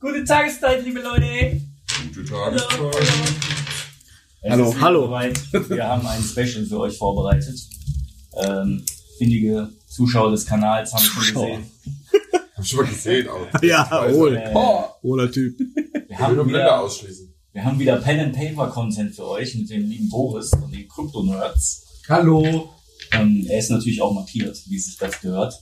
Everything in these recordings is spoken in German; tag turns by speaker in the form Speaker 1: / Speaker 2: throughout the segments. Speaker 1: Gute Tageszeit, liebe Leute.
Speaker 2: Gute Tageszeit.
Speaker 3: Es
Speaker 4: Hallo.
Speaker 3: ist
Speaker 4: Hallo.
Speaker 3: Soweit. Wir haben ein Special für euch vorbereitet. Ähm, findige Zuschauer des Kanals haben schon
Speaker 4: Zuschauer.
Speaker 3: gesehen.
Speaker 2: Hab ich schon mal gesehen, aber.
Speaker 4: Ja, also, hol.
Speaker 3: Äh,
Speaker 4: Hohler Typ.
Speaker 3: wir,
Speaker 2: Ich will nur
Speaker 3: haben
Speaker 2: Blender
Speaker 3: wieder,
Speaker 2: ausschließen.
Speaker 3: wir haben wieder Pen and Paper Content für euch mit dem lieben Boris von den Crypto Nerds.
Speaker 2: Hallo.
Speaker 3: Ähm, er ist natürlich auch markiert, wie sich das gehört.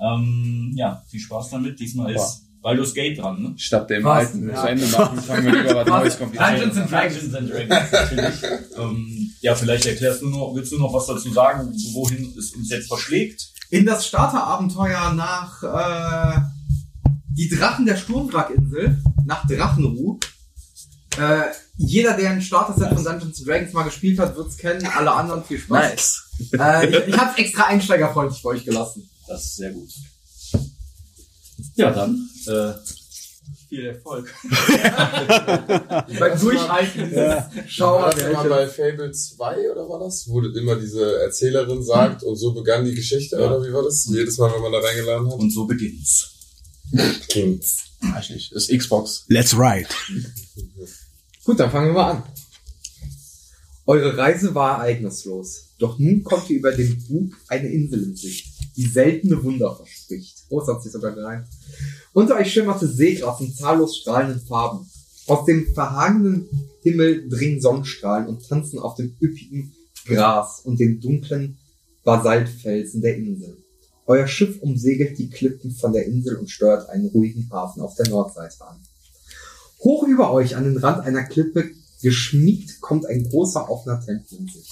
Speaker 3: Ähm, ja, viel Spaß damit. Diesmal ist Baldur's Gate dran. Ne?
Speaker 5: Statt dem
Speaker 6: Was?
Speaker 5: alten das
Speaker 6: Ja.
Speaker 5: Ende machen, fangen wir lieber was Neues kompliziert.
Speaker 6: Dungeons and Dragons.
Speaker 3: Dungeons and Dragons, natürlich. ähm, ja, vielleicht erklärst du noch, willst du noch was dazu sagen, wohin es uns jetzt verschlägt?
Speaker 6: In das Starterabenteuer nach äh, die Drachen der Sturmwrackinsel, nach Drachenruh. Äh, jeder, der ein Starter-Set von Dungeons and Dragons mal gespielt hat, wird's kennen. Alle anderen viel Spaß.
Speaker 4: Nice.
Speaker 6: Äh, ich ich hab's extra einsteigerfreundlich für euch gelassen.
Speaker 3: Das ist sehr gut. Ja, dann. Äh,
Speaker 6: Viel Erfolg. Beim Durchhalten dieses
Speaker 2: War das immer
Speaker 6: Schauer.
Speaker 2: bei Fable 2 oder war das? Wo immer diese Erzählerin sagt und so begann die Geschichte
Speaker 3: Ja.
Speaker 2: oder wie war das? Jedes Mal, wenn man da reingeladen hat.
Speaker 3: und so beginnt's.
Speaker 2: Kind's.
Speaker 5: Weiß nicht, ist Xbox.
Speaker 4: Let's ride.
Speaker 6: Gut, dann fangen wir mal an. Eure Reise war ereignislos, doch nun kommt ihr über den Bug eine Insel in Sicht, die seltene Wunder verspricht. Oh, das hat sich sogar gereimt. Unter euch schimmerte Seegras in zahllos strahlenden Farben. Aus dem verhangenen Himmel dringen Sonnenstrahlen und tanzen auf dem üppigen Gras und den dunklen Basaltfelsen der Insel. Euer Schiff umsegelt die Klippen von der Insel und steuert einen ruhigen Hafen auf der Nordseite an. Hoch über euch an den Rand einer Klippe geschmiegt kommt ein großer offener Tempel in Sicht.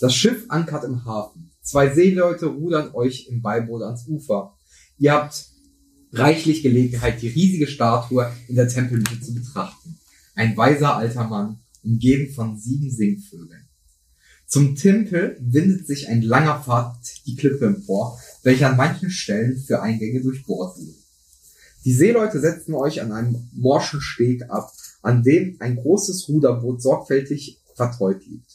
Speaker 6: Das Schiff ankert im Hafen. Zwei Seeleute rudern euch im Beiboot ans Ufer. Ihr habt reichlich Gelegenheit, die riesige Statue in der Tempelmitte zu betrachten. Ein weiser alter Mann, umgeben von sieben Singvögeln. Zum Tempel windet sich ein langer Pfad die Klippe empor, welcher an manchen Stellen für Eingänge durchbohrt wurde. Die Seeleute setzten euch an einem morschen Steg ab, an dem ein großes Ruderboot sorgfältig verteut liegt.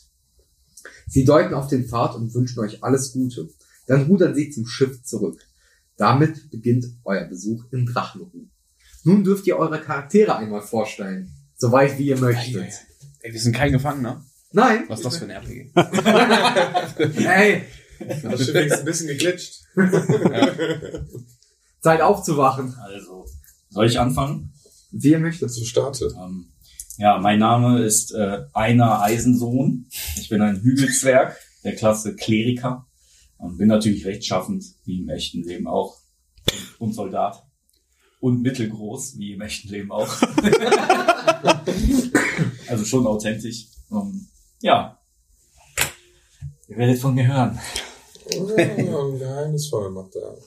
Speaker 6: Sie deuten auf den Pfad und wünschen euch alles Gute. Dann rudern sie zum Schiff zurück. Damit beginnt euer Besuch in Drachenruh. Nun dürft ihr eure Charaktere einmal vorstellen, soweit wie ihr möchtet.
Speaker 5: Ey, wir sind kein Gefangener.
Speaker 6: Nein,
Speaker 5: Was ist das für ein RPG?
Speaker 6: ey,
Speaker 2: Das Schiff ist ein bisschen geglitscht.
Speaker 6: Zeit aufzuwachen,
Speaker 3: Also, soll ich anfangen?
Speaker 6: wie ihr möchtet.
Speaker 2: Zum Starte.
Speaker 3: Ähm, ja, mein Name ist äh, Einer Eisensohn. Ich bin ein Hügelzwerg der Klasse Kleriker und bin natürlich rechtschaffend, wie im echten Leben auch. Und Soldat. Und mittelgroß, wie im echten Leben auch. also schon authentisch. Ähm, ja. Ihr werdet von mir hören.
Speaker 2: Oh, ein geheimnisvoller macht er.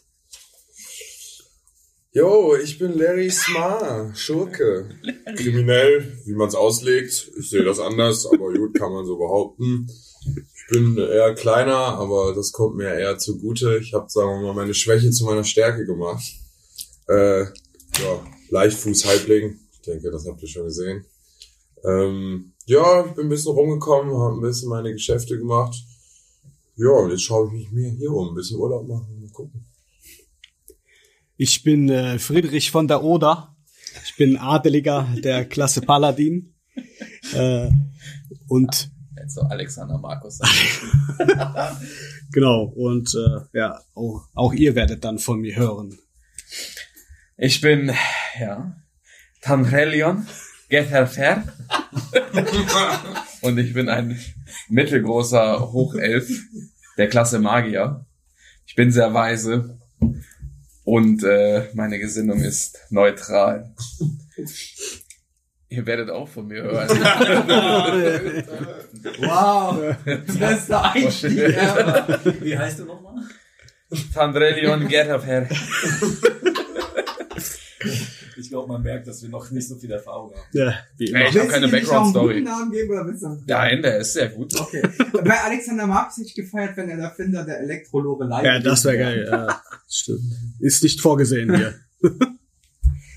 Speaker 2: Jo, ich bin Larry Smar, Schurke. Kriminell, wie man es auslegt. Ich sehe das anders, aber gut, kann man so behaupten. Ich bin eher kleiner, aber das kommt mir eher zugute. Ich habe, sagen wir mal, meine Schwäche zu meiner Stärke gemacht. Äh, ja, Leichtfuß, Halbling. Ich denke, das habt ihr schon gesehen. Ähm, ja, ich bin ein bisschen rumgekommen, habe ein bisschen meine Geschäfte gemacht. Ja, und jetzt schaue ich mich mir hier um, ein bisschen Urlaub machen, mal gucken.
Speaker 4: Ich bin äh, Friedrich von der Oder. Ich bin Adeliger der Klasse Paladin. Äh, und
Speaker 5: Jetzt so Also Alexander Markus.
Speaker 4: genau, und äh, ja, auch, auch ihr werdet dann von mir hören.
Speaker 5: Ich bin, ja, Tanrelion Getherfer. Und ich bin ein mittelgroßer Hochelf der Klasse Magier. Ich bin sehr weise und äh, meine Gesinnung ist neutral. Ihr werdet auch von mir hören.
Speaker 6: Wow, beste Einstieg ever.
Speaker 3: Wie heißt du nochmal?
Speaker 5: Tandrelion Getherfer.
Speaker 3: Ich glaube, man merkt, dass wir noch nicht so viel Erfahrung haben.
Speaker 4: Ja, wie immer.
Speaker 5: Ey, ich habe
Speaker 6: Willst du
Speaker 5: keine
Speaker 6: dem nicht noch einen guten
Speaker 5: Background-Story.
Speaker 6: Namen geben oder willst du
Speaker 5: Nein, der ist sehr gut.
Speaker 6: Okay. Bei Alexander Marx hätte ich gefeiert, wenn er der Finder der Elektrolore live
Speaker 4: Ja, das wäre
Speaker 6: gewesen
Speaker 4: geil. Ja, stimmt. Ist nicht vorgesehen hier.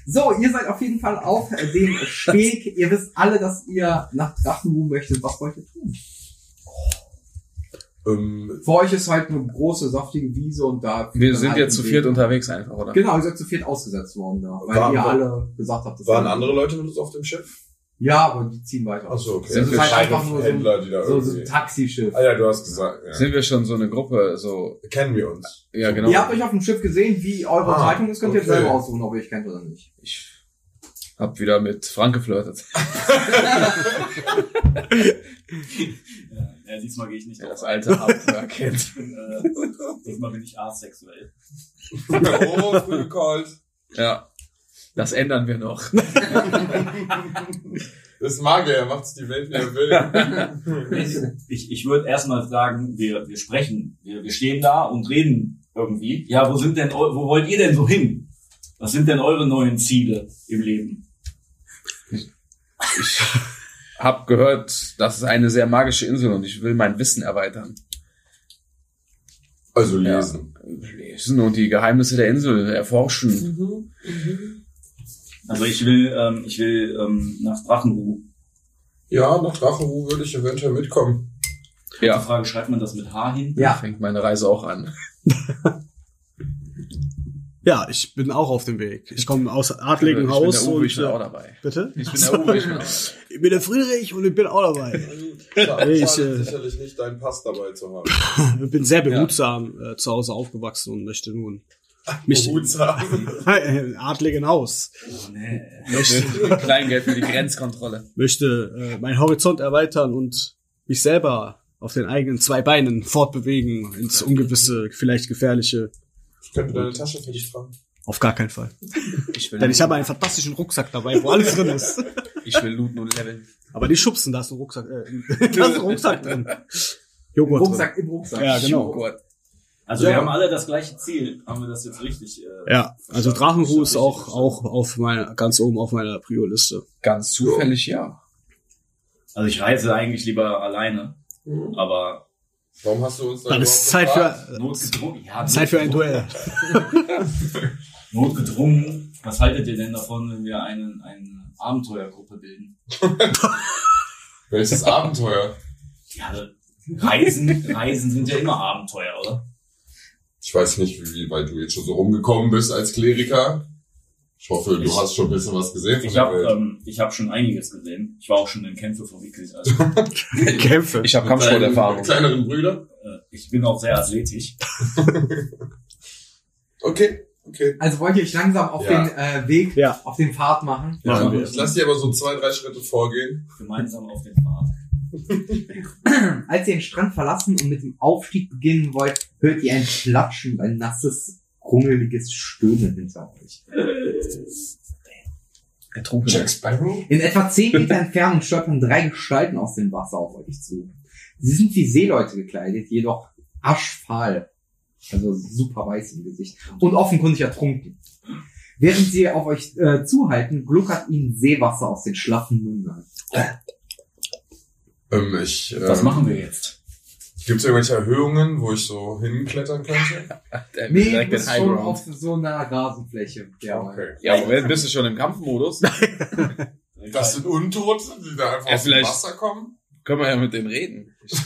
Speaker 6: So, ihr seid auf jeden Fall auf äh, dem Steg. ihr wisst alle, dass ihr nach Drachenruh möchtet. Was wollt ihr tun?
Speaker 2: Ähm,
Speaker 6: Vor euch ist halt eine große, saftige Wiese und da.
Speaker 5: Wir sind jetzt zu viert
Speaker 6: und
Speaker 5: unterwegs einfach, oder?
Speaker 6: Genau, ihr seid zu viert ausgesetzt worden da, weil
Speaker 2: Waren
Speaker 6: ihr
Speaker 2: wir-
Speaker 6: alle gesagt habt, das
Speaker 2: waren andere Leute mit uns auf dem Schiff?
Speaker 6: Ja, aber die ziehen weiter.
Speaker 2: Ach so, okay.
Speaker 6: Das ist halt einfach nur so ein,
Speaker 2: Händler, die da
Speaker 6: so, so ein
Speaker 2: irgendwie...
Speaker 6: Taxischiff.
Speaker 2: Ah ja, du hast gesagt, ja.
Speaker 5: Sind wir schon so eine Gruppe, so,
Speaker 2: Kennen wir uns?
Speaker 5: ja, genau.
Speaker 6: Ihr habt euch auf dem Schiff gesehen, wie eure
Speaker 2: Ah,
Speaker 6: Zeitung ist, könnt ihr jetzt
Speaker 2: okay.
Speaker 6: selber aussuchen, ob ihr euch kennt oder nicht.
Speaker 5: Ich hab wieder mit Frank geflirtet.
Speaker 3: Ja, ja, diesmal gehe ich nicht
Speaker 5: Der
Speaker 3: drauf.
Speaker 5: das
Speaker 3: ein.
Speaker 5: alte Abenteuer kennt.
Speaker 3: Ich bin, äh, diesmal bin ich asexuell.
Speaker 2: oh, früh gecallt.
Speaker 5: Ja. Das ändern wir noch.
Speaker 2: Das ist Magier, er macht's die Welt, wie er will.
Speaker 3: Ich, ich würde erstmal sagen, wir, wir sprechen, wir, wir stehen da und reden irgendwie. Ja, wo sind denn, eu- wo wollt ihr denn so hin? Was sind denn eure neuen Ziele im Leben?
Speaker 5: Hab gehört, das ist eine sehr magische Insel und ich will mein Wissen erweitern.
Speaker 2: Also
Speaker 5: Ja.
Speaker 2: lesen.
Speaker 5: Lesen und die Geheimnisse der Insel erforschen.
Speaker 3: Also ich will, ähm, ich will ähm, nach Drachenruh.
Speaker 2: Ja, nach Drachenruh würde ich eventuell mitkommen.
Speaker 3: Die
Speaker 5: Ja.
Speaker 3: Frage, schreibt man das mit H hin?
Speaker 5: Ja. Fängt meine Reise auch an.
Speaker 4: Ja, ich bin auch auf dem Weg. Ich komme aus
Speaker 5: ich
Speaker 4: adligen Haus
Speaker 5: bin der Uwe, ich
Speaker 4: und
Speaker 5: bin auch
Speaker 4: äh,
Speaker 5: dabei.
Speaker 4: bitte.
Speaker 5: Ich bin der Uwe, ich bin auch dabei.
Speaker 4: Ich bin der Friedrich und ich bin auch dabei.
Speaker 2: Ja,
Speaker 4: Nee, ich,
Speaker 2: ich,
Speaker 4: äh,
Speaker 2: sicherlich nicht deinen Pass dabei zu haben.
Speaker 4: Ich bin sehr behutsam äh, zu Hause aufgewachsen und möchte nun mich
Speaker 2: Behutsam.
Speaker 4: in adligen Haus
Speaker 3: Oh, nee.
Speaker 4: möchte,
Speaker 5: Kleingeld für die Grenzkontrolle.
Speaker 4: möchte äh, meinen Horizont erweitern und mich selber auf den eigenen zwei Beinen fortbewegen ins ungewisse, vielleicht gefährliche.
Speaker 2: Ich könnte deine Tasche für dich fragen.
Speaker 4: Auf gar keinen Fall.
Speaker 5: Ich will,
Speaker 4: Denn ich habe einen fantastischen Rucksack dabei, wo alles drin ist.
Speaker 5: ich will looten und leveln.
Speaker 4: Aber die schubsen, da ist ein Rucksack, äh, da ist ein Rucksack drin.
Speaker 6: Im
Speaker 4: Joghurt
Speaker 6: Rucksack, im Rucksack.
Speaker 4: drin. Ja,
Speaker 5: Oh
Speaker 4: genau.
Speaker 5: Gott.
Speaker 3: Also
Speaker 2: Ja.
Speaker 3: wir haben alle das gleiche Ziel. Haben wir das jetzt richtig? Äh,
Speaker 4: Ja, also Drachenruhe ist auch, auch auf meiner, ganz oben auf meiner Prio-Liste.
Speaker 5: Ganz zufällig, ja.
Speaker 3: Also ich reise eigentlich lieber alleine, aber
Speaker 2: Warum hast du uns dann
Speaker 4: Dann
Speaker 2: überhaupt
Speaker 4: ist Zeit
Speaker 2: gefragt?
Speaker 4: für,
Speaker 3: notgedrungen. Ja,
Speaker 4: Zeit für ein
Speaker 3: notgedrungen-
Speaker 4: Duell.
Speaker 3: Notgedrungen. Was haltet ihr denn davon, wenn wir einen, eine Abenteuergruppe bilden?
Speaker 2: Welches Abenteuer?
Speaker 3: Ja, Reisen, Reisen sind ja immer Abenteuer, oder?
Speaker 2: Ich weiß nicht, wie wie weit du jetzt schon so rumgekommen bist als Kleriker. Ich hoffe, du
Speaker 3: Ich-
Speaker 2: hast schon ein bisschen was gesehen von
Speaker 3: Ich
Speaker 2: der
Speaker 3: habe
Speaker 2: Welt.
Speaker 3: ähm, ich hab schon einiges gesehen. Ich war auch schon in Kämpfe verwickelt. Also,
Speaker 4: Kämpfe.
Speaker 5: Ich habe
Speaker 2: Deinen
Speaker 5: Kampfsporterfahrung.
Speaker 2: kleineren Brüder.
Speaker 3: äh, ich bin auch sehr athletisch.
Speaker 2: Okay, okay.
Speaker 6: Also wollt ihr euch langsam auf
Speaker 2: Ja.
Speaker 6: den äh, Weg,
Speaker 4: Ja.
Speaker 6: auf den Pfad machen?
Speaker 3: Ja,
Speaker 2: Ja,
Speaker 3: wir-
Speaker 2: Also, ich lasse dir aber so zwei, drei Schritte vorgehen.
Speaker 3: Gemeinsam auf den Pfad.
Speaker 6: Als ihr den Strand verlassen und mit dem Aufstieg beginnen wollt, hört ihr ein Platschen, und ein nasses, grungeliges Stöhnen hinter euch.
Speaker 5: Getrunken.
Speaker 2: Jack Sparrow?
Speaker 6: In etwa 10 Meter Entfernung stolpern drei Gestalten aus dem Wasser auf euch zu. Sie sind wie Seeleute gekleidet, jedoch aschfahl. Also super weiß im Gesicht. Und offenkundig ertrunken. Während sie auf euch äh, zuhalten, gluckert ihnen Seewasser aus den schlaffen Mündern.
Speaker 2: Ähm, ich, äh,
Speaker 3: Was machen wir jetzt?
Speaker 2: Gibt es irgendwelche Erhöhungen, wo ich so hinklettern könnte?
Speaker 5: Der
Speaker 6: Nee, du
Speaker 5: direkt den
Speaker 6: bist schon
Speaker 5: Highground.
Speaker 6: auf so einer Rasenfläche. Ja,
Speaker 5: Ja, Moment, bist du schon im Kampfmodus?
Speaker 2: Das sind Untote, die da einfach
Speaker 5: Ja,
Speaker 2: aus dem
Speaker 5: vielleicht-
Speaker 2: Wasser kommen?
Speaker 5: Können wir ja mit denen reden. Ich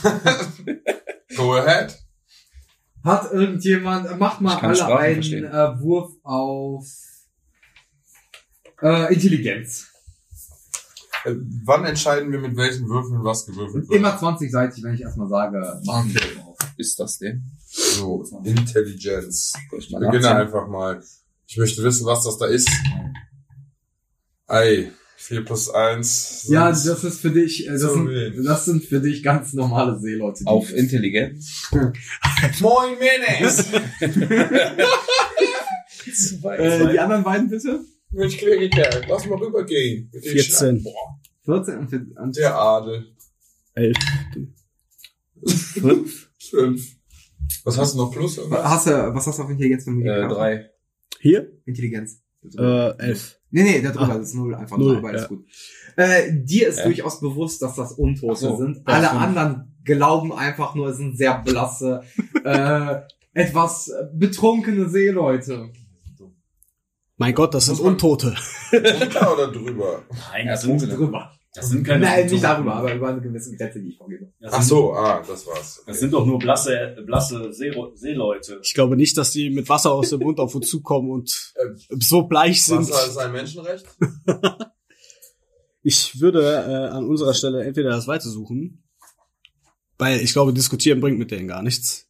Speaker 2: Go ahead.
Speaker 6: Hat irgendjemand, macht mal
Speaker 5: Ich kann
Speaker 6: alle
Speaker 5: Sprachen
Speaker 6: einen
Speaker 5: verstehen.
Speaker 6: äh, Wurf auf äh, Intelligenz.
Speaker 2: Äh, wann entscheiden wir, mit welchen Würfeln was gewürfelt wird?
Speaker 6: Immer 20-seitig, wenn ich erstmal sage, machen wir drauf.
Speaker 5: ist das denn?
Speaker 2: So, Intelligenz.
Speaker 5: Soll ich
Speaker 2: Ich
Speaker 5: mal
Speaker 2: beginne
Speaker 5: nachziehen?
Speaker 2: einfach mal. Ich möchte wissen, was das da ist. Ei, 4 plus 1.
Speaker 6: Ja, das ist für dich, äh, das,
Speaker 2: So
Speaker 6: sind,
Speaker 2: wenig.
Speaker 6: das sind für dich ganz normale Seeleute. die-
Speaker 5: Auf Intelligenz.
Speaker 2: Moin Menes!
Speaker 6: äh, die anderen beiden bitte?
Speaker 2: Mensch, Kleriker, lass mal rübergehen. Mit den
Speaker 4: 14.
Speaker 2: Schla- Boah,
Speaker 6: 14 und, und
Speaker 2: der Adel.
Speaker 4: Elf.
Speaker 2: 5. Was hast du noch plus? Oder?
Speaker 6: hast du, was hast du auf Intelligenz für mich?
Speaker 5: Äh, drei.
Speaker 4: Hier?
Speaker 6: Intelligenz.
Speaker 4: Äh, elf.
Speaker 6: Nee, nee, da drüber das ist null einfach
Speaker 4: Null,
Speaker 6: null, aber alles
Speaker 4: ja.
Speaker 6: gut. Äh, dir ist
Speaker 5: Ja.
Speaker 6: durchaus bewusst, dass das Untote
Speaker 5: Ach so,
Speaker 6: sind.
Speaker 5: ja,
Speaker 6: Alle
Speaker 5: stimmt.
Speaker 6: anderen glauben einfach nur, es sind sehr blasse, äh, etwas äh, betrunkene Seeleute.
Speaker 4: Mein Gott, das sind Untote.
Speaker 2: Drunter oder drüber?
Speaker 3: Nein,
Speaker 5: Ja,
Speaker 3: das
Speaker 5: Drogen
Speaker 3: sind,
Speaker 5: sind
Speaker 6: Drüber.
Speaker 3: Das sind keine
Speaker 6: Nein, nicht
Speaker 3: Symptome.
Speaker 6: darüber, aber über eine gewisse Grenze, die ich vorgebe.
Speaker 3: Das
Speaker 2: Ach
Speaker 3: sind-
Speaker 2: so, ah, das war's.
Speaker 3: Das sind doch nur blasse, blasse Seero- Seeleute.
Speaker 4: Ich glaube nicht, dass die mit Wasser aus dem Mund auf uns zukommen und
Speaker 2: Ähm,
Speaker 4: so bleich sind.
Speaker 2: Wasser ist ein Menschenrecht?
Speaker 4: Ich würde äh, an unserer Stelle entweder das Weite suchen, weil ich glaube, diskutieren bringt mit denen gar nichts.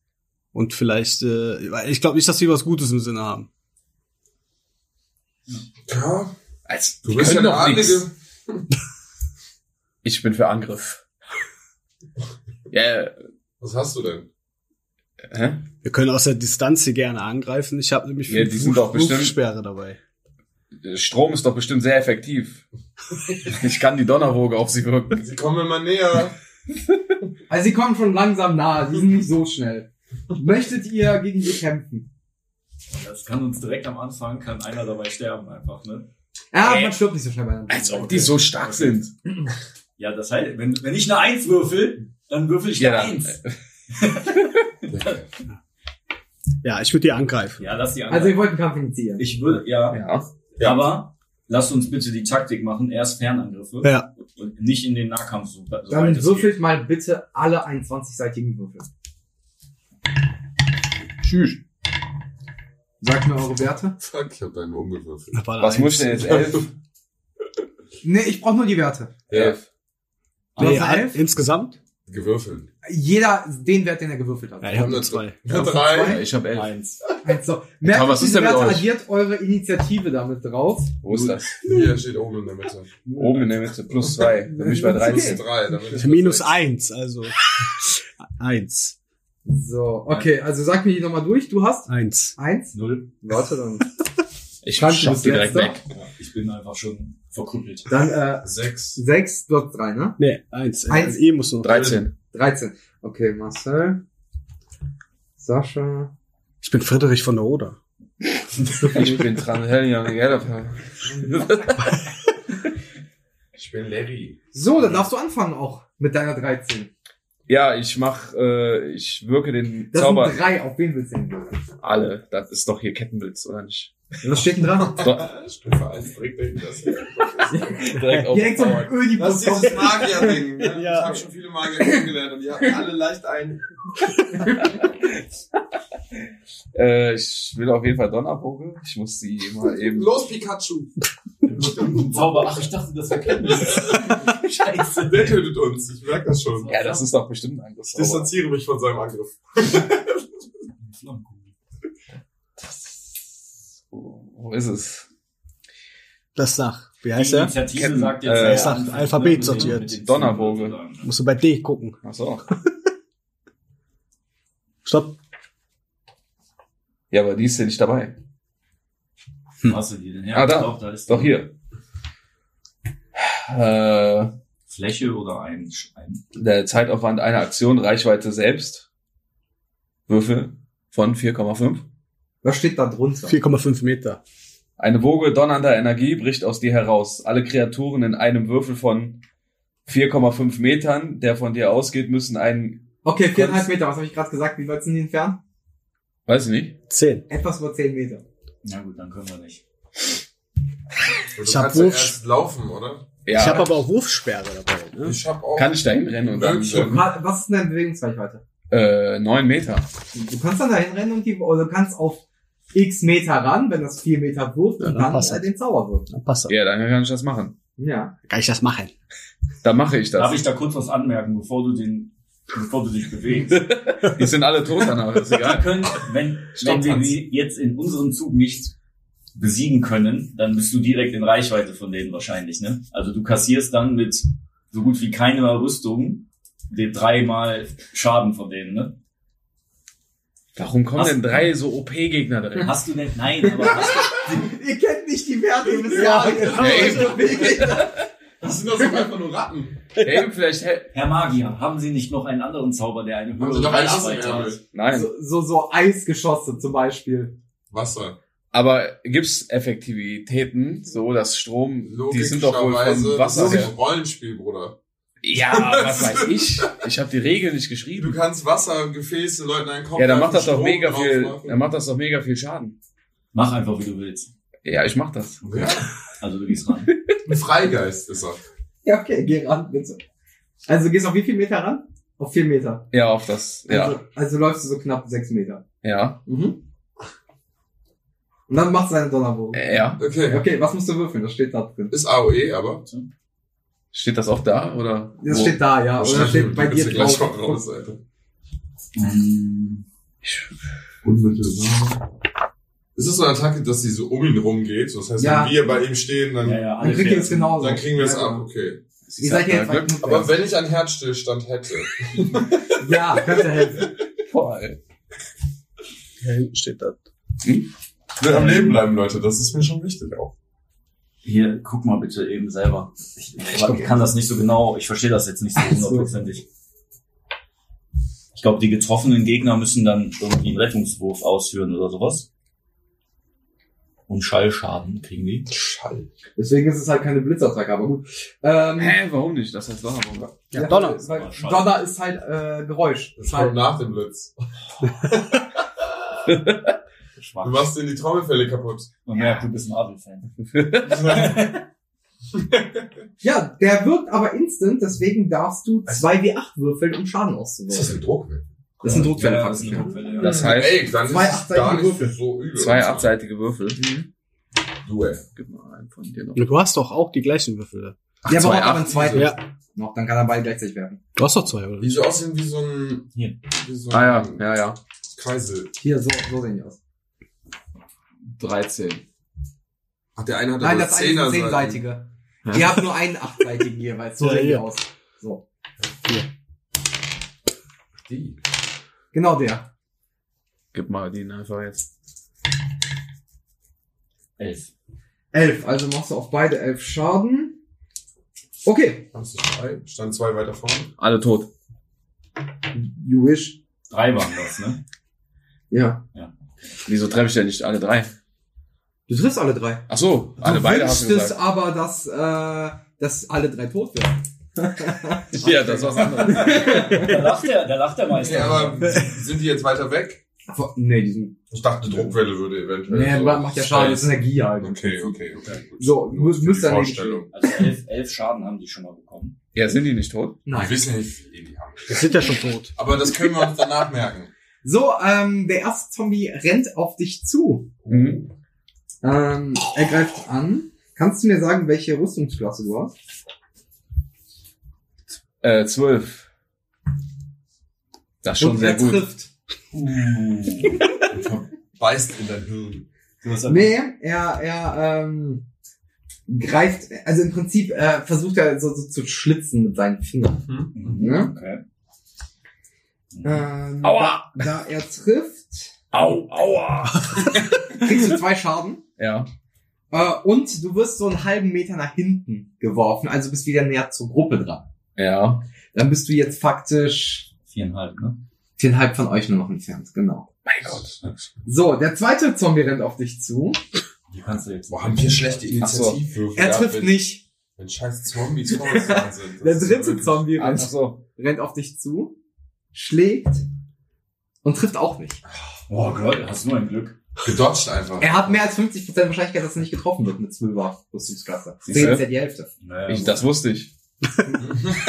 Speaker 4: Und vielleicht, äh, weil ich glaube nicht, dass sie was Gutes im Sinne haben.
Speaker 2: Ja,
Speaker 5: Also,
Speaker 2: du bist ja eine Adlige.
Speaker 5: Ich bin für Angriff. Ja, yeah.
Speaker 2: Was hast du denn?
Speaker 5: hä?
Speaker 4: Wir können aus der Distanz sie gerne angreifen. Ich habe nämlich
Speaker 5: Ja, die sind doch bestimmt-
Speaker 4: Sperre dabei.
Speaker 5: Strom ist doch bestimmt sehr effektiv. Ich kann die Donnerwoge auf sie wirken.
Speaker 2: Sie kommen immer näher.
Speaker 6: Also sie kommen schon langsam nahe, die sind nicht so schnell. Möchtet ihr gegen sie kämpfen?
Speaker 3: Das kann uns direkt am Anfang, kann einer dabei sterben einfach, ne?
Speaker 6: Ja,
Speaker 5: Äh,
Speaker 6: man stirbt nicht so schnell bei einem.
Speaker 5: Als ob die so stark sind.
Speaker 3: Ja, das heißt, wenn, wenn ich eine Eins würfel, dann würfel ich eine
Speaker 5: Ja, äh,
Speaker 3: Eins.
Speaker 4: Ja, ich würde die angreifen.
Speaker 3: Ja, lass die
Speaker 6: Also
Speaker 3: anderen.
Speaker 6: ihr wollt einen Kampf initiieren.
Speaker 3: ich würde, ja,
Speaker 5: Ja.
Speaker 2: Ja.
Speaker 3: aber lasst uns bitte die Taktik machen, erst Fernangriffe
Speaker 4: Ja,
Speaker 3: und nicht in den Nahkampf so, so weit
Speaker 6: Dann
Speaker 3: es geht.
Speaker 6: würfelt mal bitte alle 21-seitigen Würfel.
Speaker 5: Tschüss.
Speaker 6: Sagt mir eure Werte.
Speaker 2: Fuck, ich hab deinen umgewürfelt.
Speaker 4: da war da
Speaker 5: Was
Speaker 4: eins.
Speaker 5: muss ich denn jetzt? Elf?
Speaker 6: Nee, ich brauche nur die Werte.
Speaker 2: Elf.
Speaker 4: Nee,
Speaker 6: Außer
Speaker 4: al-
Speaker 6: elf?
Speaker 4: insgesamt?
Speaker 2: Gewürfelt.
Speaker 6: Jeder den Wert, den er gewürfelt hat.
Speaker 4: Ja, ich habe nur
Speaker 2: Hundert-
Speaker 4: zwei.
Speaker 5: Ja,
Speaker 2: Drei.
Speaker 5: ich habe elf.
Speaker 4: Eins.
Speaker 6: Also, merkt
Speaker 5: Komm, was
Speaker 6: euch
Speaker 5: ist
Speaker 6: diese
Speaker 5: denn mit
Speaker 6: Werte,
Speaker 5: euch?
Speaker 6: addiert eure Initiative damit drauf.
Speaker 5: Wo ist das?
Speaker 2: Hier steht oben in der Mitte.
Speaker 5: Oben in der Mitte. Plus zwei. Dann bin ich bei
Speaker 2: Plus
Speaker 5: 13.
Speaker 2: drei. dann bin ich bei
Speaker 4: Minus
Speaker 2: sechs.
Speaker 4: eins, also. eins.
Speaker 6: So, okay, also sag mir die nochmal durch. Du hast
Speaker 4: Eins.
Speaker 6: eins.
Speaker 3: Null.
Speaker 6: Warte dann.
Speaker 5: Ich
Speaker 6: Kannst du
Speaker 5: schaff
Speaker 6: das
Speaker 5: die direkt
Speaker 6: letzte?
Speaker 5: weg.
Speaker 3: Ja, ich bin einfach schon verkrüppelt.
Speaker 6: Dann äh,
Speaker 2: Sechs.
Speaker 6: sechs, du hast drei, ne?
Speaker 4: Nee, eins.
Speaker 6: Eins.
Speaker 4: Eins. E muss noch.
Speaker 5: 13.
Speaker 6: 13. Okay, Marcel. Sascha.
Speaker 4: Ich bin Friedrich von der Oder.
Speaker 5: Ich bin dran. Hell ja, gell?
Speaker 2: Ich bin Larry.
Speaker 6: So, dann darfst du anfangen auch mit deiner 13.
Speaker 5: Ja, ich mach, äh, ich wirke den
Speaker 6: Das
Speaker 5: Zauber
Speaker 6: sind drei, auf wen willst du denn würfeln?
Speaker 5: alle. Das ist doch hier Kettenblitz, oder nicht?
Speaker 6: Was steht denn dran?
Speaker 5: So,
Speaker 2: Stufe eins direkt dahinter.
Speaker 5: direkt auf.
Speaker 6: Direkt so ein
Speaker 2: Das
Speaker 6: Ödipus
Speaker 2: ist dieses Magier-Ding. Ne?
Speaker 4: Ja.
Speaker 2: Ich habe schon viele Magier kennengelernt und die haben alle leicht ein.
Speaker 5: Äh, ich will auf jeden Fall Donnerbogen. Ich muss die mal eben.
Speaker 2: Los, Pikachu!
Speaker 3: Zauber, ach, ich dachte, das wäre Kettenblitz. Scheiße.
Speaker 2: Der tötet uns, ich merke das schon.
Speaker 5: Ja, das ist doch bestimmt ein Angriff.
Speaker 2: Ich distanziere mich von seinem Angriff.
Speaker 3: Flammenkugel.
Speaker 5: Wo wo ist es?
Speaker 4: Das sag. Wie
Speaker 3: Die
Speaker 4: heißt er?
Speaker 3: Initiative
Speaker 5: Ketten-
Speaker 3: sagt
Speaker 5: äh,
Speaker 3: wer
Speaker 5: ich
Speaker 4: sag,
Speaker 3: anfängt,
Speaker 4: Alphabet
Speaker 3: ne?
Speaker 4: sortiert.
Speaker 3: Mit den
Speaker 5: Donnerwoge.
Speaker 3: Zahlen sozusagen.
Speaker 4: Musst du bei D gucken.
Speaker 5: Ach so.
Speaker 4: Stopp.
Speaker 5: Ja, aber die ist ja nicht dabei.
Speaker 3: Wo Hm. Hast du die denn her?
Speaker 5: Ah, da.
Speaker 3: Ich glaub, da ist
Speaker 5: Ist doch hier. Äh,
Speaker 3: Fläche oder ein, ein
Speaker 5: der Zeitaufwand einer Aktion, Reichweite selbst. Würfel von 4,5.
Speaker 6: Was steht da drunter?
Speaker 4: 4,5 Meter.
Speaker 5: Eine Woge donnernder Energie bricht aus dir heraus. Alle Kreaturen in einem Würfel von 4,5 Metern, der von dir ausgeht, müssen einen,
Speaker 6: Okay, viereinhalb Meter, was habe ich gerade gesagt? Wie weit sind die entfernt?
Speaker 5: weiß ich nicht.
Speaker 4: 10.
Speaker 6: Etwas über zehn Meter.
Speaker 3: Na gut, dann können wir nicht.
Speaker 2: Du
Speaker 4: Ich hab
Speaker 2: kannst ja
Speaker 4: Wurf-
Speaker 2: erst laufen, oder?
Speaker 5: Ja,
Speaker 4: Ich habe aber auch Wurfsperre dabei. Ne?
Speaker 2: Ich hab auch.
Speaker 5: kann ich da hinrennen und dann
Speaker 2: Mögliche-
Speaker 6: Ra- Was ist deine Bewegungsreichweite?
Speaker 5: äh, 9 Meter.
Speaker 6: Du kannst dann dahin rennen und die, oder du kannst auf x Meter ran, wenn das vier Meter wirft,
Speaker 4: Ja,
Speaker 6: und
Speaker 4: dann
Speaker 6: dann
Speaker 4: passt
Speaker 6: äh,
Speaker 4: das.
Speaker 6: den Zauber wirft.
Speaker 4: Dann passt das.
Speaker 5: Ja, dann kann ich das machen.
Speaker 6: Ja.
Speaker 4: Kann ich das machen?
Speaker 5: Dann mache ich
Speaker 3: Darf
Speaker 5: das.
Speaker 3: ich da kurz was anmerken, bevor du den, bevor du dich bewegst?
Speaker 5: Die sind alle tot danach, ist
Speaker 3: Wir
Speaker 5: egal.
Speaker 3: können, wenn,
Speaker 5: Stopp,
Speaker 3: wenn wir
Speaker 5: Hans.
Speaker 3: sie jetzt in unserem Zug nicht besiegen können, dann bist du direkt in Reichweite von denen wahrscheinlich, ne? Also du kassierst dann mit so gut wie keiner Rüstung den dreimal Schaden von denen, ne?
Speaker 5: Warum kommen
Speaker 3: Was?
Speaker 5: denn drei so OP-Gegner drin?
Speaker 3: Hast du denn, nein, aber hast du,
Speaker 6: Ihr kennt nicht die Werte, ihr wisst ja, genau.
Speaker 2: Das sind doch so einfach nur Ratten.
Speaker 5: Eben vielleicht, hä-
Speaker 3: Herr Magier, haben Sie nicht noch einen anderen Zauber, der eine
Speaker 2: Haben sie
Speaker 3: höhere
Speaker 2: noch einen
Speaker 3: Reichweite hat?
Speaker 2: Assenärmel?
Speaker 5: nein.
Speaker 6: so, Also, so, so Eisgeschosse zum Beispiel.
Speaker 2: Wasser.
Speaker 5: Aber gibt's Effektivitäten, so dass Strom, die sind doch wohl
Speaker 2: Logischerweise.
Speaker 5: von
Speaker 2: Das
Speaker 5: Wasser
Speaker 2: ist
Speaker 5: her.
Speaker 2: ein Rollenspiel, Bruder.
Speaker 5: Ja, was weiß ich? Ich habe die Regeln nicht
Speaker 2: Du
Speaker 5: geschrieben.
Speaker 2: kannst Wassergefäße Leuten einen Kopf
Speaker 5: Ja, dann macht
Speaker 2: werfen,
Speaker 5: das doch
Speaker 2: Strom
Speaker 5: mega
Speaker 2: drauf
Speaker 5: viel,
Speaker 2: machen.
Speaker 5: dann macht das doch mega viel Schaden.
Speaker 3: Mach einfach, wie du willst.
Speaker 5: Ja, ich mach das.
Speaker 2: Ja,
Speaker 3: Also du gehst ran.
Speaker 2: ein Freigeist ist er.
Speaker 6: Ja, okay, geh ran, bitte. Also du gehst auf wie viel Meter ran? Auf vier Meter.
Speaker 5: Ja, auf das. Ja.
Speaker 6: Also, also läufst du so knapp sechs Meter.
Speaker 5: Ja.
Speaker 6: Mhm. Und dann machst du einen Donnerbogen.
Speaker 5: Äh, Ja.
Speaker 2: Okay.
Speaker 6: Okay, was musst du würfeln? Das steht da drin.
Speaker 2: Ist AOE, aber.
Speaker 5: Steht das auch da? Oder?
Speaker 6: Das
Speaker 5: wo?
Speaker 6: steht da, ja. Ah, Oder steht bei dir
Speaker 2: Kannst du gleich
Speaker 6: drauf.
Speaker 2: mal raus, Alter.
Speaker 5: Ich-
Speaker 2: Unmittelbar. Ist es so eine Attacke, dass sie so um ihn rumgeht? So, Das heißt,
Speaker 6: Ja.
Speaker 2: wenn wir bei ihm stehen, dann,
Speaker 3: Ja, ja,
Speaker 6: Dann
Speaker 3: alle
Speaker 6: kriegt ihr es
Speaker 5: genau
Speaker 3: Fersen.
Speaker 6: genauso.
Speaker 2: dann kriegen wir es
Speaker 6: Ja,
Speaker 2: ab.
Speaker 6: genau.
Speaker 2: Okay.
Speaker 5: Sie
Speaker 6: Ihr seid ja
Speaker 5: sagt da
Speaker 6: jetzt halt bei
Speaker 5: Glück.
Speaker 6: Knut.
Speaker 2: Aber wenn ich einen Herzstillstand hätte,
Speaker 6: Ja, könnte helfen.
Speaker 5: Boah, ey.
Speaker 4: Ja, hinten steht das.
Speaker 2: ich will am Leben bleiben, Leute. Das ist mir schon wichtig auch.
Speaker 3: Hier, guck mal bitte eben selber. Ich, ich kann das nicht so genau, ich verstehe das jetzt nicht so hundertprozentig. Ich glaube, die getroffenen Gegner müssen dann irgendwie einen Rettungswurf ausführen oder sowas. Und Schallschaden kriegen die.
Speaker 2: Schall.
Speaker 6: Deswegen ist es halt keine Blitzattacke, aber gut. Ähm,
Speaker 5: Hä, warum nicht? Das heißt Donnerbogen.
Speaker 4: Ja, Donner.
Speaker 6: Weil
Speaker 3: Oh, schade.
Speaker 6: Donner ist halt äh, Geräusch.
Speaker 2: Das
Speaker 6: Das
Speaker 2: kommt
Speaker 6: halt,
Speaker 2: nach dem Blitz. Du machst denen die Trommelfälle kaputt.
Speaker 3: Man merkt, du bist ein Marvel-Fan.
Speaker 6: ja, der wirkt aber instant, deswegen darfst du
Speaker 2: Also-
Speaker 6: 2W8 würfeln, um Schaden auszuwürfeln.
Speaker 2: ein Druckmittel?
Speaker 6: Das ist ein Druckfälle.
Speaker 3: Ja, das ist eine Druckwelle, ja.
Speaker 5: Das heißt,
Speaker 2: Ey, dann
Speaker 6: Zwei
Speaker 2: ist es gar
Speaker 6: achtseitige
Speaker 2: nicht
Speaker 6: Würfel.
Speaker 2: so übel.
Speaker 5: zwei abseitige Würfel.
Speaker 2: Mhm. Du, ey.
Speaker 5: Gib mal einen von dir noch.
Speaker 4: Du hast doch auch die gleichen Würfel.
Speaker 6: der
Speaker 5: Ach,
Speaker 6: braucht
Speaker 5: zwei
Speaker 6: aber einen
Speaker 5: Achten,
Speaker 6: zweiten.
Speaker 4: Ja.
Speaker 6: Noch, dann kann er beide gleichzeitig werfen.
Speaker 4: Du hast doch zwei, oder?
Speaker 2: Die so aussehen wie so ein,
Speaker 3: Hier.
Speaker 2: wie so ein
Speaker 5: Ah ja, ja, ja.
Speaker 2: Kreisel.
Speaker 6: Hier, so, so sehen die aus.
Speaker 5: 13.
Speaker 2: Ach, der eine hat
Speaker 6: Nein,
Speaker 2: aber
Speaker 6: das eine ist ein
Speaker 2: Zehnerseiten.
Speaker 6: zehnseitige.
Speaker 5: Ja.
Speaker 6: Ihr habt nur einen achtseitigen jeweils. So
Speaker 4: Ja,
Speaker 6: sehen die
Speaker 4: ja.
Speaker 6: aus. So.
Speaker 2: Die.
Speaker 6: Genau der.
Speaker 5: Gib mal den einfach jetzt.
Speaker 3: Elf.
Speaker 6: Elf. Also machst du auf beide elf Schaden. Okay.
Speaker 2: Hast du zwei? Stand zwei weiter vorne.
Speaker 5: Alle tot.
Speaker 6: You wish.
Speaker 3: Drei waren das, ne?
Speaker 6: Ja.
Speaker 5: Wieso treffe ich denn nicht alle drei?
Speaker 6: Du triffst alle drei.
Speaker 5: Ach so, alle
Speaker 6: du
Speaker 5: beide hast
Speaker 6: wünschst
Speaker 5: du
Speaker 6: es
Speaker 5: gesagt.
Speaker 6: aber, dass, äh, dass alle drei tot werden.
Speaker 5: Ja, das war's anderes.
Speaker 3: Da lacht der, da lacht der Meister.
Speaker 2: Ja, aber sind die jetzt weiter weg?
Speaker 6: Aber- Nee, die sind.
Speaker 2: Ich dachte, Druckwelle würde
Speaker 5: Also
Speaker 2: eventuell.
Speaker 6: Nee,
Speaker 2: so
Speaker 6: macht ja Schaden. Das ist Energie halt.
Speaker 2: Okay, okay, okay. gut.
Speaker 6: So, du
Speaker 2: Nur für die
Speaker 6: müsst daneben
Speaker 2: Vorstellung.
Speaker 3: also elf, elf Schaden haben die schon mal bekommen.
Speaker 5: Ja, sind die nicht tot?
Speaker 2: Ich
Speaker 6: Nein.
Speaker 2: weiß ja nicht, wie viel die haben.
Speaker 4: Die sind ja schon tot.
Speaker 2: Aber das können wir uns danach merken.
Speaker 6: So, ähm, der erste Zombie rennt auf dich zu.
Speaker 5: Mhm.
Speaker 6: Ähm, er greift an. Kannst du mir sagen, welche Rüstungsklasse du hast?
Speaker 5: Äh, zwölf. Das ist schon
Speaker 6: Und
Speaker 5: sehr
Speaker 6: er
Speaker 5: gut.
Speaker 6: trifft.
Speaker 2: Beißt in dein Hirn.
Speaker 6: Nee, er, er ähm, greift, also im Prinzip äh, versucht er so, so zu schlitzen mit seinen Fingern.
Speaker 3: Mhm, Okay.
Speaker 6: Ähm,
Speaker 5: Aua!
Speaker 6: Da, da er trifft,
Speaker 5: Au, aua.
Speaker 6: kriegst du zwei Schaden
Speaker 5: Ja.
Speaker 6: äh, und du wirst so einen halben Meter nach hinten geworfen, also bist wieder näher zur Gruppe dran.
Speaker 5: Ja.
Speaker 6: Dann bist du jetzt faktisch
Speaker 3: Viereinhalb, ne?
Speaker 6: viereinhalb von euch nur noch entfernt, genau.
Speaker 5: Mein Gott.
Speaker 6: So, der zweite Zombie rennt auf dich zu.
Speaker 3: Die kannst du jetzt.
Speaker 2: Boah, haben wir schlechte Initiativwürfe.
Speaker 6: Er
Speaker 2: gehabt,
Speaker 6: trifft
Speaker 2: wenn-
Speaker 6: nicht.
Speaker 2: Wenn scheiß Zombies vor uns dran sind. Das
Speaker 6: Der
Speaker 2: ist
Speaker 6: dritte
Speaker 2: wirklich-
Speaker 6: Zombie
Speaker 5: Ach
Speaker 6: rennt,
Speaker 5: so.
Speaker 6: rennt auf dich zu, schlägt und trifft auch nicht.
Speaker 3: Oh Gott, hast du ein Glück.
Speaker 2: Gedodged einfach.
Speaker 6: Er hat mehr als 50% Wahrscheinlichkeit, dass er nicht getroffen wird mit 12er Rüstungsklasse.
Speaker 5: Siehst
Speaker 6: Deswegen
Speaker 5: du?
Speaker 6: ist ja die Hälfte.
Speaker 3: Naja,
Speaker 5: Ich, das wusste ich.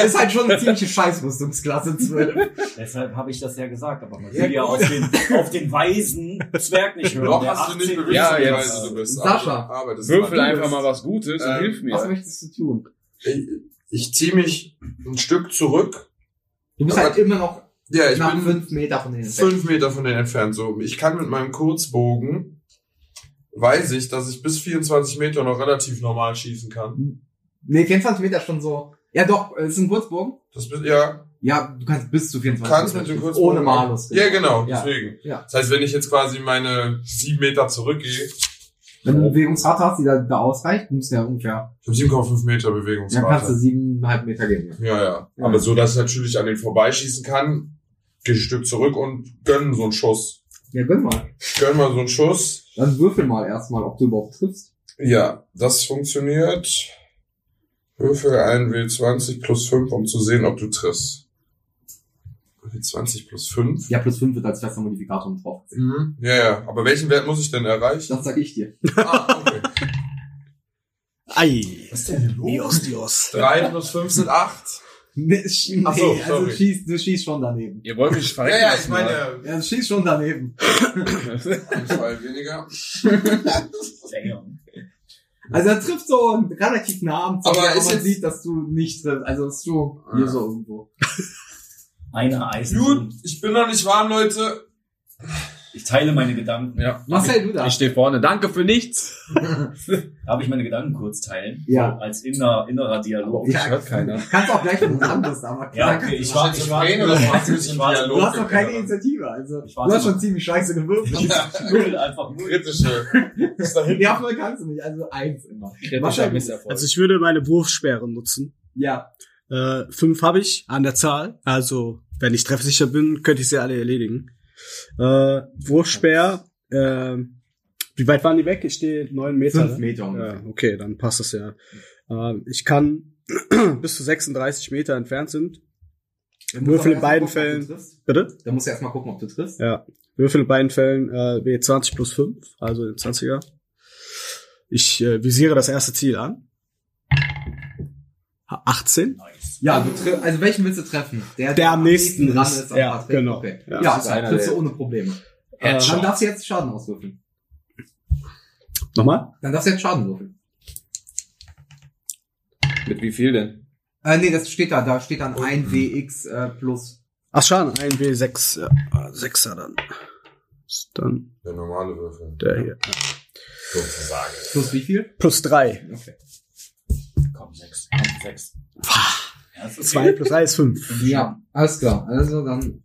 Speaker 6: Ist halt schon eine ziemliche Scheiß-Rüstungsklasse 12.
Speaker 3: Deshalb habe ich das ja gesagt, aber man
Speaker 6: Ja,
Speaker 3: will ja
Speaker 6: gut.
Speaker 3: auf den, auf den weisen Zwerg nicht hören.
Speaker 2: Noch
Speaker 3: der
Speaker 2: hast du nicht
Speaker 3: 18
Speaker 2: bewiesen,
Speaker 5: Ja,
Speaker 2: wie
Speaker 5: jetzt-
Speaker 2: leise du bist.
Speaker 6: Sascha.
Speaker 2: Aber, aber das
Speaker 5: Würfel
Speaker 2: war-
Speaker 5: einfach mal was Gutes und
Speaker 2: Ähm,
Speaker 5: hilf
Speaker 6: Was
Speaker 5: mir.
Speaker 6: möchtest du tun?
Speaker 2: Ich, ich ziehe mich ein Stück zurück.
Speaker 6: Du bist
Speaker 2: Aber-
Speaker 6: halt immer noch
Speaker 2: Ja, ich
Speaker 6: nach
Speaker 2: bin
Speaker 6: 5 Meter von denen weg.
Speaker 2: fünf Meter von denen entfernt. So, ich kann mit meinem Kurzbogen, weiß ich, dass ich bis 24 Meter noch relativ normal schießen kann.
Speaker 6: Nee, 24 Meter ist schon so. Ja doch, äh, ist ein Kurzbogen.
Speaker 2: Das bi- ja,
Speaker 6: Ja, du kannst bis zu 24
Speaker 2: kannst
Speaker 6: Meter
Speaker 2: mit dem
Speaker 6: schießen.
Speaker 2: Kurzbogen.
Speaker 6: Ohne Malus.
Speaker 2: Ja, genau,
Speaker 6: Ja.
Speaker 2: deswegen.
Speaker 6: Ja.
Speaker 2: Das heißt, wenn ich jetzt quasi meine sieben Meter zurückgehe, ich
Speaker 6: Wenn du eine Bewegungsrate hast, die da, da ausreicht, musst du ja ungefähr.
Speaker 2: habe 7,5 Meter
Speaker 6: Ja, kannst du
Speaker 2: Bewegungsrate.
Speaker 6: 7,5 Meter gehen.
Speaker 2: Ja, ja, Aber so, dass ich natürlich an den vorbeischießen kann, gehe ein Stück zurück und gönn so einen Schuss.
Speaker 6: Ja, gönn mal.
Speaker 2: Gönn mal so einen Schuss.
Speaker 6: Dann würfel mal erstmal, ob du überhaupt triffst.
Speaker 2: Ja, das funktioniert. Würfel 1W20 plus 5, um zu sehen, ob du triffst. W20 plus 5?
Speaker 6: Ja, plus 5 wird als fester Modifikator mit drauf.
Speaker 2: Mhm. Ja, ja. Aber welchen Wert muss ich denn erreichen?
Speaker 6: Das sag ich dir.
Speaker 2: ah, okay.
Speaker 4: Ei.
Speaker 2: Was ist denn hier
Speaker 4: Dios, Dios.
Speaker 2: 3 plus 5 sind 8.
Speaker 6: Nee, sch- nee
Speaker 2: Ach so,
Speaker 6: also
Speaker 2: sorry.
Speaker 6: du schießt, du schießt schon daneben.
Speaker 5: Ihr wollt mich
Speaker 2: Ja,
Speaker 5: verrecken
Speaker 2: ja,
Speaker 5: lassen,
Speaker 2: ich meine, äh,
Speaker 6: Ja, du schießt schon daneben.
Speaker 2: zwei weniger.
Speaker 6: Also er trifft so einen relativ nahen Zoll,
Speaker 2: Aber
Speaker 6: aber,
Speaker 2: ist
Speaker 6: man
Speaker 2: jetzt-
Speaker 6: sieht, dass du nicht triffst. Also ist so
Speaker 2: Ah.
Speaker 6: hier so irgendwo.
Speaker 3: Einer
Speaker 2: Gut,
Speaker 3: Eisensohn.
Speaker 2: ich bin noch nicht warm, Leute.
Speaker 3: Ich teile meine Gedanken.
Speaker 5: Ja.
Speaker 6: Marcel, du da.
Speaker 5: Ich stehe vorne. Danke für nichts.
Speaker 3: Darf ich meine Gedanken kurz teilen?
Speaker 6: Ja.
Speaker 3: Als inner, innerer Dialog.
Speaker 5: Ich hört keiner.
Speaker 6: Kannst auch gleich wenn du dran bist, aber
Speaker 3: Ja,
Speaker 6: klar,
Speaker 3: okay, ich
Speaker 6: kannst
Speaker 3: war, ich war,
Speaker 2: Tränen oder machst du ein bisschen
Speaker 3: ich war,
Speaker 2: Dialog?
Speaker 6: du hast doch keine
Speaker 2: Ja.
Speaker 6: Initiative. Also
Speaker 3: Ich
Speaker 6: du
Speaker 3: warte
Speaker 6: hast schon
Speaker 3: mal.
Speaker 6: ziemlich scheiße gewürfelt.
Speaker 3: null, einfach null.
Speaker 2: Kritische. Ist da
Speaker 6: Die Hoffnung kannst du nicht, also eins immer.
Speaker 5: Kritischer
Speaker 6: Marcel,
Speaker 5: Misserfolg.
Speaker 4: Also ich würde meine Wurfsperre nutzen.
Speaker 6: Ja,
Speaker 4: Äh, fünf habe ich an der Zahl. Also, wenn ich treffsicher bin, könnte ich sie alle erledigen. Äh, Wurfsperr, äh, wie weit waren die weg? Ich stehe neun Meter.
Speaker 6: fünf
Speaker 4: ne?
Speaker 6: Meter ungefähr.
Speaker 4: Ja, okay, dann passt das ja. Äh, ich kann bis zu 36 Meter entfernt sind.
Speaker 6: Dann musst
Speaker 4: Würfel
Speaker 6: du
Speaker 4: in
Speaker 6: aber
Speaker 4: beiden
Speaker 6: erst mal gucken, ob
Speaker 4: Fällen.
Speaker 6: du triffst.
Speaker 4: Bitte?
Speaker 6: Dann musst du erstmal gucken, ob du triffst.
Speaker 4: Ja. Würfel in beiden Fällen äh, W20 plus 5, also den 20er. Ich äh, visiere das erste Ziel an. 18.
Speaker 6: Ja, du tri- also welchen willst du treffen?
Speaker 4: Der am nächsten
Speaker 6: dran
Speaker 4: ist.
Speaker 6: ist. an
Speaker 4: Ja,
Speaker 6: Patrick.
Speaker 4: genau.
Speaker 6: Okay.
Speaker 4: Ja,
Speaker 6: Ja,
Speaker 5: das ist
Speaker 6: also
Speaker 5: einer,
Speaker 6: triffst du
Speaker 5: der-
Speaker 6: ohne Probleme.
Speaker 4: Äh,
Speaker 6: Dann darfst du jetzt Schaden auswürfeln.
Speaker 4: nochmal?
Speaker 6: Dann darfst du jetzt Schaden würfeln.
Speaker 5: Mit wie viel denn?
Speaker 6: Äh, nee, das steht da. Da steht dann 1dx äh, plus.
Speaker 4: Ach, Schaden, ein W6. Ja, ah, Sechser dann. Ist Dann
Speaker 2: Der normale Würfel.
Speaker 4: der hier.
Speaker 2: Sozusagen.
Speaker 6: Plus wie viel?
Speaker 4: Plus drei.
Speaker 6: Okay.
Speaker 3: Komm, sechs, komm, sechs. Ja, das ist
Speaker 4: Zwei plus drei ist fünf.
Speaker 6: Ja, alles klar. Also dann.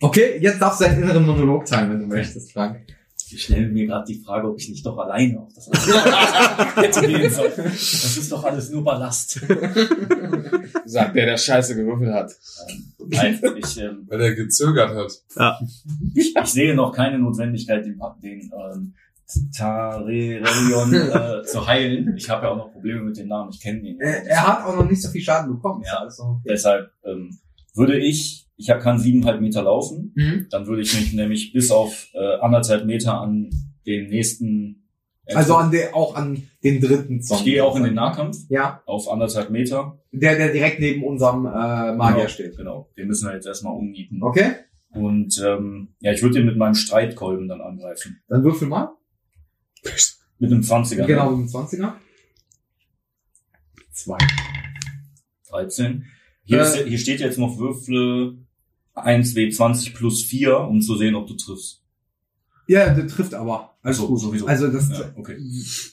Speaker 6: Okay, jetzt darfst du deinen inneren Monolog teilen, wenn du möchtest, Frank.
Speaker 3: Ich stelle mir gerade die Frage, ob ich nicht doch alleine auf das Jetzt gehen soll. Das ist doch alles nur Ballast.
Speaker 5: Sagt der, der Scheiße gewürfelt hat.
Speaker 3: Nein, ich, ähm,
Speaker 2: Weil der gezögert hat.
Speaker 3: ich, ich sehe noch keine Notwendigkeit, den, Pa- den ähm, Tarerion äh, zu heilen. Ich habe ja auch noch Probleme mit dem Namen. Ich kenne ihn. ja.
Speaker 6: Äh, Er, er hat auch noch nicht so viel Schaden bekommen.
Speaker 3: Ja.
Speaker 6: Ist alles noch okay.
Speaker 3: Deshalb ähm, würde ich, ich hab- kann siebeneinhalb Meter laufen,
Speaker 6: Mhm.
Speaker 3: dann würde ich mich nämlich bis auf äh, anderthalb Meter an den nächsten.
Speaker 6: Also an der, auch an den dritten Zombie.
Speaker 3: ich gehe auch in den Nahkampf
Speaker 6: Ja,
Speaker 3: auf anderthalb Meter.
Speaker 6: der, der direkt neben unserem äh, Magier
Speaker 3: genau,
Speaker 6: steht.
Speaker 3: Genau, den müssen wir jetzt erstmal umnieten.
Speaker 6: Okay,
Speaker 3: Und ähm, ja, ich würde den mit meinem Streitkolben dann angreifen.
Speaker 6: dann würfel mal.
Speaker 3: Mit einem 20er.
Speaker 6: Genau,
Speaker 3: Ne?
Speaker 6: mit dem 20er. Zwei.
Speaker 3: 13. Hier,
Speaker 6: Äh,
Speaker 3: ist, hier steht jetzt noch Würfle 1 W20 plus 4, um zu sehen, ob du triffst.
Speaker 6: Ja, der trifft aber. Also
Speaker 3: So,
Speaker 6: gut.
Speaker 3: sowieso.
Speaker 6: Also das,
Speaker 3: Ja, okay.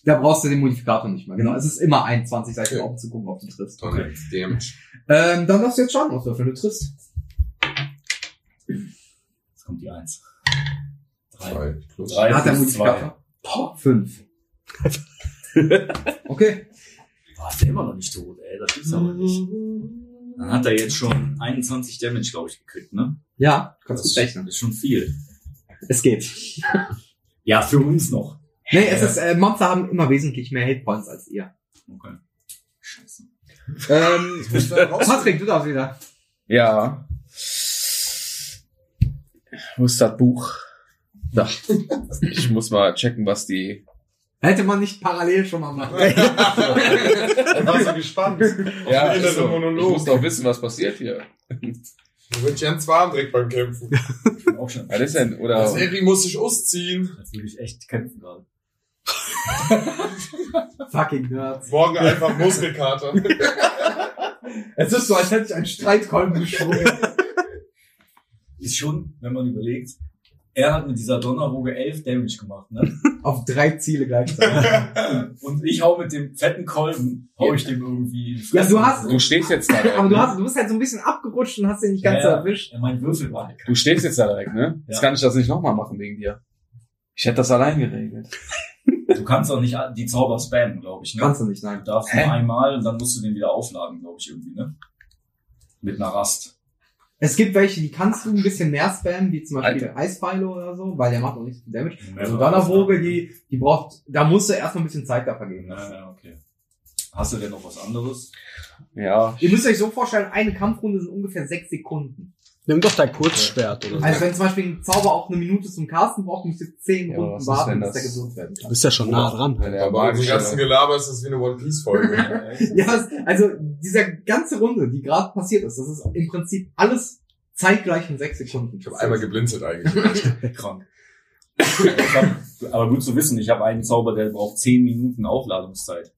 Speaker 6: da brauchst du den Modifikator nicht mehr. Genau, es ist immer 21, sag ich mal,
Speaker 2: Okay.
Speaker 6: um zu gucken, ob du triffst.
Speaker 2: Dann dem.
Speaker 6: Ähm, dann darfst du jetzt Schaden auswürfeln, du triffst.
Speaker 3: Jetzt kommt die 1. 3.
Speaker 2: Drei plus.
Speaker 3: 3
Speaker 6: Hat der
Speaker 3: plus 2.
Speaker 6: Modifikator. Boah, fünf. okay.
Speaker 3: Boah, ist der immer noch nicht tot, ey. Das gibt's aber nicht. Dann hat er jetzt schon 21 Damage, glaube ich, gekriegt, ne?
Speaker 6: Ja, kannst
Speaker 3: Das
Speaker 6: gut rechnen.
Speaker 3: ist schon viel.
Speaker 6: Es geht.
Speaker 3: Ja, für uns noch.
Speaker 6: Nee, es ist, äh, Monster haben immer wesentlich mehr Hitpoints als ihr.
Speaker 3: Okay. Scheiße.
Speaker 6: Ähm,
Speaker 2: Muss da raus.
Speaker 6: Patrick, du darfst wieder.
Speaker 5: Ja. Wo ist das Buch? Da. Ich muss mal checken, was die.
Speaker 6: Hätte man nicht parallel schon mal machen.
Speaker 2: Da warst du gespannt.
Speaker 5: Ja,
Speaker 2: innere
Speaker 5: ist so. ich
Speaker 2: Monolog.
Speaker 5: muss doch wissen, was passiert hier.
Speaker 2: Du wirst ganz warm direkt beim Kämpfen.
Speaker 3: Ich bin auch schon.
Speaker 5: Was ist denn?
Speaker 2: Das
Speaker 5: Oder
Speaker 2: Harry muss sich ausziehen.
Speaker 3: Jetzt will ich echt kämpfen gerade.
Speaker 6: Fucking Nerds.
Speaker 2: Morgen einfach Muskelkater.
Speaker 6: Es ist so, als hätte ich einen Streitkolben geschwungen.
Speaker 3: Ist schon, wenn man überlegt, er hat mit dieser Donnerwoge 11 Damage gemacht, ne?
Speaker 6: auf drei Ziele gleichzeitig.
Speaker 3: Und ich hau mit dem fetten Kolben, hau ich dem irgendwie in die
Speaker 6: Ja,
Speaker 3: Fresse.
Speaker 6: du hast-
Speaker 5: du stehst jetzt da direkt.
Speaker 6: Aber du,
Speaker 5: ne?
Speaker 6: hast, du bist halt so ein bisschen abgerutscht und hast den nicht ganz
Speaker 3: Ja, ja.
Speaker 6: erwischt.
Speaker 3: Ja, mein Würfel war
Speaker 5: Du stehst jetzt da direkt, ne? Jetzt
Speaker 3: Ja.
Speaker 5: kann ich das nicht nochmal machen wegen dir. Ich hätte das allein geregelt.
Speaker 3: Du kannst auch nicht die Zauber spammen, glaube ich, ne?
Speaker 6: Kannst du nicht, nein.
Speaker 3: Du darfst
Speaker 5: Hä?
Speaker 3: nur einmal und dann musst du den wieder aufladen, glaube ich, irgendwie, ne? Mit einer Rast.
Speaker 6: Es gibt welche, die kannst du ein bisschen mehr spammen, wie zum Beispiel
Speaker 5: Alter.
Speaker 6: Eispfeile oder so, weil der macht auch nicht so viel Damage. Also Donnerwoge, die, die braucht, da musst du erstmal ein bisschen Zeit da vergeben
Speaker 3: Ja,
Speaker 6: lassen.
Speaker 3: ja, okay. Hast du denn noch was anderes?
Speaker 5: Ja.
Speaker 6: Ihr müsst euch so vorstellen, eine Kampfrunde sind ungefähr sechs Sekunden.
Speaker 4: Nimm doch dein Kurzschwert oder so.
Speaker 6: Also wenn zum Beispiel ein Zauber auch eine Minute zum Casten braucht, müsst ihr zehn
Speaker 5: Ja, was
Speaker 6: Runden
Speaker 5: ist
Speaker 6: warten,
Speaker 5: denn
Speaker 6: bis der
Speaker 5: das?
Speaker 6: gesund werden
Speaker 4: Du
Speaker 6: kann.
Speaker 4: bist ja schon nah dran.
Speaker 5: Wenn er
Speaker 2: Aber bei dem ganzen
Speaker 5: magische,
Speaker 2: Gelaber ist das wie eine One-Piece-Folge.
Speaker 6: Ja, das, also dieser ganze Runde, die gerade passiert ist, das ist im Prinzip alles zeitgleich in sechs Sekunden.
Speaker 2: ich habe einmal geblinzelt eigentlich.
Speaker 3: Krank. Ich hab, aber gut zu wissen, ich habe einen Zauber, der braucht 10 Minuten Aufladungszeit.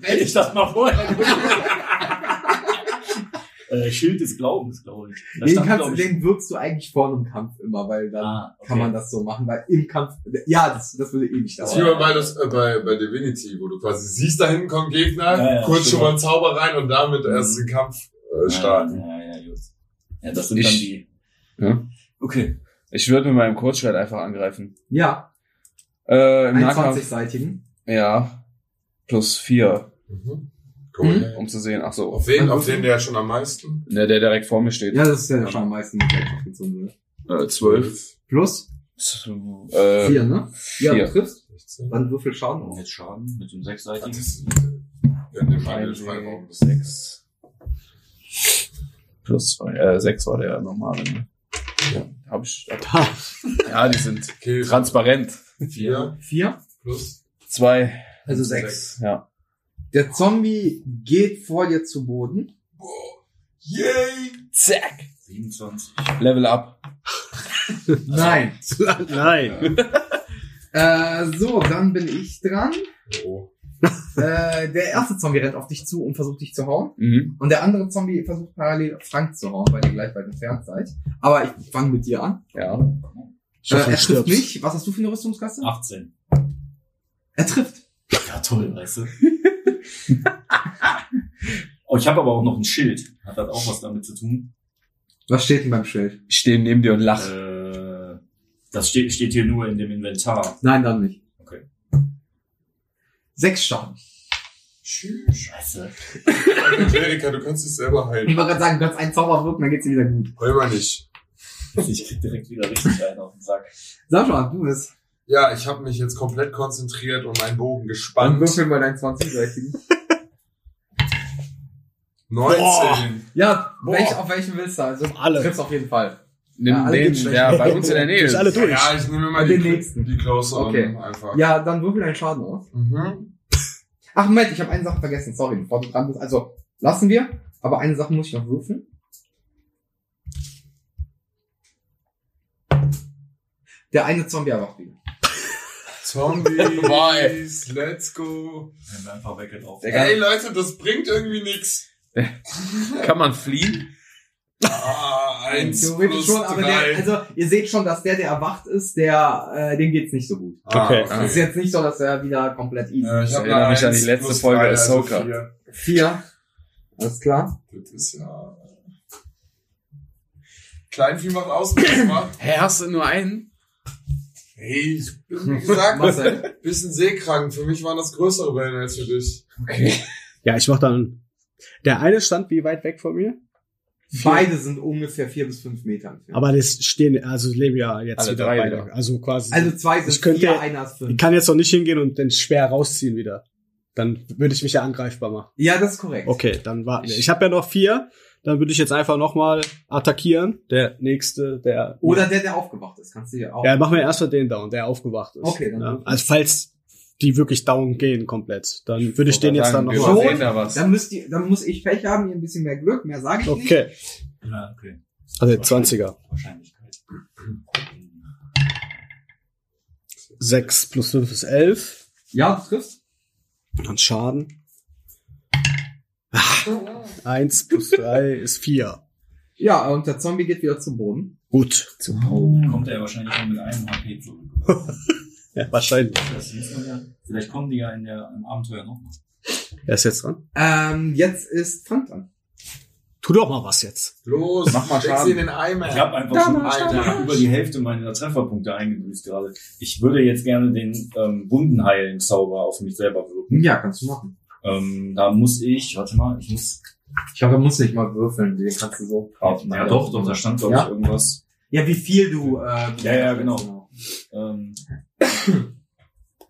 Speaker 3: Wenn ich das mal vorher gewusst hätte. äh, Schild des Glaubens, glaube ich. Da
Speaker 6: den,
Speaker 3: stand,
Speaker 6: kannst,
Speaker 3: glaub ich-
Speaker 6: den wirkst du eigentlich vor einem Kampf immer, weil dann
Speaker 3: Ah, okay.
Speaker 6: kann man das so machen, weil im Kampf, ja, das, das würde ewig
Speaker 2: Das ist wie
Speaker 6: dauern.
Speaker 2: bei, Baldur's- äh, bei, bei Divinity, wo du quasi siehst, da hinten kommt Gegner,
Speaker 3: Ja, ja,
Speaker 2: kurz
Speaker 3: stimmt.
Speaker 2: schon mal einen Zauber rein und damit erst den Kampf äh, starten.
Speaker 3: Ja, ja, ja, gut. Ja, das sind
Speaker 5: Ich-
Speaker 3: dann die.
Speaker 5: Ja.
Speaker 3: Okay.
Speaker 5: ich würde mit meinem Kurzschwert einfach angreifen.
Speaker 6: Ja,
Speaker 5: Äh, Im
Speaker 6: einen
Speaker 5: Nahkampf,
Speaker 6: 20-seitigen.
Speaker 5: ja, plus vier,
Speaker 2: Mhm. Cool.
Speaker 6: Mhm.
Speaker 5: um zu sehen. Ach so, Ne,
Speaker 2: Auf den, auf den der schon am meisten.
Speaker 5: der, der direkt vor mir steht.
Speaker 6: Ja, das ist ja schon am meisten Geld gezogen. ne?
Speaker 5: Äh, zwölf.
Speaker 6: Plus
Speaker 5: Äh,
Speaker 6: vier, ne? Ja,
Speaker 5: vier.
Speaker 6: du triffst.
Speaker 2: 16.
Speaker 6: Dann würfel Schaden
Speaker 3: Und
Speaker 6: auf.
Speaker 3: jetzt Schaden mit dem
Speaker 2: Das
Speaker 3: sechsseitigen.
Speaker 2: ist, äh, ja, den Mangel Freiraum.
Speaker 5: sechs. Plus zwei, äh, sechs war der normale. Ne? Ja, hab ich.
Speaker 4: Ha,
Speaker 5: Ja, die sind
Speaker 2: Okay,
Speaker 5: transparent.
Speaker 2: vier
Speaker 6: Vier?
Speaker 2: plus.
Speaker 5: Zwei,
Speaker 6: Also sechs.
Speaker 5: ja.
Speaker 6: Der Zombie geht vor dir zu Boden.
Speaker 2: Yay!
Speaker 5: Zack.
Speaker 3: 27.
Speaker 5: Level up.
Speaker 6: Nein.
Speaker 4: Nein.
Speaker 6: Äh, so, dann bin ich dran.
Speaker 2: Oh.
Speaker 6: Äh, der erste Zombie rennt auf dich zu und versucht dich zu hauen.
Speaker 5: Mhm.
Speaker 6: Und der andere Zombie versucht parallel auf Frank zu hauen, weil ihr gleich weit entfernt seid. Aber ich fange mit dir an.
Speaker 5: Ja.
Speaker 4: Ich hoffe,
Speaker 6: Äh, er
Speaker 4: du
Speaker 6: trifft
Speaker 4: stirbst.
Speaker 6: mich. Was hast du für eine Rüstungsklasse?
Speaker 3: 18.
Speaker 6: Er trifft.
Speaker 3: Ja, toll, weißt du. oh, ich habe aber auch noch ein Schild. Hat das auch was damit zu tun?
Speaker 6: Was steht denn beim Schild?
Speaker 5: Ich stehe neben dir und lache.
Speaker 3: Äh, das steht, steht hier nur in dem Inventar.
Speaker 6: Nein, dann nicht.
Speaker 3: Okay.
Speaker 6: Sechs Schaden.
Speaker 3: Scheiße.
Speaker 2: Angelika, du kannst dich selber heilen.
Speaker 6: Ich wollte gerade sagen, du kannst einen Zauber wirken, dann geht's dir wieder gut.
Speaker 2: Heul mal nicht.
Speaker 3: Ich krieg direkt wieder richtig einen auf den Sack.
Speaker 6: Sascha, du bist.
Speaker 2: Ja, ich habe mich jetzt komplett konzentriert und meinen Bogen
Speaker 6: Dann
Speaker 2: gespannt.
Speaker 6: würfel mal deinen 20-seitigen.
Speaker 2: 19.
Speaker 6: Ja,
Speaker 4: Boah.
Speaker 6: welch, auf welchen willst du? Also,
Speaker 4: Alle.
Speaker 6: triffst auf jeden Fall.
Speaker 5: Nimm
Speaker 6: Ja, alle
Speaker 5: den,
Speaker 6: gehen schlecht.
Speaker 5: der bei uns in der Nähe
Speaker 4: Durch
Speaker 5: ist.
Speaker 4: alle durch.
Speaker 2: Ja, ich nehme mal
Speaker 6: Und
Speaker 2: die,
Speaker 6: den nächsten.
Speaker 2: die Close
Speaker 6: Okay.
Speaker 2: einfach.
Speaker 6: Ja, dann würfel deinen Schaden aus.
Speaker 2: Mhm.
Speaker 6: Ach, Moment, ich habe eine Sache vergessen. Sorry, bevor du dran bist. Also, lassen wir. Aber eine Sache muss ich noch würfeln. Der eine Zombie erwacht wieder.
Speaker 2: Zombies, let's go.
Speaker 3: Wenn wir einfach weggelaufen.
Speaker 5: Der
Speaker 2: Ey
Speaker 5: kann,
Speaker 2: Leute, das bringt irgendwie nix.
Speaker 5: kann man fliehen?
Speaker 2: Ah, eins
Speaker 6: Theoretisch
Speaker 2: plus
Speaker 6: schon, aber
Speaker 2: drei.
Speaker 6: der, also ihr seht schon, dass der, der erwacht ist, der, äh, dem geht's nicht so gut.
Speaker 2: ah,
Speaker 4: Okay.
Speaker 6: Es ist jetzt nicht so, dass er wieder komplett easy
Speaker 2: Äh, ich
Speaker 6: ist.
Speaker 5: Ich
Speaker 2: hab
Speaker 5: erinnere
Speaker 2: eine
Speaker 5: mich an die
Speaker 2: Eins
Speaker 5: letzte
Speaker 2: plus
Speaker 5: Folge
Speaker 2: drei, also
Speaker 5: Ahsoka.
Speaker 2: vier.
Speaker 6: Vier. Alles klar.
Speaker 2: Das ist ja... Kleinvieh macht aus, macht.
Speaker 5: Hä, hast du nur einen?
Speaker 2: Hey, ich bin, wie gesagt,
Speaker 6: Marcel.
Speaker 2: bisschen seekrank. Für mich waren das größere Wellen als für dich.
Speaker 5: Okay.
Speaker 4: Ja, ich mach dann. Der eine stand wie weit weg von mir?
Speaker 6: Beide sind ungefähr vier bis fünf Meter entfernt.
Speaker 4: Aber das stehen, also leben ja jetzt
Speaker 5: Alle
Speaker 4: wieder
Speaker 5: drei
Speaker 4: beide.
Speaker 5: wieder.
Speaker 4: Also quasi.
Speaker 6: also zwei sind
Speaker 4: Ich könnte-
Speaker 6: vier, einer ist
Speaker 4: ich
Speaker 6: fünf.
Speaker 4: kann jetzt noch nicht hingehen und den schwer rausziehen wieder. Dann würde ich mich ja angreifbar machen.
Speaker 6: Ja, das ist korrekt.
Speaker 4: Okay, dann warten wir. Ich habe ja noch vier. Dann würde ich jetzt einfach nochmal attackieren. Der nächste, der.
Speaker 6: Oder der, der aufgewacht ist, kannst du dir auch.
Speaker 4: Ja, machen wir erstmal den down, der aufgewacht ist.
Speaker 6: Okay, dann-
Speaker 4: ja, Also falls die wirklich down gehen komplett, dann würde ich den jetzt dann
Speaker 5: Sagen, wir
Speaker 4: nochmal.
Speaker 6: mal-
Speaker 5: sehen da was.
Speaker 6: Dann, müsst ihr, dann muss ich Pech haben, ihr ein bisschen mehr Glück, mehr sage ich nicht.
Speaker 4: Okay.
Speaker 3: Ja, okay.
Speaker 4: Also 20er.
Speaker 3: Wahrscheinlichkeit.
Speaker 4: Sechs plus fünf ist elf.
Speaker 6: Ja, du triffst.
Speaker 4: Dann Schaden. Ah, eins plus drei ist vier.
Speaker 6: Ja, und der Zombie geht wieder zu Boden.
Speaker 4: Gut.
Speaker 3: Kommt er ja wahrscheinlich nur mit einem HP zurück.
Speaker 4: Ja, wahrscheinlich.
Speaker 3: Das muss man ja. Vielleicht kommen die ja in der, im Abenteuer noch.
Speaker 4: Er ist jetzt dran.
Speaker 6: Ähm, jetzt ist Frank dran.
Speaker 4: Tu doch mal was jetzt.
Speaker 2: Los,
Speaker 5: Mach mal
Speaker 2: steck
Speaker 5: Schaden.
Speaker 2: sie in den Eimer.
Speaker 3: Ich habe einfach schon Alter, über die Hälfte meiner Trefferpunkte eingebüßt gerade. Ich würde jetzt gerne den ähm, Wundenheilen-Zauber auf mich selber wirken.
Speaker 6: Ja, kannst du machen.
Speaker 3: Ähm, da muss ich, warte mal, ich muss.
Speaker 6: Ich glaube, er muss nicht mal würfeln, den kannst du so.
Speaker 3: ja, doch, doch, da stand, glaube
Speaker 6: Ja.
Speaker 3: ich, irgendwas.
Speaker 6: Ja, wie viel du. Äh,
Speaker 3: Ja, ja, genau. Ähm,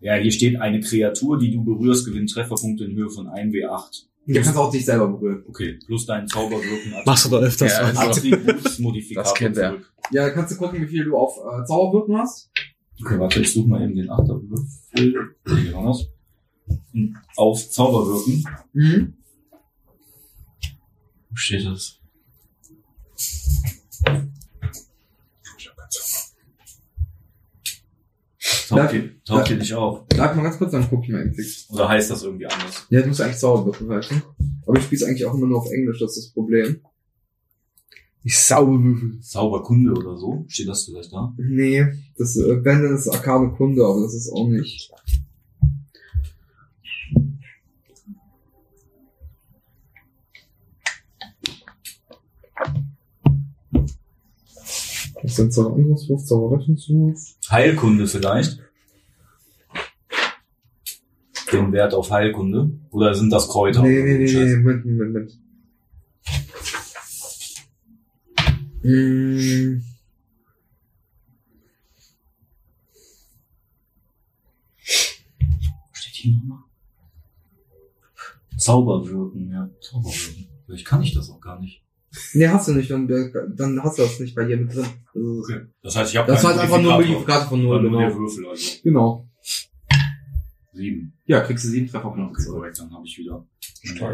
Speaker 3: ja, hier steht eine Kreatur, die du berührst, gewinnt Trefferpunkte in Höhe von 1W8.
Speaker 6: Du kannst auch dich selber berühren.
Speaker 3: Okay, plus deinen Zauberwirken.
Speaker 4: Machst du doch öfters.
Speaker 5: Ja,
Speaker 4: Ja,
Speaker 5: also-
Speaker 3: Also die Berufsmodifikator
Speaker 5: Das kennt er.
Speaker 3: zurück.
Speaker 6: Ja, dann kannst du gucken, wie viel du auf äh, Zauberwirken hast.
Speaker 3: Okay, warte, ich suche mal eben den Achterwürfel. Hier haben wir's. Auf Zauberwirken.
Speaker 6: Mhm.
Speaker 3: Wo steht das? Taucht dir, taucht dir nicht auf.
Speaker 6: Sag mal ganz kurz, dann guck ich mal im Blick.
Speaker 3: Oder heißt das irgendwie anders?
Speaker 6: Ja, du musst eigentlich Zauberwirken heißen. Aber ich spiel's eigentlich auch immer nur auf Englisch, das ist das Problem.
Speaker 4: ich saube Würfel.
Speaker 3: Zauberkunde oder so? Steht das vielleicht da?
Speaker 6: Nee, das, äh, wenn, dann ist es Arkane Kunde, aber das ist auch nicht. Was sind Zauberangriffswurf, Zauberrechnungswurf?
Speaker 3: Heilkunde vielleicht? Den Wert auf Heilkunde? Oder sind das Kräuter?
Speaker 6: Nee, nee, nee, nee,
Speaker 3: Scheiße.
Speaker 6: Moment, Moment, Moment. Mm.
Speaker 3: Was steht hier nochmal? Zauberwirken, ja. Zauberwirken. Vielleicht kann ich das auch gar nicht.
Speaker 6: Nee, hast du nicht, dann, dann hast du das nicht bei dir mit drin. Also,
Speaker 3: Okay. Das heißt, ich habe
Speaker 6: Das war halt einfach nur Modifikator von
Speaker 3: Nur,
Speaker 6: null,
Speaker 3: nur der
Speaker 6: genau.
Speaker 3: Würfel, also.
Speaker 6: Genau.
Speaker 3: Sieben.
Speaker 6: Ja, kriegst du sieben Treffer
Speaker 3: Okay,
Speaker 6: Punkte.
Speaker 3: korrekt, dann habe ich wieder.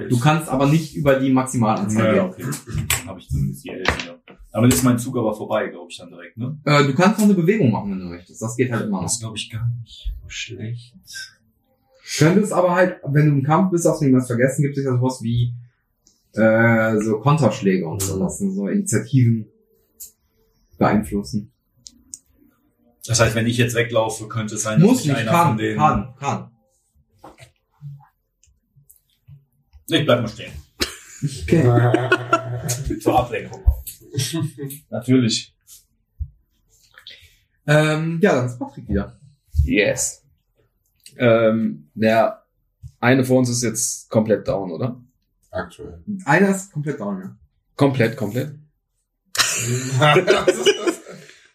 Speaker 6: Du kannst aber nicht über die Maximalanzahl
Speaker 3: Ja, okay.
Speaker 6: gehen.
Speaker 3: Dann habe ich zumindest die elf wieder. Damit ist mein Zug aber vorbei, glaube ich, dann direkt, ne?
Speaker 6: Äh, du kannst noch eine Bewegung machen, wenn du möchtest. Das geht halt immer noch.
Speaker 3: Das glaube ich gar nicht so schlecht.
Speaker 6: Du könntest aber halt, wenn du im Kampf bist, hast du niemals vergessen, gibt es ja sowas wie äh, so Konterschläge und sowas, so Initiativen beeinflussen.
Speaker 3: Das heißt, wenn ich jetzt weglaufe, könnte es sein, dass
Speaker 6: Muss
Speaker 3: mich
Speaker 6: nicht,
Speaker 3: Äh, einer
Speaker 6: kann,
Speaker 3: von denen...
Speaker 6: kann, kann.
Speaker 3: Ich bleib mal stehen.
Speaker 6: Okay.
Speaker 3: Zur Ablenkung.
Speaker 5: Natürlich.
Speaker 6: Ähm, ja, dann ist Patrick wieder.
Speaker 5: Yes. Ähm, der eine von uns ist jetzt komplett down, oder?
Speaker 2: Aktuell.
Speaker 6: Einer ist komplett down, ja.
Speaker 5: Komplett, komplett.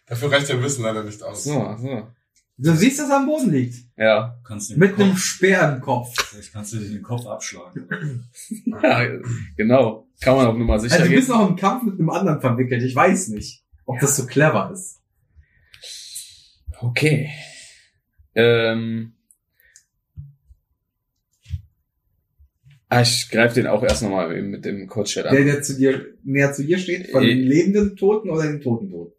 Speaker 2: Dafür reicht der Wissen leider nicht aus.
Speaker 5: So, so.
Speaker 6: Du siehst, dass er am Boden liegt.
Speaker 5: Ja.
Speaker 3: Kannst du den
Speaker 6: Mit einem
Speaker 3: Kopf,
Speaker 6: Speer im Kopf.
Speaker 3: vielleicht kannst du dir den Kopf abschlagen.
Speaker 5: ja. Genau. Kann man auf Nummer sicher
Speaker 6: Also du
Speaker 5: gehen.
Speaker 6: bist noch im Kampf mit einem anderen verwickelt. Ich weiß nicht, ob das so clever ist.
Speaker 5: Okay. Ähm. Ah, ich greife den auch erst nochmal mit dem Kurzschwert
Speaker 6: Der,
Speaker 5: an.
Speaker 6: der zu dir, näher zu dir steht, von
Speaker 5: Äh.
Speaker 6: den lebenden Toten oder den toten Toten.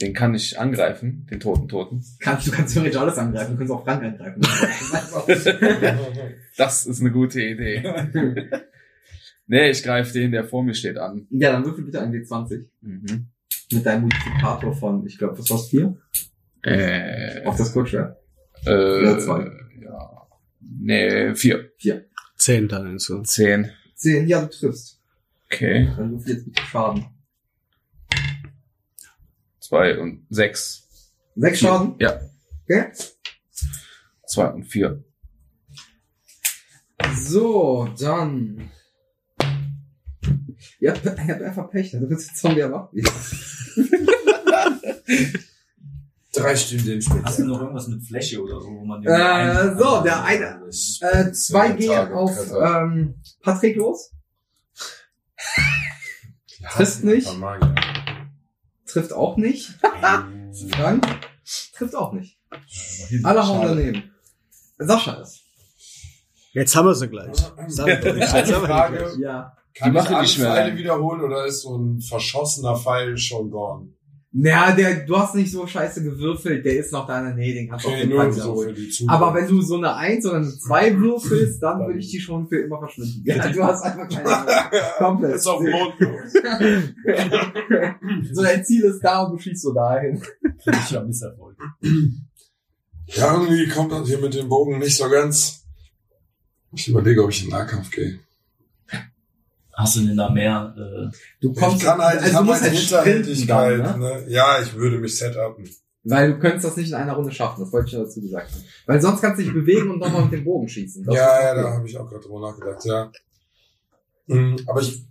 Speaker 5: Den kann ich angreifen, den toten Toten.
Speaker 6: Kannst, du kannst theoretisch alles angreifen. Du kannst auch Frank angreifen.
Speaker 5: Das ist eine gute Idee. nee, ich greife den, der vor mir steht, an.
Speaker 6: ja, dann würfel bitte ein W20.
Speaker 5: Mhm.
Speaker 6: Mit deinem Multiplikator von, ich glaube, was war's, 4?
Speaker 5: Äh,
Speaker 6: Auf das Kurzschwert.
Speaker 5: äh,
Speaker 6: Ja, zwei.
Speaker 5: Ja. Nee, vier.
Speaker 4: Zehn dann so.
Speaker 5: Zehn.
Speaker 6: 10, ja, du triffst.
Speaker 5: Okay.
Speaker 6: Dann würfel jetzt bitte Schaden.
Speaker 5: Zwei und sechs.
Speaker 6: Sechs Schaden?
Speaker 5: Ja.
Speaker 6: Okay.
Speaker 5: Zwei und vier.
Speaker 6: So, dann. Ja, ihr habt einfach Pech, dann wird der Zombie erwacht. wieder.
Speaker 2: Drei Stunden den
Speaker 3: Hast du noch irgendwas mit Fläche oder so, wo man den
Speaker 6: Äh,
Speaker 3: einen-
Speaker 6: so, der eine- Äh, zwei gehen
Speaker 2: Tage,
Speaker 6: auf
Speaker 2: Kaiser.
Speaker 6: ähm, Patrick los, trifft nicht. trifft auch nicht. Frank trifft auch nicht. Alle hauen daneben. Sascha ist.
Speaker 4: Jetzt haben wir sie gleich. Sag ich doch nicht. Jetzt haben wir sie gleich.
Speaker 2: Frage,
Speaker 6: Ja.
Speaker 2: kann
Speaker 5: Die
Speaker 2: ich
Speaker 5: machen
Speaker 2: alle
Speaker 5: nicht mehr
Speaker 2: Pfeile
Speaker 5: lang.
Speaker 2: wiederholen oder ist so ein verschossener Pfeil schon gone?
Speaker 6: Naja, der, du hast nicht so scheiße gewürfelt, der ist noch da in der Nähe, den kannst du auf
Speaker 2: Okay,
Speaker 6: den
Speaker 2: nur
Speaker 6: Panzer
Speaker 2: Äh, so für
Speaker 6: holen.
Speaker 2: die Zukunft.
Speaker 6: Aber wenn du so eine 1 oder eine 2 würfelst, dann würde ich die schon für immer verschwinden. Ja, du hast einfach keine Ahnung. Komplett.
Speaker 2: ist auf dem Mond los.
Speaker 6: So, dein Ziel ist da und du schießt so dahin.
Speaker 3: Völliger Misserfolg.
Speaker 2: Ja, irgendwie kommt das hier mit dem Bogen nicht so ganz. Ich überlege, ob ich in den Nahkampf gehe.
Speaker 3: Hast du denn da mehr? Äh,
Speaker 6: also Du
Speaker 2: Ich kann halt, ich habe halt Hinterhältigkeit.
Speaker 6: sprinten dann, ne?
Speaker 2: ne? Ja, ich würde mich setupen.
Speaker 6: Weil du könntest das nicht in einer Runde schaffen, das wollte ich schon dazu gesagt haben. Weil sonst kannst du dich bewegen und nochmal mit dem Bogen schießen. Das
Speaker 2: Ja, ja,
Speaker 6: ist okay.
Speaker 2: da habe Mm, ich auch gerade drüber nachgedacht, ja. Mhm, Aber ich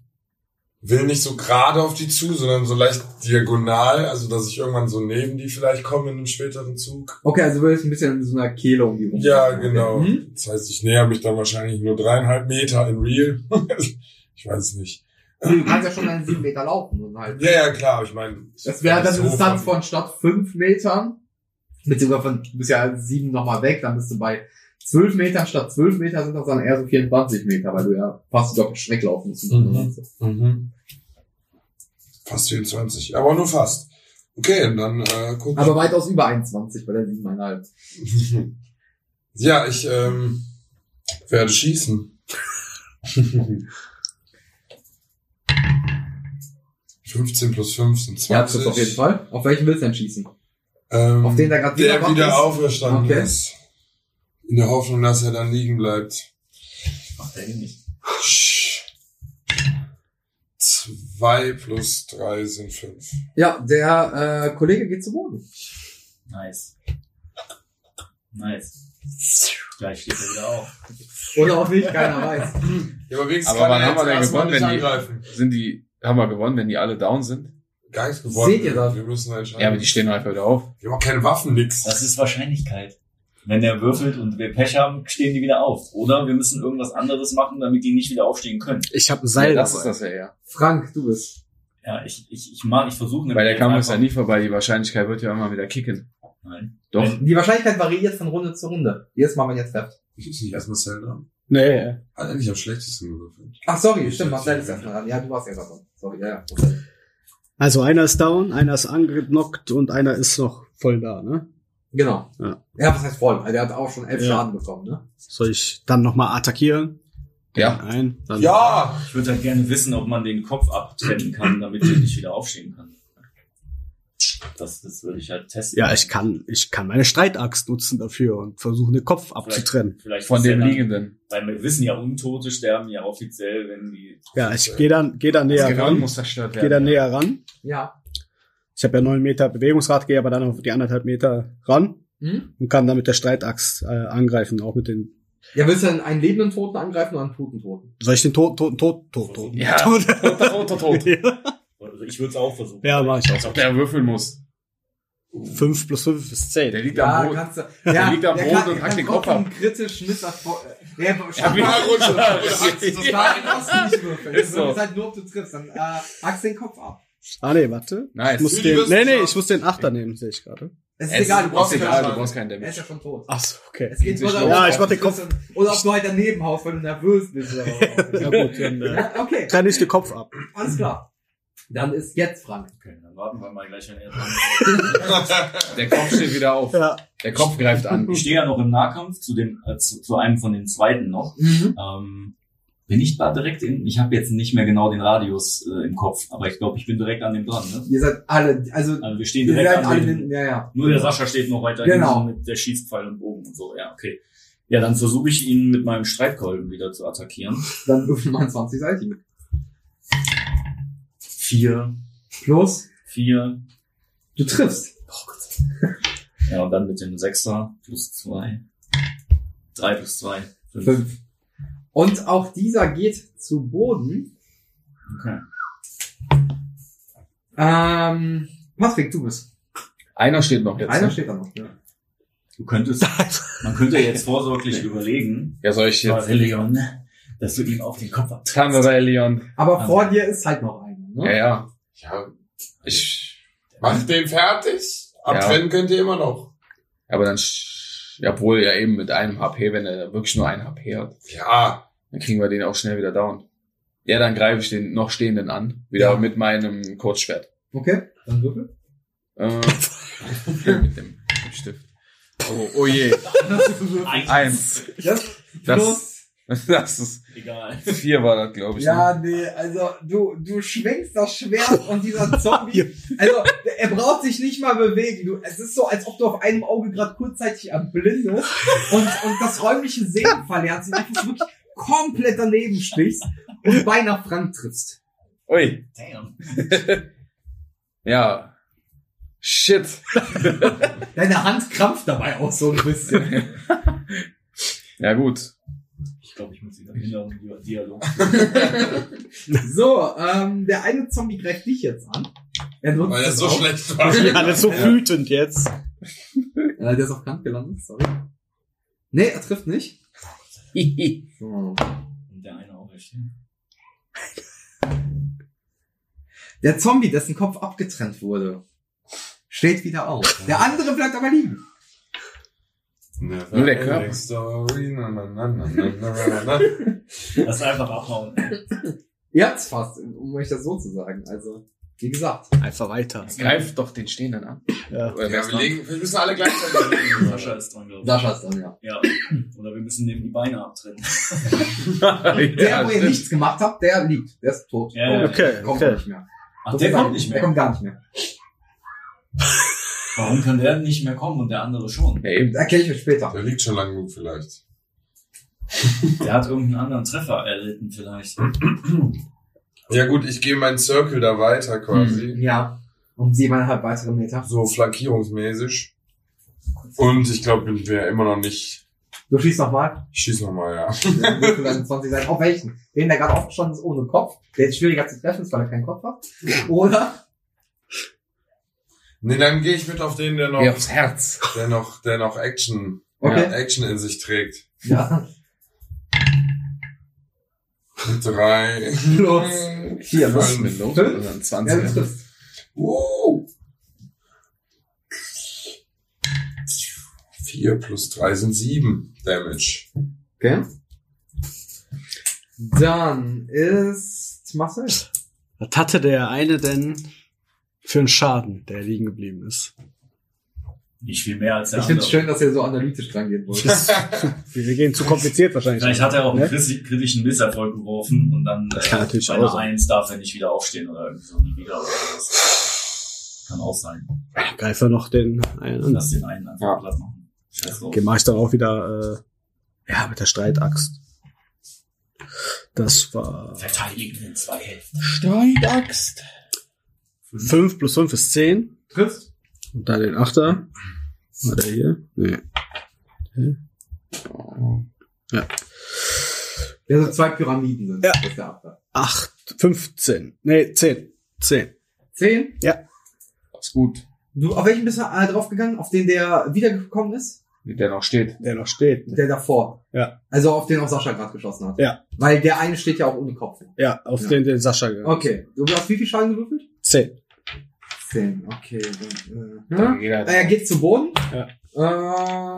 Speaker 2: will nicht so gerade auf die zu, sondern so leicht diagonal, also dass ich irgendwann so neben die vielleicht komme in einem späteren Zug.
Speaker 7: Okay, also würdest du ein bisschen in so einer Kehle um die rum.
Speaker 2: Ja, genau.
Speaker 7: Mhm.
Speaker 2: Das heißt, ich näher mich dann wahrscheinlich nur dreieinhalb Meter in Real. ich weiß nicht.
Speaker 6: Also Du kannst ja schon einen 7 Meter laufen und halt.
Speaker 2: Ja, ja, klar, aber ich meine.
Speaker 6: Das wäre dann
Speaker 2: so
Speaker 6: eine Distanz
Speaker 2: von-
Speaker 6: von statt 5 Metern, beziehungsweise von, du bist ja 7 nochmal weg, dann bist du bei 12 Metern statt 12 Meter sind das dann eher so 24 Meter, weil du ja fast doppelt Schreck laufen musst.
Speaker 2: Mhm. Mhm. Fast 24, aber nur fast. Okay, und dann äh, guck
Speaker 6: Aber weitaus über 21 bei der 7,5.
Speaker 2: Ja, ich ähm, werde schießen. 15 plus 5 sind 20.
Speaker 6: Ja, das ist auf jeden Fall. Auf welchen willst du denn schießen?
Speaker 2: Ähm,
Speaker 6: Auf den der gerade wieder
Speaker 2: der
Speaker 6: wach
Speaker 2: wieder
Speaker 6: ist?
Speaker 2: auferstanden
Speaker 6: Okay.
Speaker 2: ist. In der Hoffnung, dass er dann liegen bleibt.
Speaker 3: Macht er nicht.
Speaker 2: 2 plus 3 sind 5.
Speaker 6: Ja, der äh, Kollege geht zu Boden.
Speaker 3: Nice. Nice. Gleich steht er wieder auf.
Speaker 6: Oder auch nicht, keiner weiß.
Speaker 2: Ja, aber wenigstens
Speaker 5: Aber
Speaker 2: kann
Speaker 5: wann
Speaker 2: er
Speaker 5: haben
Speaker 2: jetzt
Speaker 5: wir denn
Speaker 2: erstmal
Speaker 5: gewonnen,
Speaker 2: nicht
Speaker 5: wenn die-
Speaker 2: angreifen.
Speaker 5: Sind die, haben wir gewonnen, wenn die alle down sind?
Speaker 2: Gar nichts gewonnen.
Speaker 6: Seht ihr das?
Speaker 2: Wir müssen entscheiden.
Speaker 5: Ja, aber die stehen einfach wieder auf.
Speaker 2: Wir haben auch keine Waffen, nix.
Speaker 3: Das ist Wahrscheinlichkeit. Wenn der würfelt und wir Pech haben, stehen die wieder auf. Oder wir müssen irgendwas anderes machen, damit die nicht wieder aufstehen können.
Speaker 4: Ich habe ein Seil
Speaker 5: das ist
Speaker 4: dabei.
Speaker 5: das ja eher.
Speaker 6: Frank, du bist.
Speaker 3: Ja, ich, ich, ich mag, ich versuche
Speaker 5: Weil der
Speaker 3: nämlich
Speaker 5: Kampf ist ja
Speaker 3: einfach-
Speaker 5: nie vorbei. Die Wahrscheinlichkeit wird ja immer wieder kicken.
Speaker 3: Nein.
Speaker 5: Doch.
Speaker 3: Wenn-
Speaker 6: Die Wahrscheinlichkeit variiert von Runde zu Runde. Jedes Mal, wenn ihr trefft.
Speaker 2: Ich ist nicht erstmal Zelda.
Speaker 4: Nee,
Speaker 2: Hat eigentlich am schlechtesten gewürfelt.
Speaker 6: Ach, sorry, stimmt, Marcel ist erstmal dran. Ja, du warst ja gerade dran. Sorry, ja, ja.
Speaker 4: Also einer ist down, einer ist angeknockt und einer ist noch voll da, ne?
Speaker 6: Genau.
Speaker 4: Ja.
Speaker 6: ja, was heißt voll? Also, der hat auch schon elf
Speaker 4: Ja.
Speaker 6: Schaden bekommen, ne?
Speaker 4: Soll ich dann nochmal attackieren?
Speaker 5: Ja.
Speaker 4: Nein. Dann
Speaker 2: Ja!
Speaker 3: Ich würde halt gerne wissen, ob man den Kopf abtrennen kann, damit der nicht wieder aufstehen kann. Das, das würde ich halt testen.
Speaker 4: Ja, ich kann, ich kann meine Streitaxt nutzen dafür und versuchen, den Kopf abzutrennen.
Speaker 3: Vielleicht
Speaker 5: Von
Speaker 3: ist der
Speaker 5: dem
Speaker 3: dann-
Speaker 5: Liegenden.
Speaker 3: Weil wir wissen ja, Untote sterben ja offiziell, wenn die.
Speaker 4: Ja, ich gehe dann, geh dann näher
Speaker 5: Das Gehirn
Speaker 4: ran.
Speaker 5: muss zerstört
Speaker 4: Gehe dann
Speaker 5: werden.
Speaker 4: näher ran.
Speaker 6: Ja.
Speaker 4: Ich habe ja neun Meter Bewegungsrad, gehe aber dann auf die anderthalb Meter ran
Speaker 6: Hm?
Speaker 4: und kann dann mit der Streitaxt äh, angreifen, auch mit den.
Speaker 6: Ja, willst du dann einen lebenden Toten angreifen oder einen toten Toten?
Speaker 4: Soll ich den Toten, Toten, Toten, Toten, Toten?
Speaker 5: Ja. Tot, tot, tot, tot.
Speaker 3: Also ich würde es auch versuchen.
Speaker 4: ja, mach ich
Speaker 5: Als ob der würfeln muss.
Speaker 4: auch. Fünf plus fünf ist
Speaker 5: Der
Speaker 4: zehn.
Speaker 5: liegt am Boden.
Speaker 6: kannst du.
Speaker 5: Der liegt am
Speaker 6: der
Speaker 5: Boden
Speaker 6: kann-
Speaker 5: und hackt
Speaker 6: dann
Speaker 5: den
Speaker 6: kommt
Speaker 5: Kopf ab.
Speaker 6: ein kritisch mit nach vorne. Der
Speaker 5: Ja, wie-
Speaker 6: Das war ein Ausweichwürfel.
Speaker 5: Ist so.
Speaker 6: Das ist halt nur, ob du triffst. Dann äh, hackst den Kopf ab.
Speaker 4: Ah, nee, warte. Ich
Speaker 5: Nice.
Speaker 4: muss
Speaker 2: Für die
Speaker 4: den, nee, nee,
Speaker 2: Wissenschaft.
Speaker 4: ich muss den Achter nehmen, sehe ich gerade.
Speaker 6: Es ist
Speaker 5: Es
Speaker 6: egal, du brauchst
Speaker 5: ist
Speaker 6: keinen
Speaker 5: egal, du
Speaker 6: Schaden.
Speaker 5: brauchst keinen
Speaker 6: Er ist ja
Speaker 5: Damage.
Speaker 6: schon tot.
Speaker 4: Ach so, okay.
Speaker 6: Es geht
Speaker 5: Geht
Speaker 6: nur
Speaker 5: sich
Speaker 6: darum,
Speaker 4: los. Ja, ich
Speaker 6: ob
Speaker 4: mach den
Speaker 6: du
Speaker 4: Kopf-
Speaker 6: triffst Oder ob du halt daneben haust, weil du nervös bist. Oder
Speaker 4: Ja
Speaker 6: was.
Speaker 4: gut, dann äh,
Speaker 6: ja, okay,
Speaker 4: trenne ich den Kopf ab.
Speaker 6: alles klar. Dann ist jetzt Frank.
Speaker 3: Okay, dann warten wir mal gleich, wenn er dran
Speaker 5: Der Kopf steht wieder auf.
Speaker 4: Ja.
Speaker 5: Der Kopf greift an.
Speaker 3: Ich stehe ja noch im Nahkampf zu dem, äh, zu, zu einem von den zweiten noch.
Speaker 6: Mhm.
Speaker 3: Ähm, bin ich da direkt in, ich habe jetzt nicht mehr genau den Radius äh, im Kopf, aber ich glaube, ich bin direkt an dem dran, ne?
Speaker 6: Ihr seid alle, also
Speaker 3: Also wir stehen
Speaker 6: ihr
Speaker 3: direkt
Speaker 6: seid
Speaker 3: an
Speaker 6: alle
Speaker 3: dem,
Speaker 6: hinten, ja, ja.
Speaker 3: nur der Sascha steht noch weiter
Speaker 6: Genau.
Speaker 3: hinten mit der Schießpfeil und Bogen und so, ja, okay. Ja, dann versuche ich ihn mit meinem Streitkolben wieder zu attackieren.
Speaker 6: Dann würfel mal 20 Seiten.
Speaker 3: Vier,
Speaker 6: Plus,
Speaker 3: vier,
Speaker 6: du triffst.
Speaker 3: ja, und dann mit dem Sechser plus zwei, drei plus zwei, fünf.
Speaker 6: Fünf. Und auch dieser geht zu Boden.
Speaker 3: Okay.
Speaker 6: Ähm, Patrick, du bist.
Speaker 5: Einer steht noch jetzt.
Speaker 6: Einer
Speaker 5: Ne?
Speaker 6: steht da noch. Ja.
Speaker 3: Du könntest, man könnte jetzt vorsorglich überlegen,
Speaker 5: Ja, soll ich jetzt.
Speaker 3: Leon, dass du ihm auf den Kopf abtrittst.
Speaker 5: Kamera, Leon.
Speaker 6: Aber
Speaker 3: Ah.
Speaker 6: vor dir ist halt noch einer.
Speaker 5: Ja,
Speaker 6: Ne?
Speaker 5: ja.
Speaker 2: Ja,
Speaker 5: Ich,
Speaker 2: macht den fertig. Abtrennen könnt ihr immer noch.
Speaker 5: aber dann, sch- ja, obwohl ja eben mit einem HP, wenn er wirklich nur ein HP hat,
Speaker 2: Ja,
Speaker 5: dann kriegen wir den auch schnell wieder down. Ja, dann greife ich den noch stehenden an. Wieder
Speaker 6: Ja.
Speaker 5: mit meinem Kurzschwert.
Speaker 6: Okay, dann würfel.
Speaker 5: Äh, mit dem Stift. Oh, oh je. Eins.
Speaker 6: Das,
Speaker 5: Das,
Speaker 6: plus.
Speaker 5: das ist
Speaker 3: Egal.
Speaker 5: vier war das, glaube ich.
Speaker 6: Ja,
Speaker 5: ne?
Speaker 6: nee, also du, du schwenkst das Schwert und dieser Zombie, also er braucht sich nicht mal bewegen. Du, es ist so, als ob du auf einem Auge gerade kurzzeitig erblindest und, und das räumliche Sehen verlernst und einfach wirklich komplett daneben stichst und beinahe Frank triffst.
Speaker 5: Ui.
Speaker 3: Damn.
Speaker 5: Ja. Shit.
Speaker 6: Deine Hand krampft dabei auch so ein bisschen.
Speaker 5: Ja, gut.
Speaker 3: Ich glaube, ich muss wieder hindern, lieber Dialog.
Speaker 6: So, ähm, der eine Zombie greift dich jetzt an. Er nutzt
Speaker 2: Weil das
Speaker 6: das
Speaker 2: so
Speaker 6: auch.
Speaker 2: schlecht war.
Speaker 4: Ja, das ist so wütend jetzt.
Speaker 6: Äh, der ist auf Kant gelandet, sorry. Nee, er trifft nicht. so.
Speaker 3: Und der eine auch echt.
Speaker 6: Der Zombie, dessen Kopf abgetrennt wurde, steht wieder auf. Der andere bleibt aber liegen.
Speaker 2: Never
Speaker 5: Nur der Körper.
Speaker 2: ending Story, na, na, na, na, na, na, na.
Speaker 3: Das ist einfach abhauen.
Speaker 6: Ihr habt's fast, um euch das so zu sagen. Also, wie gesagt.
Speaker 4: Einfach weiter.
Speaker 5: Greif doch den Stehenden an.
Speaker 4: Ja.
Speaker 5: Oder
Speaker 2: Ja,
Speaker 5: wer's
Speaker 2: wir
Speaker 5: dran?
Speaker 2: legen, wir müssen alle gleichzeitig legen.
Speaker 3: Sascha ist dran, glaube ich.
Speaker 6: Sascha ist dann, ja.
Speaker 3: Ja. Oder wir müssen dem die Beine abtrennen.
Speaker 6: Der,
Speaker 5: ja,
Speaker 6: wo ihr
Speaker 5: stimmt.
Speaker 6: nichts gemacht habt, der liegt. Der ist tot.
Speaker 3: Ja, ja.
Speaker 4: Okay,
Speaker 6: Kommt
Speaker 4: okay.
Speaker 6: nicht mehr.
Speaker 3: Ach, der kommt nicht
Speaker 6: Der
Speaker 3: mehr.
Speaker 6: kommt gar nicht mehr.
Speaker 3: Warum kann der nicht mehr kommen und der andere schon?
Speaker 5: Ja, eben.
Speaker 6: Erkläre ich euch später.
Speaker 2: Der liegt schon lang genug vielleicht.
Speaker 3: Der hat irgendeinen anderen Treffer erlitten vielleicht.
Speaker 2: Ja gut, ich gehe meinen Circle da weiter quasi.
Speaker 6: Ja. Um siebeneinhalb weitere Meter.
Speaker 2: So flankierungsmäßig. Und ich glaube, bin wir immer noch nicht.
Speaker 6: Du schießt nochmal.
Speaker 2: Ich schieß nochmal, ja.
Speaker 6: Ja, wird für deine 20 sein. Auf welchen? Den, der gerade aufgestanden ist ohne Kopf. Der jetzt schwieriger zu treffen ist, weil er keinen Kopf hat. Oder?
Speaker 2: Nee, dann gehe ich mit auf den, der noch,
Speaker 5: Geh aufs Herz.
Speaker 2: der noch, der noch Action,
Speaker 6: Okay.
Speaker 2: Action in sich trägt.
Speaker 6: Ja.
Speaker 2: Drei.
Speaker 6: Los.
Speaker 5: Hier, was ist mit
Speaker 2: Fünf.
Speaker 5: los?
Speaker 6: Fünf?
Speaker 5: Dann
Speaker 6: Ja, du
Speaker 5: 20.
Speaker 6: triffst.
Speaker 2: Wow. Vier plus drei sind sieben Damage.
Speaker 6: Okay. Dann ist Marcel.
Speaker 4: Was hatte der eine denn für einen Schaden, der liegen geblieben ist?
Speaker 3: Nicht viel mehr als der
Speaker 6: Ich finde
Speaker 3: andere.
Speaker 6: es schön, dass ihr so analytisch rangehen wollt.
Speaker 4: Wir gehen zu kompliziert wahrscheinlich.
Speaker 3: Vielleicht hat er auch einen
Speaker 4: Ne?
Speaker 3: kriti- kritischen Misserfolg geworfen und dann äh,
Speaker 4: Das kann natürlich
Speaker 3: bei
Speaker 4: auch
Speaker 3: einer
Speaker 4: sein.
Speaker 3: Eins darf er nicht wieder aufstehen oder irgendwie so nie wieder oder was. Kann auch sein.
Speaker 4: Greife noch den einen an.
Speaker 3: Lass den einen einfach
Speaker 2: Ja.
Speaker 3: platt machen. Scheiß drauf.
Speaker 4: Okay, mach ich dann auch wieder, äh, ja, mit der Streitaxt. Das war
Speaker 3: Verteidigen in zwei Hälften.
Speaker 5: Streitaxt.
Speaker 4: 5 plus 5 ist 10.
Speaker 6: Triffst.
Speaker 4: Und dann den Achter. War der hier? Nee.
Speaker 6: Ja, so zwei Pyramiden sind.
Speaker 4: Ja.
Speaker 6: Das ist der Abwehr.
Speaker 4: 8, 15. Nee, 10. 10.
Speaker 6: Zehn.
Speaker 5: Ist gut,
Speaker 6: Du, auf welchen bist du äh, draufgegangen? Auf den, der wiedergekommen ist?
Speaker 5: wie der noch steht.
Speaker 4: Der noch steht.
Speaker 6: Der davor.
Speaker 4: Ja.
Speaker 6: Also auf den auch Sascha gerade geschossen hat.
Speaker 4: Ja.
Speaker 6: Weil der eine steht ja auch ohne Kopf.
Speaker 4: Ja, auf
Speaker 6: Ja.
Speaker 4: den, den Sascha gegangen.
Speaker 6: Okay. Du hast wie viel Schaden gewürfelt?
Speaker 4: 10.
Speaker 6: Zehn. Okay. Dann, äh,
Speaker 5: Da
Speaker 6: ja.
Speaker 5: geht er,
Speaker 6: Er geht zu Boden.
Speaker 4: Ja.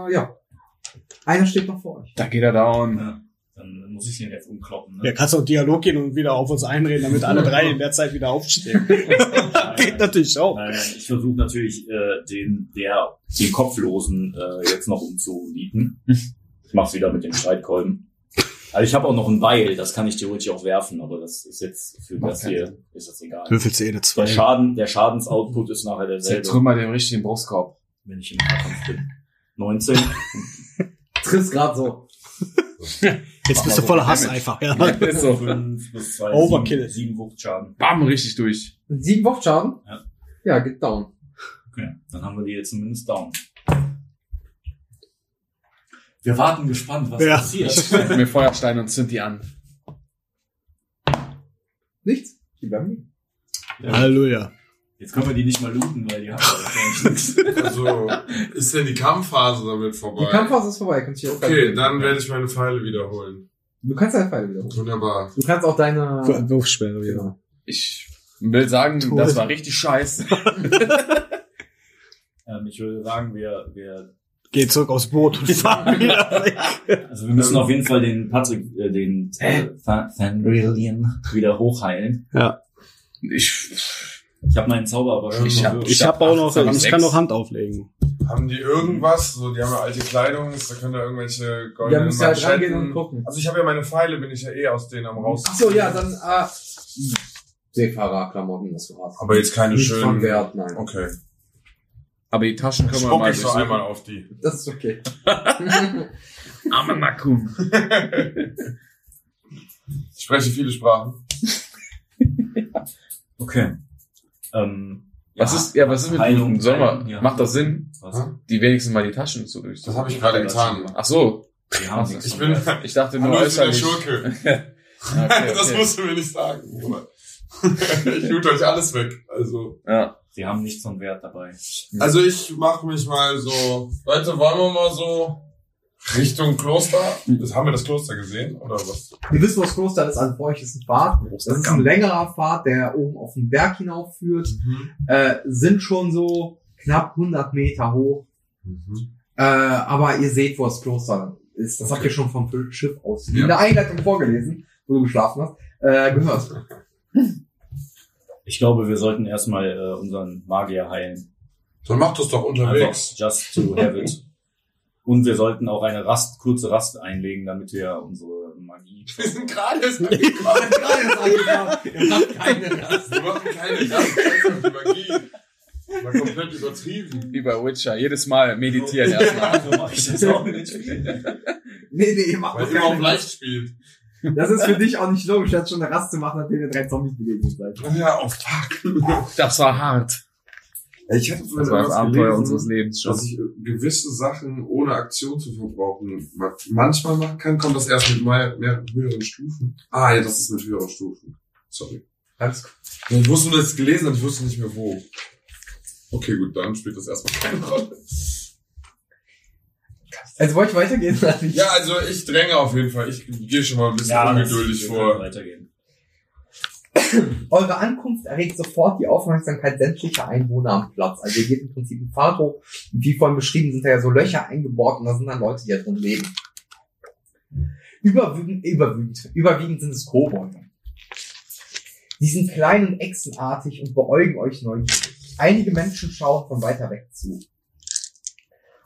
Speaker 6: Äh, ja. Einer steht noch vor euch.
Speaker 5: da geht er down.
Speaker 3: Dann muss ich den jetzt umkloppen.
Speaker 4: Ja,
Speaker 3: Ne?
Speaker 4: kannst auch Dialog gehen und wieder auf uns einreden, damit alle drei in der Zeit wieder aufstehen.
Speaker 3: Nein,
Speaker 4: Geht
Speaker 3: nein,
Speaker 4: natürlich auch.
Speaker 3: nein, nein, ich versuche natürlich äh, den, der, den Kopflosen äh, jetzt noch umzulieten. Ich mach's wieder mit dem Streitkolben. Also ich habe auch noch ein Beil, das kann ich theoretisch auch werfen, aber das ist jetzt für
Speaker 5: Macht
Speaker 3: das
Speaker 5: keinen
Speaker 3: hier ist das egal.
Speaker 4: Würfelst du eh eine
Speaker 3: Der
Speaker 4: 2.
Speaker 3: Schaden, der Schadensoutput ist nachher derselbe,
Speaker 5: Zertrümmer den richtigen Brustkorb.
Speaker 3: wenn ich im Nahkampf bin. 19.
Speaker 6: Triffst gerade so.
Speaker 4: Jetzt bist du
Speaker 5: so
Speaker 4: voller Hass
Speaker 5: Damage.
Speaker 4: einfach. Ja.
Speaker 5: Ist so.
Speaker 3: 5 plus 2.
Speaker 4: Overkill.
Speaker 3: 7, 7 Wuchtschaden.
Speaker 5: Bam, richtig durch.
Speaker 6: Sieben Wurfschaden?
Speaker 3: Ja.
Speaker 6: Ja, geht down.
Speaker 3: Okay, dann haben wir die jetzt zumindest down. Wir warten gespannt, was
Speaker 4: Ja.
Speaker 3: passiert.
Speaker 5: Setz mir Feuerstein und zünd die an.
Speaker 6: Nichts? Die bleiben liegen.
Speaker 4: Halleluja.
Speaker 3: Jetzt können wir die nicht mal looten, weil die haben ja wahrscheinlich nichts.
Speaker 2: Also, ist denn die Kampfphase damit vorbei?
Speaker 6: Die Kampfphase ist vorbei. Kannst dich auch
Speaker 2: Okay, dann werde ich meine Pfeile wiederholen.
Speaker 6: Du kannst halt deine Pfeile wiederholen.
Speaker 2: Wunderbar.
Speaker 6: Du kannst auch deine...
Speaker 4: Wurfsperre wieder.
Speaker 6: Genau.
Speaker 5: Ich will sagen,
Speaker 4: Toll.
Speaker 5: das war richtig scheiße.
Speaker 3: ähm, ich würde sagen, wir, wir,
Speaker 4: Geh zurück aufs Boot und fahren wieder weg.
Speaker 3: also wir müssen auf jeden Fall den Patrick, äh, den äh, Fa- Fanrillion wieder hochheilen.
Speaker 5: Ich,
Speaker 3: Ich habe meinen Zauber aber schon
Speaker 5: Ich hab-
Speaker 3: gewürfelt.
Speaker 4: Ich habe auch noch,
Speaker 5: Acht,
Speaker 4: ich kann noch
Speaker 5: sechs.
Speaker 4: Hand auflegen.
Speaker 2: Haben die irgendwas? So, die haben ja alte Kleidung, da können da irgendwelche
Speaker 6: Da
Speaker 2: goldenen
Speaker 6: müsst ihr halt rangehen
Speaker 2: Manschetten-
Speaker 6: und gucken.
Speaker 2: Also ich habe ja meine Pfeile, bin ich ja eh aus denen am raus.
Speaker 6: Ach so, ja, dann äh, Seefahrerklamotten, das war's.
Speaker 2: Aber jetzt keine
Speaker 6: Nicht von
Speaker 2: schönen.
Speaker 6: Wert, nein.
Speaker 2: Okay.
Speaker 5: aber die Taschen können wir
Speaker 2: Spuck
Speaker 5: mal
Speaker 2: ich so
Speaker 5: durchsuchen.
Speaker 2: einmal auf die.
Speaker 6: Das ist okay.
Speaker 5: Amanakum.
Speaker 2: Ich spreche viele Sprachen.
Speaker 3: Okay. Ähm,
Speaker 5: Was ist, ja, was ist mit Heilung? Sollen wir,
Speaker 3: Heilung, ja.
Speaker 5: macht das Sinn,
Speaker 3: Was?
Speaker 5: die wenigstens mal die Taschen zu
Speaker 2: Das
Speaker 5: durchsuchen?
Speaker 2: habe ich gerade getan.
Speaker 5: Ach so.
Speaker 3: Wir haben nichts.
Speaker 2: Also,
Speaker 3: von
Speaker 2: Ich bin,
Speaker 3: der.
Speaker 2: Hallo,
Speaker 5: Ich dachte
Speaker 2: ich
Speaker 5: nur
Speaker 2: bin der
Speaker 5: äußerlich.
Speaker 2: Schurke.
Speaker 5: Ja, okay, okay.
Speaker 2: Das musst du mir nicht sagen, Bruder. ich loot euch alles weg. Also,
Speaker 5: ja.
Speaker 3: Sie haben nichts von Wert dabei.
Speaker 2: also ich mache mich mal so. Leute, wollen wir mal so Richtung Kloster? Das, haben wir das Kloster gesehen oder was?
Speaker 6: Ihr wisst, wo das Kloster ist, also bei euch ist ein Pfad. Das ist ein längerer Pfad, der oben auf den Berg hinaufführt. Äh, sind schon so knapp 100 Meter hoch. Äh, aber ihr seht, wo das Kloster ist. Das habt ihr schon vom Schiff aus
Speaker 2: Ja.
Speaker 6: in der Einleitung vorgelesen, wo du geschlafen hast, äh, gehört.
Speaker 3: Ich glaube, wir sollten erstmal äh, unseren Magier heilen.
Speaker 2: Dann macht das doch unterwegs.
Speaker 3: Einfach just to have it. Und wir sollten auch eine Rast, kurze Rast einlegen, damit wir unsere Magie.
Speaker 2: Wir sind gerade erst angekommen. Wir machen keine Kraft, Magie. War komplett übertrieben.
Speaker 5: Wie bei Witcher. Jedes Mal meditieren erstmal.
Speaker 3: so mache ich das auch nicht.
Speaker 6: Nee, nee, ihr macht
Speaker 2: Weil
Speaker 6: das
Speaker 2: immer auf
Speaker 6: keine.
Speaker 2: leicht spielt.
Speaker 6: Das ist für dich auch nicht logisch, jetzt schon eine Rast zu machen, nachdem ihr drei Zombies begegnet seid.
Speaker 2: Ja, auf Tag.
Speaker 5: Das war hart.
Speaker 2: Ich hatte vorhin
Speaker 5: Das war das
Speaker 2: was
Speaker 5: Abenteuer
Speaker 2: gelesen,
Speaker 5: unseres Lebens schon.
Speaker 2: dass ich äh, gewisse Sachen ohne Aktion zu verbrauchen ma- manchmal machen kann, kommt das erst mit mehr, mehr höheren Stufen. Ah, ja, das ist mit höheren Stufen. Sorry.
Speaker 6: Alles gut.
Speaker 2: Ich wusste nur, dass ich es gelesen habe, ich wusste nicht mehr wo. Okay, gut, dann spielt das erstmal keine Rolle.
Speaker 6: Also wollt ihr weitergehen oder nicht?
Speaker 2: Ja, also ich dränge auf jeden Fall. Ich gehe schon mal ein bisschen ungeduldig
Speaker 3: wir können
Speaker 2: vor.
Speaker 3: Weitergehen.
Speaker 6: Eure Ankunft erregt sofort die Aufmerksamkeit sämtlicher Einwohner am Platz. Also ihr geht im Prinzip einen Pfad hoch. Und Wie vorhin beschrieben, sind da ja so Löcher eingebohrt und da sind dann Leute, die da drin leben. Überwiegend, überwiegend, überwiegend sind es Kobolde. Die sind klein und echsenartig und beäugen euch neugierig. Einige Menschen schauen von weiter weg zu.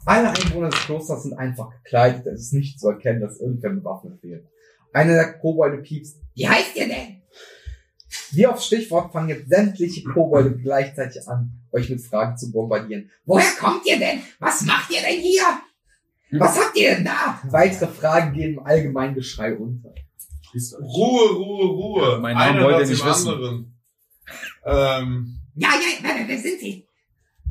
Speaker 6: Alle Einwohner des Klosters sind einfach gekleidet. Es ist nicht zu erkennen, dass irgendwer bewaffnet wird. Einer der Kobolde piepst. Wie heißt ihr denn? Wie auf Stichwort fangen jetzt sämtliche Kobolde gleichzeitig an, euch mit Fragen zu bombardieren. Woher kommt ihr denn? Was macht ihr denn hier? Was habt ihr denn da? Weitere Fragen gehen im allgemeinen Geschrei unter.
Speaker 2: Ruhe, Ruhe, Ruhe.
Speaker 5: Mein Name
Speaker 2: Einer
Speaker 5: wollt ihr
Speaker 2: nach dem
Speaker 5: nicht wissen.
Speaker 2: anderen. Ähm,
Speaker 8: Ja, ja, wer, wer sind Sie?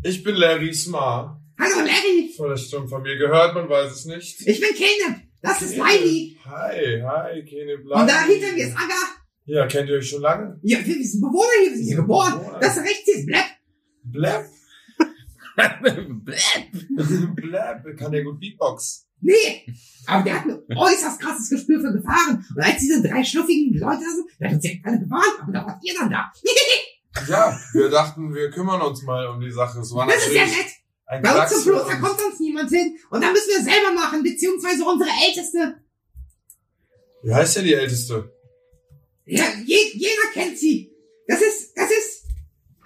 Speaker 2: ich bin Larry Smar.
Speaker 8: Hallo Larry,
Speaker 2: Vielleicht schon von mir gehört, man weiß es nicht.
Speaker 8: ich bin Caleb. Das ist Lily.
Speaker 2: Hi, hi, Kene Blau.
Speaker 8: Und da hinter mir ist Aga.
Speaker 2: Ja, kennt ihr euch schon lange?
Speaker 8: Ja, wir sind Bewohner hier, wir sind hier geboren. Das rechts ist Blepp.
Speaker 2: Blab,
Speaker 5: Bläh.
Speaker 2: blab, kann der gut Beatbox.
Speaker 8: Nee, aber der hat ein äußerst krasses Gespür für Gefahren. Und als diese drei schluffigen Leute da sind, der hat uns ja alle gewarnt, aber da wart ihr dann da.
Speaker 2: Ja, wir dachten, wir kümmern uns mal um die Sache. Es war
Speaker 8: Das ist ja
Speaker 2: natürlich
Speaker 8: nett.
Speaker 2: ein
Speaker 8: Bei uns
Speaker 2: Klacks
Speaker 8: zum
Speaker 2: für
Speaker 8: Kloster
Speaker 2: uns.
Speaker 8: kommt sonst niemand hin. Und da müssen wir selber machen, beziehungsweise unsere Älteste.
Speaker 2: Wie heißt denn die Älteste?
Speaker 8: Ja, je, jeder kennt sie. Das ist, das ist...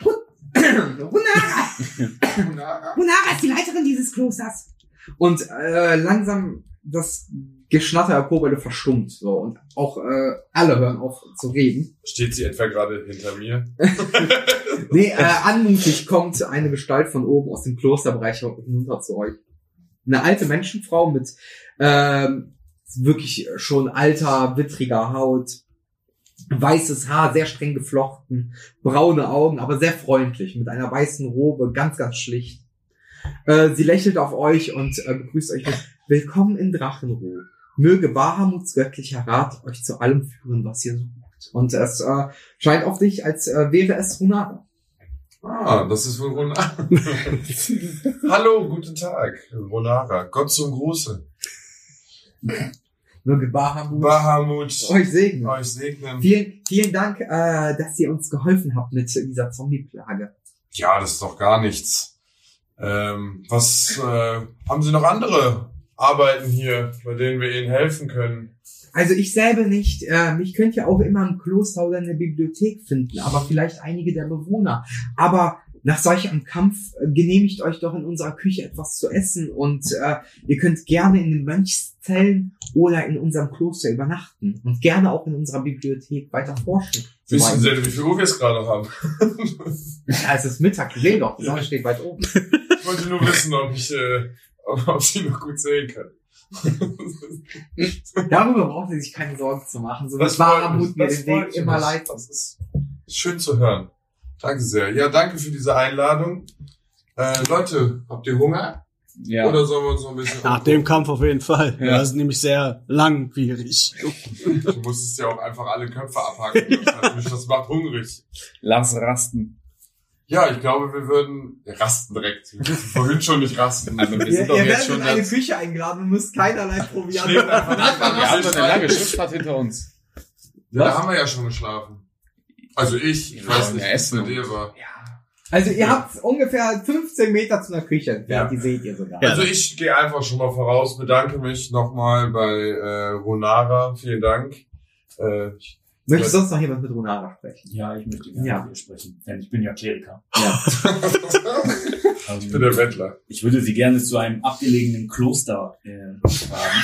Speaker 8: Hunara. Hunara ist die Leiterin dieses Klosters.
Speaker 6: Und äh, langsam das Geschnatter der Kobolde verstummt so und auch äh, alle hören auf zu reden.
Speaker 2: Steht sie etwa gerade hinter mir?
Speaker 6: Nee, äh, anmutig kommt eine Gestalt von oben aus dem Klosterbereich hinunter zu euch. Eine alte Menschenfrau mit ähm, wirklich schon alter, wittriger Haut, weißes Haar, sehr streng geflochten, braune Augen, aber sehr freundlich, mit einer weißen Robe, ganz, ganz schlicht. Äh, sie lächelt auf euch und äh, begrüßt euch mit Willkommen in Drachenruhe. Möge Bahamuts göttlicher Rat euch zu allem führen, was ihr sucht. Und es äh, scheint auf dich, als äh, wäre es Runara.
Speaker 2: Ah, das ist von Ronara. Hallo, guten Tag, Ronara. Gott zum Gruße.
Speaker 6: Möge Bahamut
Speaker 2: Bahamut,
Speaker 6: euch segnen.
Speaker 2: euch segnen.
Speaker 6: Vielen, vielen Dank, äh, dass ihr uns geholfen habt mit dieser Zombie-Plage.
Speaker 2: Ja, das ist doch gar nichts. Ähm, was äh, haben Sie noch andere Arbeiten hier, bei denen wir Ihnen helfen können?
Speaker 6: Also ich selber nicht. Äh, mich könnt ihr auch immer im Kloster oder in der Bibliothek finden, aber vielleicht einige der Bewohner. Aber nach solchem Kampf äh, genehmigt euch doch in unserer Küche etwas zu essen und äh, ihr könnt gerne in den Mönchszellen oder in unserem Kloster übernachten und gerne auch in unserer Bibliothek weiter forschen.
Speaker 2: Wissen Sie denn, wie viel Uhr wir es gerade haben?
Speaker 6: Ja, es ist Mittag, ihr seht doch, die Sonne steht weit oben.
Speaker 2: Ich wollte nur wissen, ob ich, äh, ob, ob Sie noch gut sehen können.
Speaker 6: Darüber braucht ihr sich keine Sorgen zu machen. So das
Speaker 2: freut
Speaker 6: war Mut
Speaker 2: mich,
Speaker 6: mir
Speaker 2: das
Speaker 6: den
Speaker 2: freut
Speaker 6: Weg
Speaker 2: mich.
Speaker 6: immer leichter.
Speaker 2: Das ist schön zu hören. Danke sehr. Ja, danke für diese Einladung. Äh, Leute, habt ihr Hunger?
Speaker 5: Ja.
Speaker 2: Oder sollen wir uns noch ein bisschen
Speaker 4: Nach dem Kampf auf jeden Fall.
Speaker 5: Ja.
Speaker 4: Das ist nämlich sehr langwierig.
Speaker 2: Du musstest ja auch einfach alle Köpfe abhacken. Das, hat mich, das macht hungrig.
Speaker 5: Lass rasten.
Speaker 2: Ja, ich glaube, wir würden ja, rasten direkt. Wir müssen vorhin schon nicht rasten.
Speaker 5: Also wir
Speaker 6: Ihr,
Speaker 5: sind doch
Speaker 6: ihr
Speaker 5: jetzt
Speaker 6: werdet
Speaker 5: schon
Speaker 6: in eine
Speaker 5: das
Speaker 6: Küche eingeladen und müsst keinerlei Proviant.
Speaker 2: Schläft einfach nicht, weil
Speaker 5: Wir haben
Speaker 2: wir
Speaker 5: eine lange
Speaker 2: alle schlafen.
Speaker 5: Schifffahrt hinter uns.
Speaker 2: Ja, da haben wir ja schon geschlafen. Also ich, ich
Speaker 5: Wir
Speaker 2: weiß
Speaker 5: wollen
Speaker 2: nicht,
Speaker 5: ja
Speaker 2: wie es bei
Speaker 5: essen.
Speaker 2: dir war.
Speaker 6: Also ihr habt ungefähr 15 Meter zu einer Küche entfernt,
Speaker 2: Ja.
Speaker 6: die seht ihr sogar.
Speaker 4: Ja.
Speaker 2: Also ich gehe einfach schon mal voraus, bedanke mich nochmal bei äh, Ronara. Vielen Dank. Äh, ich-
Speaker 6: Möchte sonst noch jemand mit Runara sprechen?
Speaker 3: Ja, ich möchte gerne
Speaker 6: Ja.
Speaker 3: mit ihr sprechen, denn ich bin ja Kleriker.
Speaker 2: ich
Speaker 3: Ähm,
Speaker 2: bin der Bettler.
Speaker 3: ich würde sie gerne zu einem abgelegenen Kloster äh, fragen.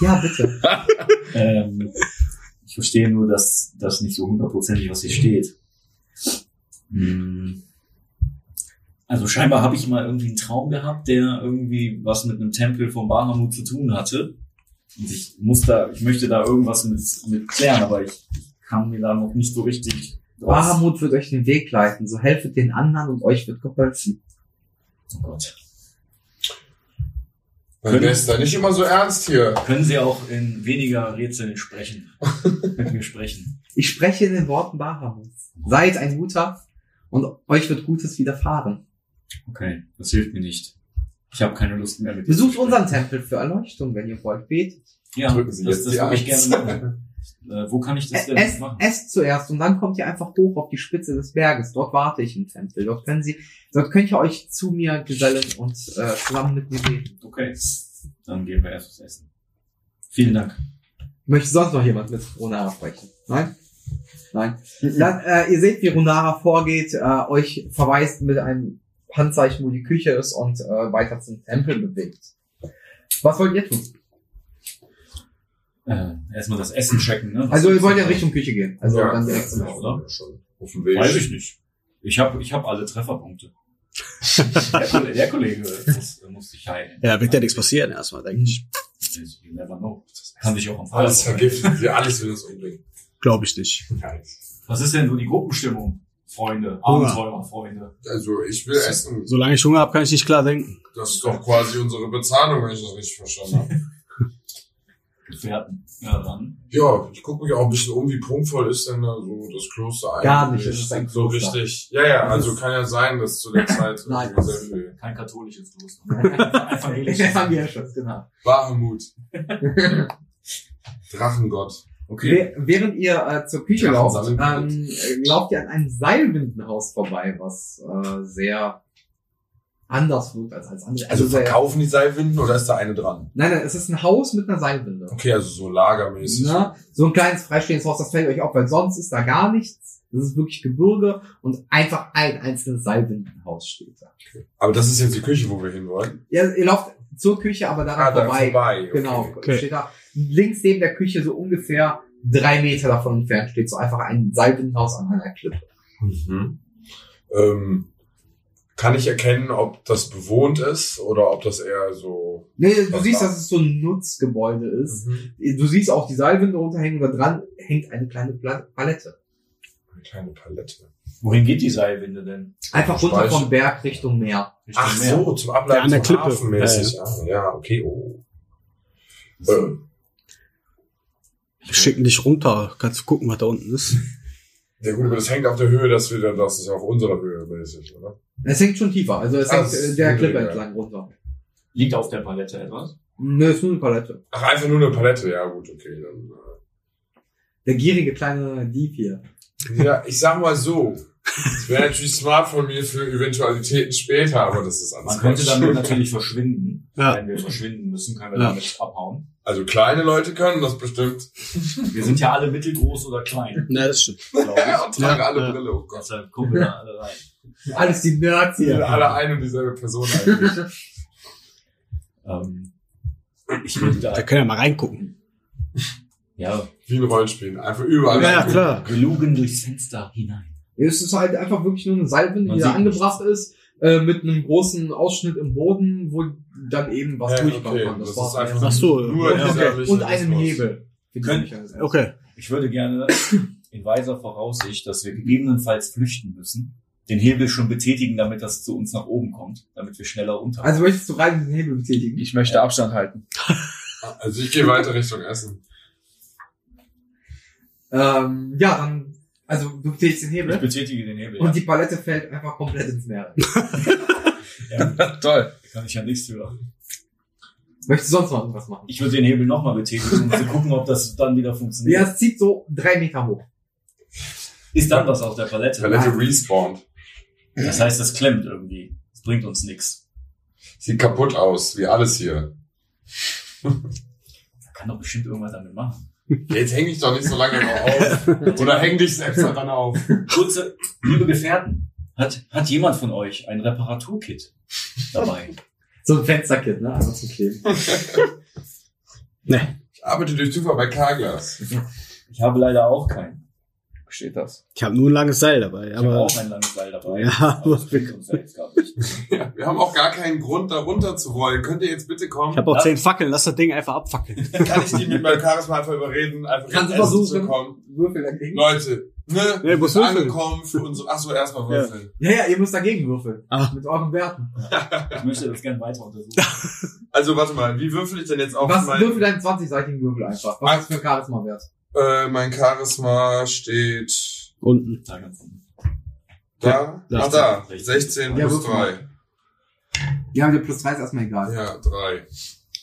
Speaker 6: Ja, bitte.
Speaker 3: ähm, ich verstehe nur, dass das nicht so hundertprozentig, was hier steht. Hm. Also scheinbar habe ich mal irgendwie einen Traum gehabt, der irgendwie was mit einem Tempel von Bahamut zu tun hatte. Und ich muss da, ich möchte da irgendwas mit, mit klären, aber ich kann mir da noch nicht so richtig draus-
Speaker 6: Bahamut wird euch den Weg leiten, so helfet den anderen und euch wird geholfen.
Speaker 3: Oh Gott.
Speaker 2: Mein Bester, nicht immer so ernst hier.
Speaker 3: Können Sie auch in weniger Rätseln sprechen? Mit mir sprechen.
Speaker 6: Ich spreche in den Worten Bahamuts. Seid ein Guter und euch wird Gutes widerfahren.
Speaker 3: Okay, das hilft mir nicht. Ich habe keine Lust mehr mit dir
Speaker 6: Besucht
Speaker 3: zu sprechen.
Speaker 6: unseren Tempel für Erleuchtung, wenn ihr wollt, betet.
Speaker 3: Ja,
Speaker 2: Drücken Sie
Speaker 3: das,
Speaker 2: jetzt
Speaker 3: das
Speaker 2: die
Speaker 3: würde ich
Speaker 2: Eins.
Speaker 3: gerne machen. Äh, wo kann ich das denn
Speaker 6: Es,
Speaker 3: machen?
Speaker 6: es zuerst und dann kommt ihr einfach hoch auf die Spitze des Berges. Dort warte ich im Tempel. Dort können Sie, dort könnt ihr euch zu mir gesellen und äh, zusammen mit mir beten.
Speaker 3: Okay, dann gehen wir erst was essen. Vielen Dank.
Speaker 6: Möchte sonst noch jemand mit Runara sprechen? Nein? Nein. Dann, äh, ihr seht, wie Runara vorgeht, äh, euch verweist mit einem Handzeichen, wo die Küche ist und äh, weiter zum Tempel bewegt. Was wollt ihr tun?
Speaker 3: Äh, erstmal das Essen checken, ne? Was
Speaker 6: Also ihr
Speaker 3: gibt's
Speaker 6: wollt ja
Speaker 3: denn
Speaker 6: in Richtung Küche gehen. Also
Speaker 2: Ja.
Speaker 6: dann direkt zum
Speaker 3: da? Ja, oder?
Speaker 2: Schon auf dem
Speaker 3: Weiß
Speaker 2: Weg.
Speaker 3: ich nicht. Ich habe ich hab alle Trefferpunkte. der, Kollege, der Kollege muss, muss sich heilen. Also,
Speaker 4: Ja, wird ja nichts passieren erstmal, denke ich.
Speaker 3: You never know. Kann sich auch am Fall.
Speaker 2: Alles vergiftet, wir alles will uns umbringen.
Speaker 4: Glaube ich nicht.
Speaker 3: Was ist denn so die Gruppenstimmung? Freunde,
Speaker 4: Hunger.
Speaker 3: Abenteurerfreunde.
Speaker 2: Also ich will essen.
Speaker 4: Solange ich Hunger habe, kann ich nicht klar denken.
Speaker 2: Das ist doch quasi unsere Bezahlung, wenn ich das richtig verstanden habe.
Speaker 3: Gefährten. Ja, dann.
Speaker 2: Ja, ich gucke mich auch ein bisschen um, wie prunkvoll ist denn da so das Kloster eigentlich?
Speaker 6: Gar nicht, es ist ein
Speaker 2: so
Speaker 6: Kloster.
Speaker 2: richtig. Ja, ja,
Speaker 6: Es
Speaker 2: also
Speaker 6: ist-
Speaker 2: kann ja sein, dass zu der Zeit
Speaker 6: Nein.
Speaker 2: irgendwie sehr viel.
Speaker 3: Kein katholisches Kloster.
Speaker 6: Evangelisches. Evangelisches, genau.
Speaker 2: Bahamut. Drachengott.
Speaker 6: Okay. Während ihr äh, zur Küche
Speaker 2: Ja,
Speaker 6: lauft,
Speaker 2: sammeln
Speaker 6: ähm, äh, lauft ihr an einem Seilwindenhaus vorbei, was äh, sehr anders wirkt als als andere.
Speaker 2: Also
Speaker 6: sehr,
Speaker 2: verkaufen die Seilwinden oder ist da eine dran?
Speaker 6: nein, nein, es ist ein Haus mit einer Seilwinde.
Speaker 2: Okay, also so lagermäßig.
Speaker 6: Ne? So ein kleines freistehendes Haus, das fällt euch auf, weil sonst ist da gar nichts. Das ist wirklich Gebirge und einfach ein einzelnes Seilwindenhaus steht da.
Speaker 2: Aber das ist jetzt die Küche, wo wir hin wollen.
Speaker 6: Ihr, ihr lauft zur Küche, aber daran
Speaker 2: Ah, da
Speaker 6: Ah, vorbei.
Speaker 2: vorbei.
Speaker 6: Genau,
Speaker 2: Okay.
Speaker 6: steht da. Links neben der Küche, so ungefähr drei Meter davon entfernt, steht so einfach ein Seilwindenhaus an einer Klippe.
Speaker 2: Mhm. Ähm, kann ich erkennen, ob das bewohnt ist oder ob das eher so.
Speaker 6: Nee, du
Speaker 2: Was
Speaker 6: siehst,
Speaker 2: da?
Speaker 6: dass es so ein Nutzgebäude ist.
Speaker 2: Mhm.
Speaker 6: Äh, Du siehst auch die Seilwinde runterhängen und da dran hängt eine kleine Pla- Palette.
Speaker 2: Eine kleine Palette.
Speaker 3: Wohin geht die Seilwinde denn?
Speaker 6: Einfach
Speaker 2: Speiche.
Speaker 6: runter vom Berg Richtung Meer.
Speaker 3: Richtung
Speaker 2: Ach
Speaker 3: Meer?
Speaker 2: so, zum Ableiten
Speaker 4: Ja, an der
Speaker 2: zum
Speaker 4: Klippe.
Speaker 2: Hafen mäßig. Ja, ja. okay. Oh. Ähm,
Speaker 4: Wir schicken dich runter. Kannst du gucken, was da unten ist.
Speaker 2: ja gut, aber das hängt auf der Höhe, dass wir dann, das ist ja auf unserer Höhe mäßig, oder?
Speaker 6: Es hängt schon tiefer, also es
Speaker 2: Ah,
Speaker 6: hängt
Speaker 2: das ist
Speaker 6: äh, der
Speaker 2: niedriger.
Speaker 6: Klippe entlang runter.
Speaker 3: Liegt auf der Palette etwas?
Speaker 6: Nö, ist nur eine Palette.
Speaker 2: Ach, einfach nur eine Palette, ja gut, okay. Dann, äh,
Speaker 6: Der gierige kleine Dieb hier.
Speaker 2: äh. Ja, ich sag mal so. Es wäre natürlich smart von mir für Eventualitäten später, aber das ist alles
Speaker 3: Man könnte
Speaker 2: Quatsch.
Speaker 3: damit natürlich verschwinden.
Speaker 4: Ja.
Speaker 3: Wenn wir verschwinden müssen, können wir
Speaker 4: Ja.
Speaker 3: damit abhauen.
Speaker 2: Also kleine Leute können das bestimmt.
Speaker 3: Wir sind ja alle mittelgroß oder klein,
Speaker 4: Na, das stimmt.
Speaker 3: glaube ich.
Speaker 2: Ja, und tragen
Speaker 4: Ja,
Speaker 2: alle
Speaker 4: ja.
Speaker 2: Brille, oh Gott.
Speaker 3: Deshalb gucken wir da alle rein.
Speaker 6: Alles die Nerds
Speaker 2: Die sind
Speaker 6: hier.
Speaker 2: alle eine und dieselbe Person eigentlich.
Speaker 3: Ähm, ich will da,
Speaker 4: Da können wir mal reingucken.
Speaker 3: ja,
Speaker 2: Wie ein Rollenspiel. Einfach überall.
Speaker 4: Ja, klar.
Speaker 3: wir lugen durchs Fenster hinein.
Speaker 6: Es ist halt einfach wirklich nur eine Seilwinde,
Speaker 3: Man
Speaker 6: die da
Speaker 3: sieht
Speaker 6: angebracht ist, äh, mit einem großen Ausschnitt im Boden, wo dann eben was
Speaker 2: Ja,
Speaker 6: durchkommen
Speaker 2: okay,
Speaker 6: kann. Das,
Speaker 2: das
Speaker 6: war's.
Speaker 2: ist einfach
Speaker 4: Ach so.
Speaker 2: Nur
Speaker 4: ja,
Speaker 2: dieser
Speaker 4: okay.
Speaker 2: Mechanismus.
Speaker 6: Und einem Hebel. Für die
Speaker 3: Können-
Speaker 6: Mechanismen.
Speaker 4: Okay.
Speaker 3: Ich würde gerne in weiser Voraussicht, dass wir gegebenenfalls flüchten müssen, den Hebel schon betätigen, damit das zu uns nach oben kommt, damit wir schneller unter.
Speaker 6: Also möchtest du rein den Hebel betätigen?
Speaker 5: Ich möchte Abstand halten.
Speaker 2: Also ich gehe weiter Richtung Essen.
Speaker 6: Ähm, ja, dann, also du betätigst den
Speaker 3: ich
Speaker 6: Hebel
Speaker 3: betätige den Hebel.
Speaker 6: und die Palette fällt einfach komplett ins Meer.
Speaker 3: ja. ja,
Speaker 5: Toll.
Speaker 3: kann ich ja nichts für.
Speaker 6: Möchtest du sonst noch irgendwas machen?
Speaker 3: Ich würde den Hebel nochmal betätigen, um zu gucken, ob das dann wieder funktioniert.
Speaker 6: Ja, es zieht so drei Meter hoch.
Speaker 3: Ist dann was auf der Palette.
Speaker 2: Palette respawnt.
Speaker 3: Das heißt, das klemmt irgendwie. Das bringt uns nichts.
Speaker 2: Sieht kaputt aus, wie alles hier.
Speaker 3: Da kann doch bestimmt irgendwas damit machen.
Speaker 2: Jetzt häng dich doch nicht so lange noch auf. Oder häng dich selbst daran auf.
Speaker 3: Kurze, liebe Gefährten, hat, hat jemand von euch ein Reparaturkit dabei?
Speaker 6: So ein Fensterkit, ne? Einfach zum Kleben.
Speaker 2: Ich arbeite durch Zufall bei Carglass.
Speaker 3: Ich habe leider auch keinen.
Speaker 5: Wo steht das?
Speaker 4: Ich habe nur ein langes Seil dabei,
Speaker 3: Ich habe
Speaker 4: aber
Speaker 3: auch ein langes Seil dabei.
Speaker 4: Ja,
Speaker 3: aber das
Speaker 4: aber-
Speaker 3: bringt uns ja jetzt gar nicht.
Speaker 2: Ja, wir haben auch gar keinen Grund, da runter zu wollen. Könnt ihr jetzt bitte kommen?
Speaker 4: ich habe auch zehn Fackeln, lass das Ding einfach abfackeln.
Speaker 2: Kann ich die mit meinem Charisma einfach überreden, einfach
Speaker 6: Kannst
Speaker 2: ins
Speaker 6: du
Speaker 2: Essen
Speaker 6: versuchen.
Speaker 2: zu kommen?
Speaker 6: Würfel dagegen.
Speaker 2: Leute, ne?
Speaker 4: Nee, muss
Speaker 2: Wir sind
Speaker 4: würfeln.
Speaker 2: angekommen für unsere. Achso, erstmal würfeln.
Speaker 6: Ja, ja, ihr müsst dagegen würfeln.
Speaker 4: Ah.
Speaker 6: Mit euren Werten.
Speaker 3: Ich möchte das gerne weiter untersuchen.
Speaker 2: Also warte mal, wie würfel ich denn jetzt auf
Speaker 6: Was
Speaker 2: mein.
Speaker 6: würfel deinen 20-seitigen Würfel einfach? Was ist für ein Charisma wert?
Speaker 2: Äh, mein Charisma steht
Speaker 4: Unten.
Speaker 3: Da ganz unten.
Speaker 2: da.
Speaker 4: Ja,
Speaker 2: Ach da.
Speaker 3: 16.
Speaker 2: 16
Speaker 6: Ja,
Speaker 2: plus
Speaker 6: würfel mal.
Speaker 2: 3.
Speaker 6: Ja, der plus 3 ist erstmal egal.
Speaker 2: Ja, 3.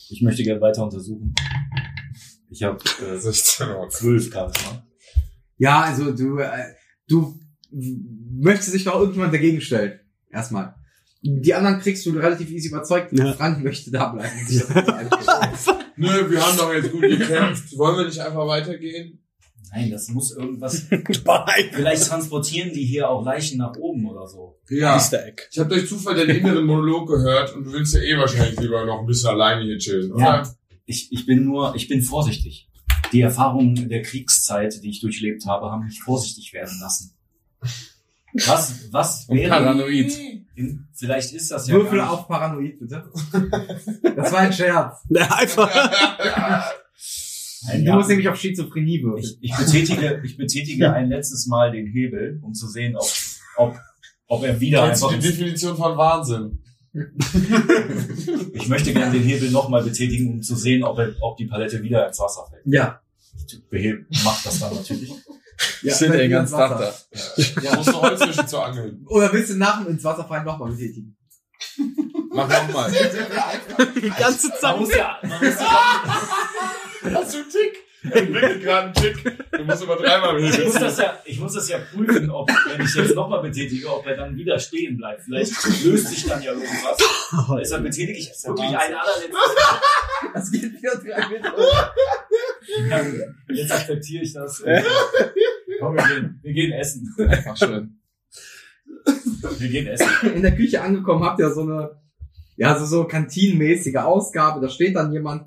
Speaker 3: Ich möchte gerne weiter untersuchen. Ich habe äh,
Speaker 2: 16 Euro.
Speaker 3: 12 Charisma.
Speaker 6: Ja, also du, äh, du w- möchtest dich doch irgendjemand dagegen stellen. Erstmal. Die anderen kriegst du relativ easy überzeugt.
Speaker 4: Ja.
Speaker 6: Frank möchte da bleiben. und sich das nicht einstellen.
Speaker 2: Nö, wir haben doch jetzt gut gekämpft. Wollen wir nicht einfach weitergehen?
Speaker 3: Nein, das muss irgendwas.
Speaker 4: Bei
Speaker 3: Vielleicht transportieren die hier auch Leichen nach oben oder so.
Speaker 2: Ja.
Speaker 4: Easter Egg.
Speaker 2: Ich habe durch Zufall den inneren Monolog gehört und du willst ja eh wahrscheinlich lieber noch ein bisschen alleine hier chillen, oder?
Speaker 3: Ja. Ich, ich bin nur, ich bin vorsichtig. Die Erfahrungen der Kriegszeit, die ich durchlebt habe, haben mich vorsichtig werden lassen. Was, was
Speaker 5: Und
Speaker 3: wäre,
Speaker 5: paranoid.
Speaker 3: in, vielleicht ist das ja
Speaker 6: Würfel
Speaker 3: gar nicht-
Speaker 6: auf Paranoid, bitte. Das war ein Scherz.
Speaker 4: Ja, einfach.
Speaker 3: Nein,
Speaker 6: du
Speaker 3: ja.
Speaker 6: musst nämlich auf Schizophrenie würfeln.
Speaker 3: Ich, ich betätige, ich betätige ein letztes Mal den Hebel, um zu sehen, ob, ob, ob er wieder
Speaker 2: Kennst du
Speaker 3: einfach.
Speaker 2: die Definition von Wahnsinn?
Speaker 3: Ich möchte gerne den Hebel nochmal betätigen, um zu sehen, ob, er, ob die Palette wieder ins Wasser fällt.
Speaker 6: Ja.
Speaker 3: Beheb, macht das dann natürlich.
Speaker 6: ja
Speaker 5: sind
Speaker 6: fällt
Speaker 5: den
Speaker 6: wieder
Speaker 5: ganzen
Speaker 6: ins
Speaker 5: Tag
Speaker 6: Wasser.
Speaker 2: Ja. Musst du Holz zwischen zu angeln.
Speaker 6: Oder willst du nach dem ins Wasser fallen nochmal betätigen?
Speaker 2: Mach nochmal.
Speaker 4: Die ganze
Speaker 3: Man
Speaker 4: Zeit.
Speaker 3: muss ja, man muss ja
Speaker 2: Hast du einen Tick? Er entwickelt gerade einen Tick. Du musst immer dreimal
Speaker 3: Ich muss
Speaker 2: hebeln.
Speaker 3: das ja, ich muss das ja prüfen, ob, wenn ich jetzt nochmal betätige, ob er dann wieder stehen bleibt. Vielleicht löst sich dann ja irgendwas. Deshalb betätige ich wirklich einen allerletzten.
Speaker 6: Das geht wieder drei Meter.
Speaker 3: Jetzt akzeptiere ich das. Komm, wir gehen, wir gehen essen.
Speaker 5: Einfach schön.
Speaker 3: Wir gehen essen.
Speaker 6: in der Küche angekommen, habt ihr so eine, ja, so, so kantinenmäßige Ausgabe. Da steht dann jemand,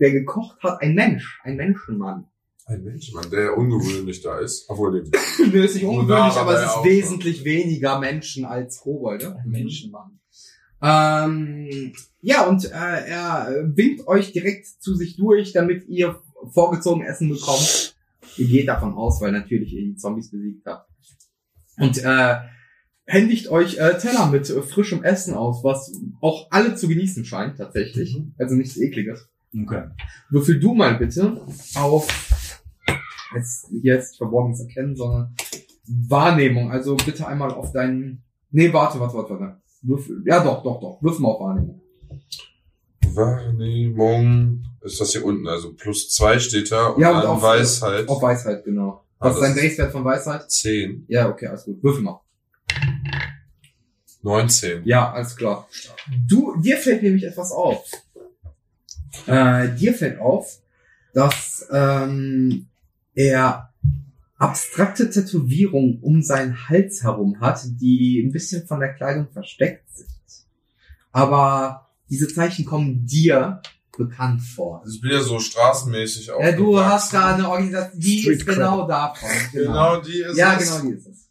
Speaker 6: der gekocht hat. Ein Mensch, ein Menschenmann.
Speaker 2: Ein Mensch, Mann, der ungewöhnlich da ist. Obwohl, den
Speaker 6: Nö, ist nicht ungewöhnlich,
Speaker 2: Wunderbar,
Speaker 6: aber es
Speaker 2: ja,
Speaker 6: ist
Speaker 2: auch
Speaker 6: wesentlich weniger Menschen als Kobolde. Ein Menschenmann. Ähm, ja, und äh, er äh, winkt euch direkt zu sich durch, damit ihr vorgezogen Essen bekommt. Ihr geht davon aus, weil natürlich ihr die Zombies besiegt habt. Und äh, händigt euch äh, Teller mit äh, frischem Essen aus, was auch alle zu genießen scheint tatsächlich. Also nichts Ekliges.
Speaker 3: Okay.
Speaker 6: Würfel du mal bitte auf jetzt, jetzt verborgenes Erkennen, sondern Wahrnehmung. Also bitte einmal auf deinen. Nee, warte, warte, warte, warte. Würfel. Ja, doch, doch, doch. Würfel mal auf Wahrnehmung.
Speaker 2: Wahrnehmung. Ist das hier unten? Also plus zwei steht da und
Speaker 6: Ja, und
Speaker 2: dann halt
Speaker 6: auf-
Speaker 2: Weisheit.
Speaker 6: Auf Weisheit, genau.
Speaker 2: Ah,
Speaker 6: Was ist
Speaker 2: das
Speaker 6: dein
Speaker 2: ist-
Speaker 6: Dreckswert von Weisheit?
Speaker 2: 10,
Speaker 6: Ja, okay, alles gut. Würfel mal.
Speaker 2: 19.
Speaker 6: Ja, alles klar. Du, dir fällt nämlich etwas auf. Äh, dir fällt auf, dass ähm, er abstrakte Tätowierungen um seinen Hals herum hat, die ein bisschen von der Kleidung versteckt sind. Aber diese Zeichen kommen dir bekannt vor.
Speaker 2: Also Ich bin ja so straßenmäßig auch.
Speaker 6: Ja, du hast da eine Organisation, die
Speaker 4: Street
Speaker 6: ist genau davon.
Speaker 2: Genau die ist
Speaker 6: Ja,
Speaker 2: es.
Speaker 6: genau die ist es.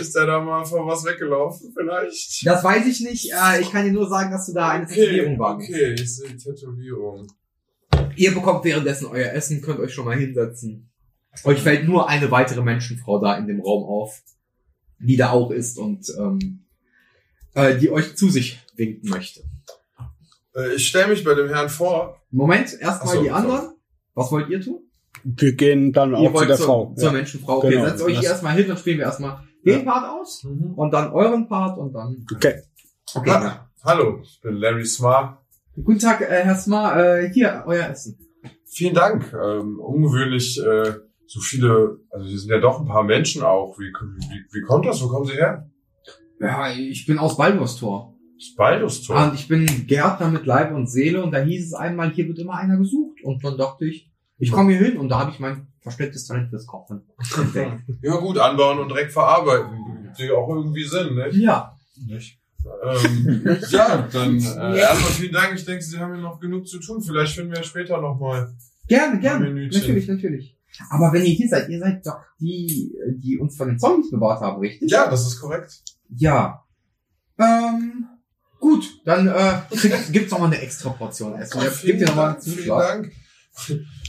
Speaker 2: Ist der da mal von was weggelaufen vielleicht?
Speaker 6: Das weiß ich nicht. Äh, ich kann dir nur sagen, dass du da eine
Speaker 2: Okay,
Speaker 6: Tätowierung wahrnimmst.
Speaker 2: okay, ich sehe die Tätowierung.
Speaker 6: Ihr bekommt währenddessen euer Essen, könnt euch schon mal hinsetzen. Euch fällt nur eine weitere Menschenfrau da in dem Raum auf. die da auch ist und ähm, äh, die euch zu sich winken möchte.
Speaker 2: Äh, ich stelle mich bei dem Herrn vor.
Speaker 6: Moment,
Speaker 2: Ach
Speaker 6: erstmal
Speaker 2: so,
Speaker 6: die anderen. Was wollt ihr tun?
Speaker 4: Wir gehen dann
Speaker 6: ihr
Speaker 4: auch zu
Speaker 6: wollt
Speaker 4: der
Speaker 6: zur,
Speaker 4: Frau.
Speaker 6: zur
Speaker 4: ja.
Speaker 6: Menschenfrau. Okay,
Speaker 4: Genau.
Speaker 6: setzt euch
Speaker 4: Lass-
Speaker 6: erstmal hin, dann spielen wir erstmal den Part aus und dann euren Part und dann.
Speaker 4: Okay.
Speaker 6: Okay.
Speaker 2: Ha Hallo, ich bin Larry Smart.
Speaker 6: Guten Tag, äh, Herr Smar, äh, hier, euer Essen.
Speaker 2: Vielen Dank. Ähm, ungewöhnlich äh, so viele, also hier sind ja doch ein paar Menschen auch. Wie, wie, wie kommt das? Wo kommen Sie her?
Speaker 6: Ja, ich bin aus Baldur's Tor.
Speaker 2: Das Baldus-Tor.
Speaker 6: Ah, Und ich bin Gärtner mit Leib und Seele und da hieß es einmal, hier wird immer einer gesucht. Und dann dachte ich, ich komme hier hin und da habe ich mein verstecktes Talent fürs Kochen. entdeckt.
Speaker 2: Ja gut, anbauen und direkt verarbeiten. Sehe auch irgendwie Sinn, ne?
Speaker 6: ja,
Speaker 2: Ähm, ja, dann äh, erstmal vielen Dank. Ich denke, Sie haben ja noch genug zu tun. Vielleicht finden wir später nochmal.
Speaker 6: gerne, gerne.
Speaker 2: Ein Minütchen.
Speaker 6: Natürlich, natürlich. Aber wenn ihr hier seid, ihr seid doch die, die uns von den Zombies bewahrt haben, richtig?
Speaker 2: Ja, das ist korrekt.
Speaker 6: Ja. Ähm, gut, dann äh, kriegt- gibt's noch mal eine extra Portion Essen. Jetzt gibt ihr noch mal einen
Speaker 2: vielen
Speaker 6: Zuschlag.
Speaker 2: Dank.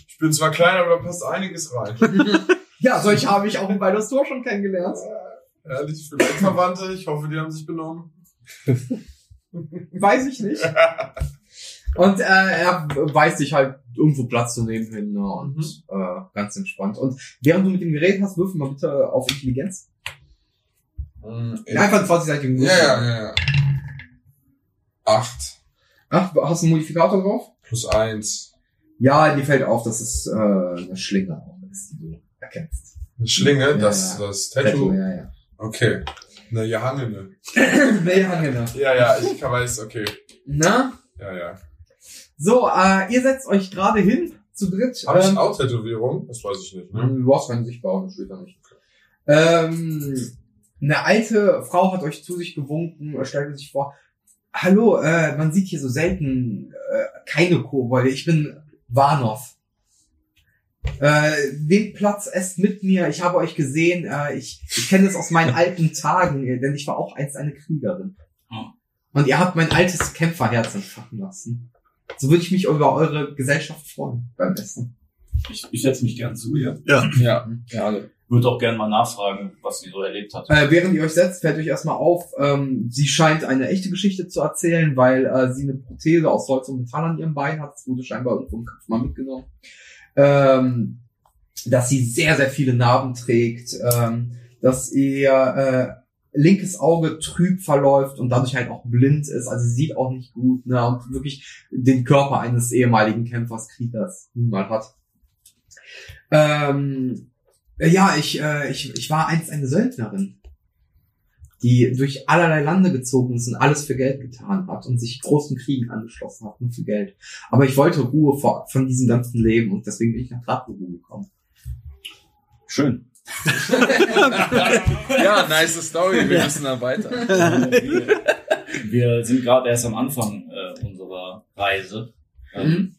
Speaker 2: Ich bin zwar klein, aber da passt einiges rein.
Speaker 6: Ja, solche habe ich auch in Baldur's Tor schon kennengelernt.
Speaker 2: Ehrlich, vielleicht Verwandte. Ich hoffe, die haben sich benommen.
Speaker 6: Weiß ich nicht. Und äh, er weiß dich halt irgendwo Platz zu nehmen hin ne?
Speaker 2: Mhm.
Speaker 6: und äh, ganz entspannt. Und während du mit dem Gerät hast, würfel mal bitte auf Intelligenz. Ja, einfach einen 20-seitigen
Speaker 2: Ja,
Speaker 6: Würfel.
Speaker 2: ja, ja, ja. Acht.
Speaker 6: Ach, hast du einen Modifikator drauf?
Speaker 2: Plus eins.
Speaker 6: Ja, dir fällt auf, dass es äh, eine Schlinge auch ist, die du erkennst.
Speaker 2: Eine Schlinge,
Speaker 6: Ja,
Speaker 2: das,
Speaker 6: ja.
Speaker 2: das Tattoo.
Speaker 6: Ja, ja.
Speaker 2: Okay. Eine Jahangene.
Speaker 6: Nee, ja, genau.
Speaker 2: Ja, ja, ich weiß, okay.
Speaker 6: Na?
Speaker 2: Ja, ja.
Speaker 6: So, äh, ihr setzt euch gerade hin, zu dritt.
Speaker 2: Habe ich
Speaker 6: ähm, Mhm.
Speaker 2: auch Tätowierung? Das weiß ich nicht, ne?
Speaker 6: Du brauchst keine sichtbare Schulter nicht. Ähm, eine alte Frau hat euch zu sich gewunken, äh, stellte sich vor, hallo, äh, man sieht hier so selten äh, keine Kobolde, ich bin Warnow. Äh, nehmt Platz, esst mit mir, ich habe euch gesehen, äh, ich, ich kenne es aus meinen alten Tagen, äh, denn ich war auch einst eine Kriegerin. Und ihr habt mein altes Kämpferherz entfachen lassen. So würde ich mich über eure Gesellschaft freuen beim Essen.
Speaker 3: Ich, ich setze mich gern zu ihr.
Speaker 5: Ja, gerne.
Speaker 3: Würde auch gern mal nachfragen, was sie so erlebt hat.
Speaker 6: Äh, während ihr euch setzt, fällt euch erstmal auf, ähm, sie scheint eine echte Geschichte zu erzählen, weil äh, sie eine Prothese aus Holz und Metall an ihrem Bein hat. Das wurde scheinbar irgendwo im Kampf mal mitgenommen. Ähm, dass sie sehr, sehr viele Narben trägt, ähm, dass ihr äh, linkes Auge trüb verläuft und dadurch halt auch blind ist. Also sie sieht auch nicht gut ne, und wirklich den Körper eines ehemaligen Kämpfers, Kriegers, nun mal hat. Ähm, ja, ich, äh, ich, ich war einst eine Söldnerin die durch allerlei Lande gezogen ist und alles für Geld getan hat und sich großen Kriegen angeschlossen hat, nur für Geld. Aber ich wollte Ruhe vor, von diesem ganzen Leben und deswegen bin ich nach Ratberuhe gekommen.
Speaker 3: Schön.
Speaker 5: Ja, nice Story. Wir müssen dann weiter.
Speaker 3: wir, wir sind gerade erst am Anfang äh, unserer Reise. Ähm,
Speaker 6: Mhm.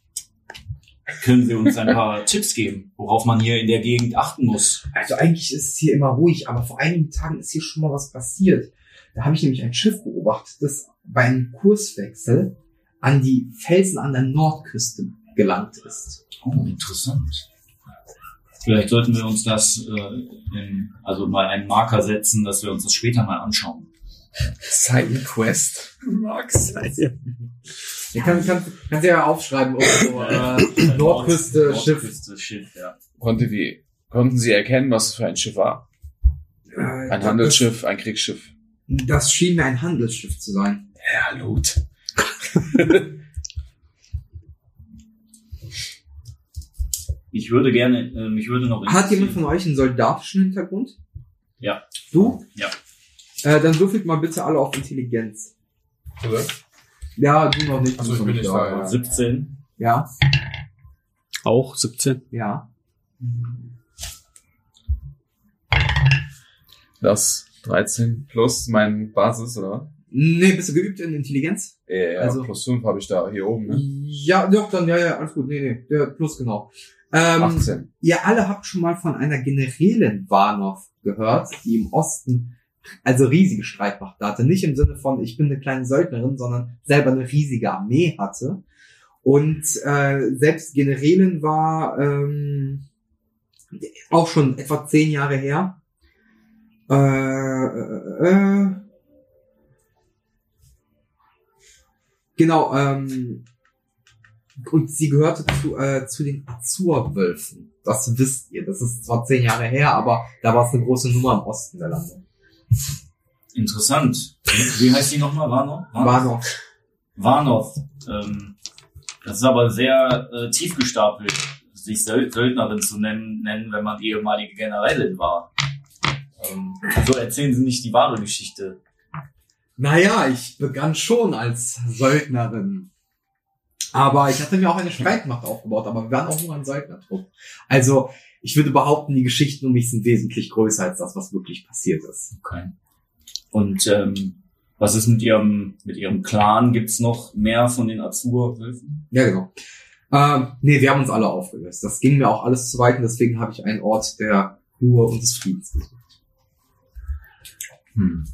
Speaker 3: Können Sie uns ein paar Tipps geben, worauf man hier in der Gegend achten muss?
Speaker 6: Also eigentlich ist es hier immer ruhig, aber vor einigen Tagen ist hier schon mal was passiert. Da habe ich nämlich ein Schiff beobachtet, das bei einem Kurswechsel an die Felsen an der Nordküste gelangt ist.
Speaker 3: Oh, interessant. Vielleicht sollten wir uns das, äh, in, also mal einen Marker setzen, dass wir uns das später mal anschauen.
Speaker 5: Side Quest.
Speaker 9: Max.
Speaker 6: Ja, kann, kann, kannst du ja aufschreiben, irgendwo, äh, Nordküste, Schiff.
Speaker 3: Nordküste, Schiff, ja.
Speaker 5: Konnte wie, konnten sie erkennen, was es für ein Schiff war?
Speaker 6: Äh,
Speaker 5: Ein Handelsschiff, ein Kriegsschiff.
Speaker 6: Das, das schien mir ein Handelsschiff zu sein.
Speaker 5: Ja, Loot.
Speaker 3: Ich würde gerne, äh, mich würde noch
Speaker 6: Hat jemand
Speaker 3: interessieren-
Speaker 6: von euch einen soldatischen Hintergrund?
Speaker 3: Ja.
Speaker 6: Du?
Speaker 3: Ja.
Speaker 6: Äh, dann würfelt mal bitte alle auf Intelligenz.
Speaker 2: Oder?
Speaker 6: Ja, du noch nicht.
Speaker 2: Ach so,
Speaker 6: du
Speaker 2: ich
Speaker 6: noch
Speaker 2: bin nicht da, ja.
Speaker 3: 17.
Speaker 6: Ja,
Speaker 4: Auch 17.
Speaker 6: ja.
Speaker 5: Das 13 plus mein Basis, oder?
Speaker 6: Nee, bist du geübt in Intelligenz?
Speaker 5: Ja, ja,
Speaker 6: Also-
Speaker 5: plus 5 habe ich da hier
Speaker 2: Hm?
Speaker 5: oben, ne?
Speaker 6: Ja, doch, dann, ja, ja, alles gut. Nee, nee, ja, plus genau. Ähm,
Speaker 5: 18.
Speaker 6: ihr alle habt schon mal von einer Generälin Warnow gehört, die im Osten also riesige Streitmacht hatte. Nicht im Sinne von, ich bin eine kleine Söldnerin, sondern selber eine riesige Armee hatte. Und äh, selbst Generälin war ähm, auch schon etwa zehn Jahre her. Äh, äh, äh. Genau, ähm, und sie gehörte zu, äh, zu den Azurwölfen. Das wisst ihr. Das ist zwar zehn Jahre her, aber da war es eine große Nummer im Osten der Lande.
Speaker 3: Interessant. Wie wie heißt die nochmal? Warnow?
Speaker 6: War noch.
Speaker 3: Warnow. Ähm, das ist aber sehr äh, tief gestapelt, sich Söld- Söldnerin zu nennen, nennen, wenn man ehemalige Generälin war. Ähm, so erzählen sie nicht die wahre Geschichte.
Speaker 6: Naja, ich begann schon als Söldnerin. Aber ich hatte mir auch eine Streitmacht aufgebaut, aber wir waren auch nur ein Söldnertrupp. Also, ich würde behaupten, die Geschichten um mich sind wesentlich größer als das, was wirklich passiert ist.
Speaker 3: Okay. Und ähm, was ist mit ihrem mit ihrem Clan? Gibt's noch mehr von den Azur-Wölfen?
Speaker 6: Ja, genau. Ähm, nee, wir haben uns alle aufgelöst. Das ging mir auch alles zu weit und deswegen habe ich einen Ort der Ruhe und des Friedens gesucht.
Speaker 3: Hm.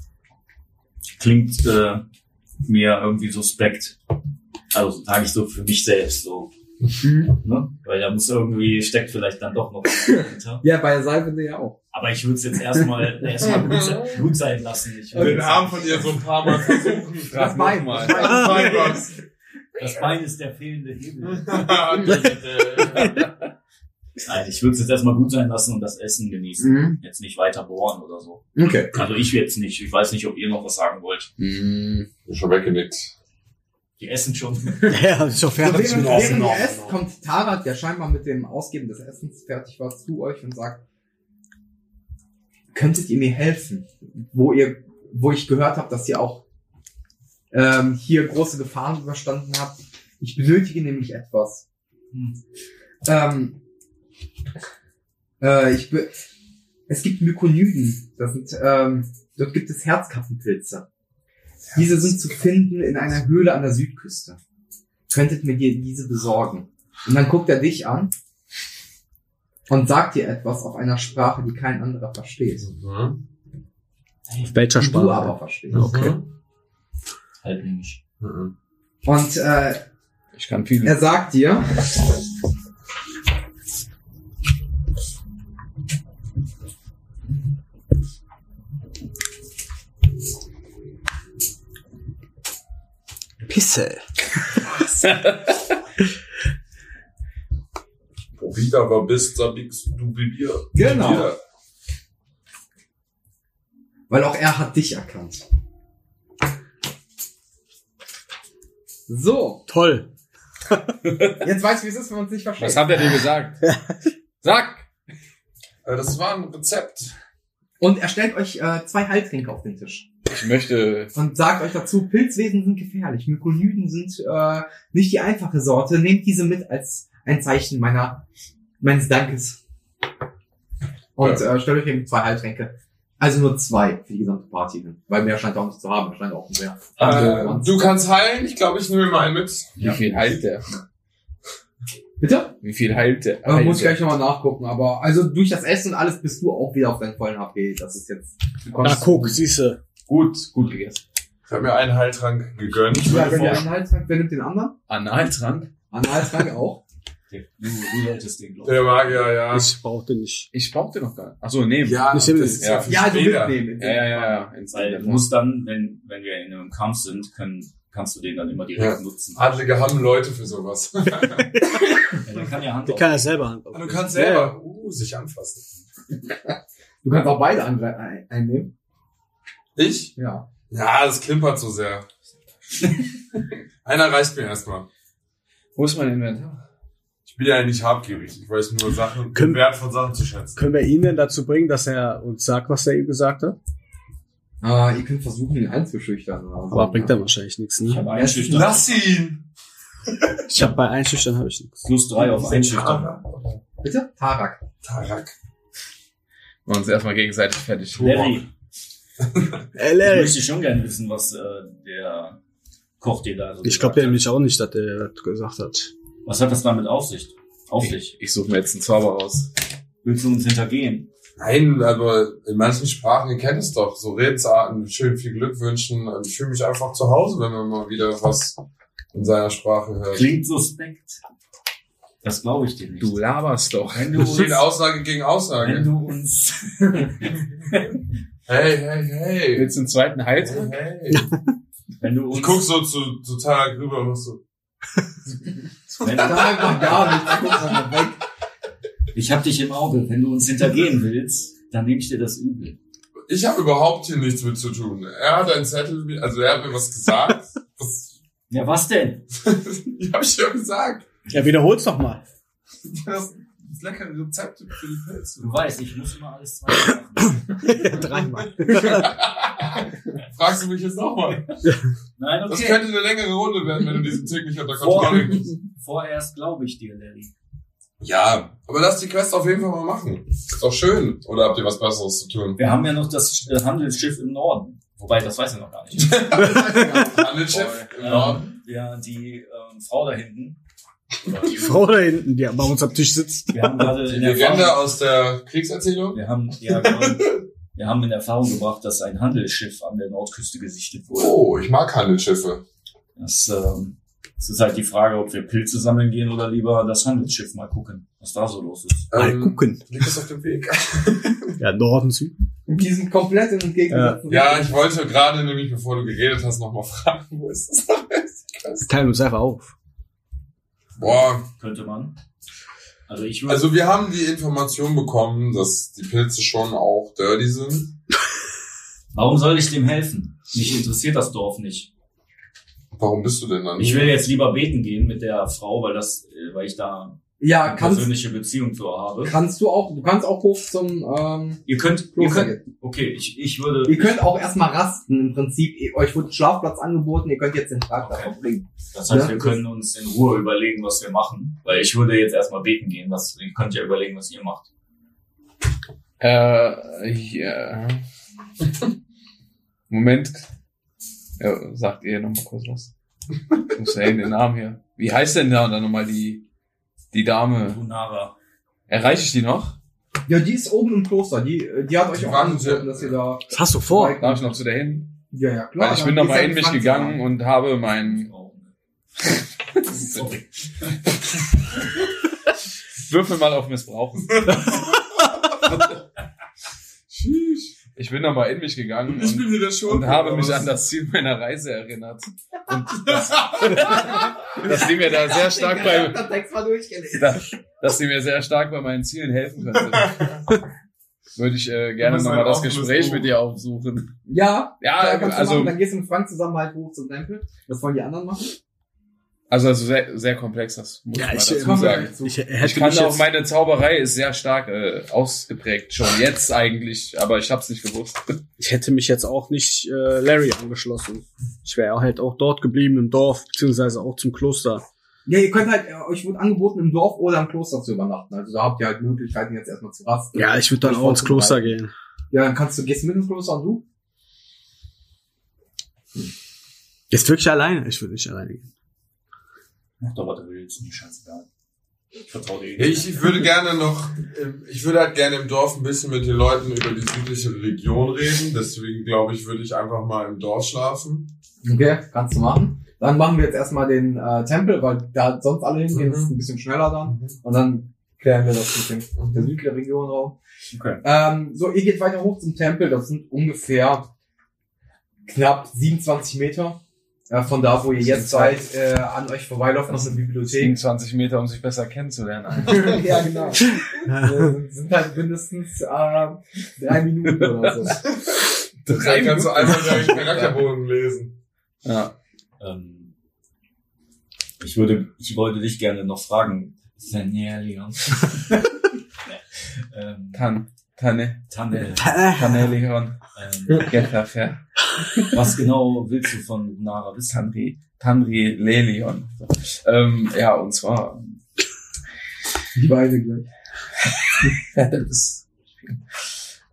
Speaker 3: Klingt äh, mir irgendwie suspekt. Also sage ich so für mich selbst so. Ne? Weil da muss irgendwie, steckt vielleicht dann doch noch mehr dahinter.
Speaker 6: Ja, bei der Salbende ja auch.
Speaker 3: Aber ich würde es jetzt erstmal erstmal gut, se- gut sein lassen. Ich würd
Speaker 5: Den
Speaker 3: jetzt-
Speaker 5: Arm von dir so ein paar Mal versuchen.
Speaker 6: Das Bein.
Speaker 5: mal.
Speaker 6: Das
Speaker 5: Das Bein, Ross.
Speaker 3: Das Bein ist der fehlende Hebel.
Speaker 5: Äh,
Speaker 3: Nein, ich würde es jetzt erstmal gut sein lassen und das Essen genießen.
Speaker 6: Mhm.
Speaker 3: Jetzt nicht weiter bohren oder so.
Speaker 6: Okay.
Speaker 3: Also ich jetzt nicht. Ich weiß nicht, ob ihr noch was sagen wollt.
Speaker 6: Mm-hmm.
Speaker 2: Bin schon weggenickt.
Speaker 3: Die essen schon.
Speaker 4: Ja, ist doch
Speaker 6: Während,
Speaker 4: fertig.
Speaker 6: während ihr
Speaker 4: Ja,
Speaker 6: esst, kommt Tarat, der scheinbar mit dem Ausgeben des Essens fertig war, zu euch und sagt, könntet ihr mir helfen? Wo ihr, wo ich gehört habe, dass ihr auch ähm, hier große Gefahren überstanden habt. Ich benötige nämlich etwas. Ähm, äh, ich be es gibt Mykonyden. Das sind, ähm, dort gibt es Herzkappenpilze. Diese sind zu finden in einer Höhle an der Südküste könntet mir dir diese besorgen. Und dann guckt er dich an und sagt dir etwas auf einer Sprache, die kein anderer versteht.
Speaker 2: Mhm.
Speaker 4: Auf welcher
Speaker 6: Die du
Speaker 4: Sprache?
Speaker 6: aber verstehst.
Speaker 4: Okay.
Speaker 3: Halt nämlich.
Speaker 2: Mhm.
Speaker 6: Und äh,
Speaker 5: Ich kann viel.
Speaker 6: er sagt dir,
Speaker 4: Pisse.
Speaker 2: Provida war bis Sabix du Bibier.
Speaker 6: Genau.
Speaker 2: Bibier.
Speaker 6: weil auch er hat dich erkannt. So,
Speaker 4: Toll.
Speaker 6: jetzt weißt du, wie es ist, wenn man es nicht
Speaker 5: Was
Speaker 6: versteht.
Speaker 5: hat er dir gesagt? Sag!
Speaker 2: Äh, Das war ein Rezept.
Speaker 6: Und er stellt euch äh, zwei Heiltränke auf den Tisch.
Speaker 5: Ich möchte.
Speaker 6: und sagt euch dazu, Pilzwesen sind gefährlich, Mykonyden sind äh, nicht die einfache Sorte, nehmt diese mit als ein Zeichen meiner meines Dankes. Und äh, stellt euch eben zwei Heiltränke. Also nur zwei für die gesamte Party hin. Weil mehr scheint auch nicht zu haben, scheint auch nicht mehr.
Speaker 2: Äh, du kannst heilen. Ich glaube, ich nehme mal einen mit.
Speaker 5: Wie viel heilt der?
Speaker 6: Bitte?
Speaker 5: Wie viel heilt der?
Speaker 6: Äh, muss ich
Speaker 5: Heilt
Speaker 6: gleich nochmal nachgucken, aber also durch das Essen und alles bist du auch wieder auf deinen vollen HP. Das ist jetzt. Du
Speaker 4: Na
Speaker 6: kommst-
Speaker 4: guck, siehste.
Speaker 5: der? Gut, gut gegessen.
Speaker 2: Ich habe mir einen Heiltrank gegönnt. Ich
Speaker 6: Ja,
Speaker 2: würde
Speaker 6: wenn der
Speaker 2: vorschlagen,
Speaker 6: einen Heiltrank, wer nimmt den anderen?
Speaker 5: Analtrank?
Speaker 6: Anderen Heiltrank auch.
Speaker 3: Du, du solltest den glauben.
Speaker 2: der Magier, ja.
Speaker 4: Ich brauchte nicht.
Speaker 5: Ich brauchte noch gar nicht. Achso, nehmen.
Speaker 4: Ich nehme das.
Speaker 2: ja, für
Speaker 6: Ja, also
Speaker 2: später.
Speaker 6: mitnehmen.
Speaker 5: ja, ja, ja. ja. Ins
Speaker 3: Weil du musst dann, wenn, wenn wir in einem Kampf sind, können, kannst du den dann immer direkt
Speaker 2: Ja.
Speaker 3: nutzen.
Speaker 2: Adlige haben Leute für sowas.
Speaker 3: Ja, der kann ja Hand
Speaker 4: Der kann ja selber Hand
Speaker 2: Du
Speaker 4: auf.
Speaker 2: kannst selber uh, sich anfassen.
Speaker 6: Du kannst auch beide Angre ein einnehmen.
Speaker 2: Ich?
Speaker 6: Ja.
Speaker 2: Ja, das klimpert so sehr. Einer reicht mir erstmal.
Speaker 5: Wo ist mein Inventar?
Speaker 2: Ich bin ja nicht habgierig. Ich weiß nur Sachen,
Speaker 4: Können-
Speaker 2: den Wert von Sachen zu schätzen.
Speaker 4: Können wir ihn denn dazu bringen, dass er uns sagt, was er ihm gesagt hat?
Speaker 6: Ah, ihr könnt versuchen, ihn einzuschüchtern. Oder so,
Speaker 4: Aber bringt
Speaker 6: ne?
Speaker 4: dann wahrscheinlich nichts.
Speaker 3: Ich
Speaker 4: Ne?
Speaker 3: habe einschüchtern.
Speaker 2: Lass ihn!
Speaker 4: Ich habe bei Einschüchtern habe ich nichts.
Speaker 3: Plus drei auf einschüchtern.
Speaker 2: Tarak.
Speaker 6: Bitte? Tarak.
Speaker 2: Tarak.
Speaker 5: Wir uns erstmal gegenseitig fertig.
Speaker 3: Larry, ich
Speaker 4: LL.
Speaker 3: möchte schon gerne wissen, was äh, der Koch dir da so
Speaker 4: Ich
Speaker 3: gesagt
Speaker 4: glaube
Speaker 3: hat.
Speaker 4: nämlich auch nicht, dass er das gesagt hat.
Speaker 3: Was hat das damit auf sich? Auf
Speaker 5: Ich,
Speaker 3: sich.
Speaker 5: ich suche mir jetzt einen Zauber raus.
Speaker 3: Willst du uns hintergehen?
Speaker 2: Nein, aber in manchen Sprachen, ihr kennt es doch, so Redensarten, schön viel Glück wünschen. Also Ich fühle mich einfach zu Hause, wenn man mal wieder was in seiner Sprache hört.
Speaker 3: Klingt suspekt. Das glaube ich dir nicht.
Speaker 5: Du laberst doch.
Speaker 3: Wenn du
Speaker 2: Das steht
Speaker 3: uns,
Speaker 2: Aussage gegen
Speaker 3: wenn
Speaker 2: Aussage.
Speaker 3: du uns,
Speaker 2: Hey, hey, hey.
Speaker 5: Willst du einen zweiten Hals?
Speaker 2: Hey, hey.
Speaker 3: Wenn du
Speaker 2: Ich
Speaker 3: uns,
Speaker 2: guck so zu, zu Tarek rüber und mach so.
Speaker 3: wenn,
Speaker 6: Tag war gar nichts. Guck mal weg.
Speaker 3: ich hab dich im Auge. Wenn du uns hintergehen willst, dann nehme ich dir das übel.
Speaker 2: Ich habe überhaupt hier nichts mit zu tun. Er hat einen Zettel, mit- also er hat mir was gesagt. was,
Speaker 3: Ja, was denn?
Speaker 2: ich habe ich ja gesagt.
Speaker 4: Ja, wiederhol's doch mal.
Speaker 2: Das, das leckere Rezept für die Pilze.
Speaker 3: Du weißt, ich muss immer alles zweimal machen.
Speaker 4: Ja, dreimal.
Speaker 2: Fragst du mich jetzt nochmal?
Speaker 3: Nein,
Speaker 2: Das
Speaker 3: okay.
Speaker 2: könnte eine längere Runde werden, wenn du diesen Tick nicht unter
Speaker 3: Vor,
Speaker 2: Kontrolle kriegst.
Speaker 3: vorerst glaube ich dir, Larry.
Speaker 2: Ja, aber lass die Quest auf jeden Fall mal machen. Ist doch schön. Oder habt ihr was Besseres zu tun?
Speaker 3: Wir haben ja noch das äh, Handelsschiff im Norden. Wobei, das weiß er noch gar nicht.
Speaker 2: An den Chef im Norden.
Speaker 3: Ähm, ja, die ähm, Frau da hinten.
Speaker 4: Die Frau da hinten, die bei uns am Tisch sitzt.
Speaker 3: Wir haben gerade
Speaker 2: Die
Speaker 3: in Erfahrung-
Speaker 2: Legende aus der Kriegserzählung.
Speaker 3: Wir haben, ja, genau. wir haben in Erfahrung gebracht, dass ein Handelsschiff an der Nordküste gesichtet wurde.
Speaker 2: Oh, ich mag Handelsschiffe.
Speaker 3: Das, ähm, es ist halt die Frage, ob wir Pilze sammeln gehen oder lieber das Handelsschiff mal gucken, was da so los ist.
Speaker 2: Ähm,
Speaker 5: Ähm,
Speaker 4: Mal gucken.
Speaker 2: Liegt es auf dem Weg?
Speaker 4: Ja, Norden, Süden.
Speaker 6: Die sind komplett in den Gegensatz.
Speaker 2: Ja, ich wollte gerade nämlich, bevor du geredet hast, nochmal fragen, wo ist das?
Speaker 4: Wir teilen uns einfach auf.
Speaker 2: Boah,
Speaker 3: Könnte man. Also ich würde.
Speaker 2: also wir haben die Information bekommen, dass die Pilze schon auch dirty sind.
Speaker 3: warum soll ich dem helfen? Mich interessiert das Dorf nicht.
Speaker 2: Warum bist du denn dann?
Speaker 3: Ich will jetzt lieber beten gehen mit der Frau, weil das, äh, weil ich da
Speaker 6: Ja,
Speaker 3: eine
Speaker 6: kannst,
Speaker 3: persönliche Beziehung zu habe.
Speaker 6: kannst du auch, du kannst auch hoch zum, ähm,
Speaker 3: Ihr könnt, ihr
Speaker 6: Kloster
Speaker 3: könnt,
Speaker 6: gehen.
Speaker 3: okay, ich, ich würde,
Speaker 6: Ihr könnt auch erstmal rasten, im Prinzip. Ihr- Euch wurde ein Schlafplatz angeboten, ihr könnt jetzt den Tag
Speaker 3: Okay.
Speaker 6: darauf bringen.
Speaker 3: Das heißt,
Speaker 6: Ja,
Speaker 3: wir
Speaker 6: das-
Speaker 3: können uns in Ruhe überlegen, was wir machen. Weil ich würde jetzt erstmal beten gehen. Was, ihr könnt ja überlegen, was ihr macht.
Speaker 5: Äh, ja. Moment. Ja, sagt ihr nochmal kurz was. Ich muss ja eben den Namen hier. Wie heißt denn da dann nochmal die, die Dame?
Speaker 3: Lunara.
Speaker 5: Erreiche ich die noch?
Speaker 6: Ja, die ist oben im Kloster. Die, äh, die hat euch
Speaker 2: Die
Speaker 6: auch
Speaker 2: waren
Speaker 6: angeboten,
Speaker 2: sehr-
Speaker 6: dass ihr da.
Speaker 4: Was hast du vor?
Speaker 5: Darf ich noch zu der hin?
Speaker 6: Ja, ja, klar.
Speaker 5: Weil ich
Speaker 6: dann
Speaker 5: bin
Speaker 6: geht's
Speaker 5: nochmal
Speaker 6: ja
Speaker 5: in mich
Speaker 6: 20
Speaker 5: gegangen
Speaker 6: Mal.
Speaker 5: und habe mein,
Speaker 3: Sorry.
Speaker 5: Würfel mal auf Missbrauchen. ich bin nochmal in mich gegangen
Speaker 2: Ich bin
Speaker 5: und,
Speaker 2: hier der Schurke.
Speaker 5: und habe mich
Speaker 2: aber
Speaker 5: an das Ziel meiner Reise erinnert. Und das, dass die mir da sehr stark bei,
Speaker 6: Der Text war durchgelesen.
Speaker 5: dass, dass sie mir sehr stark bei meinen Zielen helfen könnte. Würde ich äh, gerne
Speaker 2: Das ist
Speaker 5: nochmal
Speaker 2: ein
Speaker 5: das
Speaker 2: offenes
Speaker 5: Gespräch
Speaker 2: Buch.
Speaker 5: mit dir aufsuchen.
Speaker 6: Ja,
Speaker 5: Ja,
Speaker 6: klar, kannst du machen.
Speaker 5: also,
Speaker 6: dann gehst du mit Frank zusammen halt hoch zum Tempel. Das wollen die anderen machen.
Speaker 5: also, also sehr, sehr komplex, das muss
Speaker 4: Ja,
Speaker 5: ich mal
Speaker 4: ich,
Speaker 5: dazu
Speaker 4: ähm,
Speaker 5: sagen.
Speaker 4: Ich
Speaker 5: Ich
Speaker 4: hätte
Speaker 5: kann
Speaker 4: mich
Speaker 5: auch,
Speaker 4: jetzt,
Speaker 5: meine Zauberei ist sehr stark äh, ausgeprägt, schon jetzt eigentlich, aber ich hab's nicht gewusst.
Speaker 4: ich hätte mich jetzt auch nicht äh, Larry angeschlossen. Ich wäre halt auch dort geblieben im Dorf, beziehungsweise auch zum Kloster.
Speaker 6: Ja, ihr könnt halt, äh, euch wurde angeboten, im Dorf oder im Kloster zu übernachten. Also da habt ihr halt Möglichkeiten, jetzt erstmal zu rasten.
Speaker 4: Ja, ich würde dann auch ins Kloster gehen.
Speaker 6: Ja, dann kannst du, gehst du mit ins Kloster und du?
Speaker 4: Jetzt wirklich alleine? Ich würde nicht alleine gehen.
Speaker 3: Mach doch, was du willst. Mir scheißegal. Ich vertraue dir. eh.
Speaker 2: Ich würde gerne noch, ähm, ich würde halt gerne im Dorf ein bisschen mit den Leuten über die südliche Legion reden. Deswegen glaube ich, würde ich einfach mal im Dorf schlafen.
Speaker 6: Okay, kannst du machen. Dann machen wir jetzt erstmal den äh, Tempel, weil da sonst alle hingehen,
Speaker 2: Mhm.
Speaker 6: ist ein bisschen schneller dann. Und dann klären wir das mit dem der südlichen Region raum.
Speaker 3: Okay.
Speaker 6: Ähm, so, ihr geht weiter hoch zum Tempel. Das sind ungefähr knapp 27 Meter. Äh, von da, wo ihr jetzt seid, äh, an euch vorbeilauft, noch eine Bibliothek.
Speaker 5: 27 Meter, um sich besser kennenzulernen.
Speaker 6: ja, genau. Äh, sind halt mindestens äh, drei Minuten oder so.
Speaker 2: Drei kannst du einmal deinen Charakterbogen lesen.
Speaker 5: Ja.
Speaker 3: Ähm, ich würde, ich wollte dich gerne noch fragen. Senja Leon. ähm,
Speaker 5: Tan, Tanne,
Speaker 3: Tandel,
Speaker 5: Tanne Leon,
Speaker 3: ähm,
Speaker 5: Getafer,
Speaker 3: was genau willst du von Lunara wissen?
Speaker 5: Tanri, Tanri Lelion. Ähm, ja, und zwar,
Speaker 6: Die Beine gleich.
Speaker 5: ja, das ist,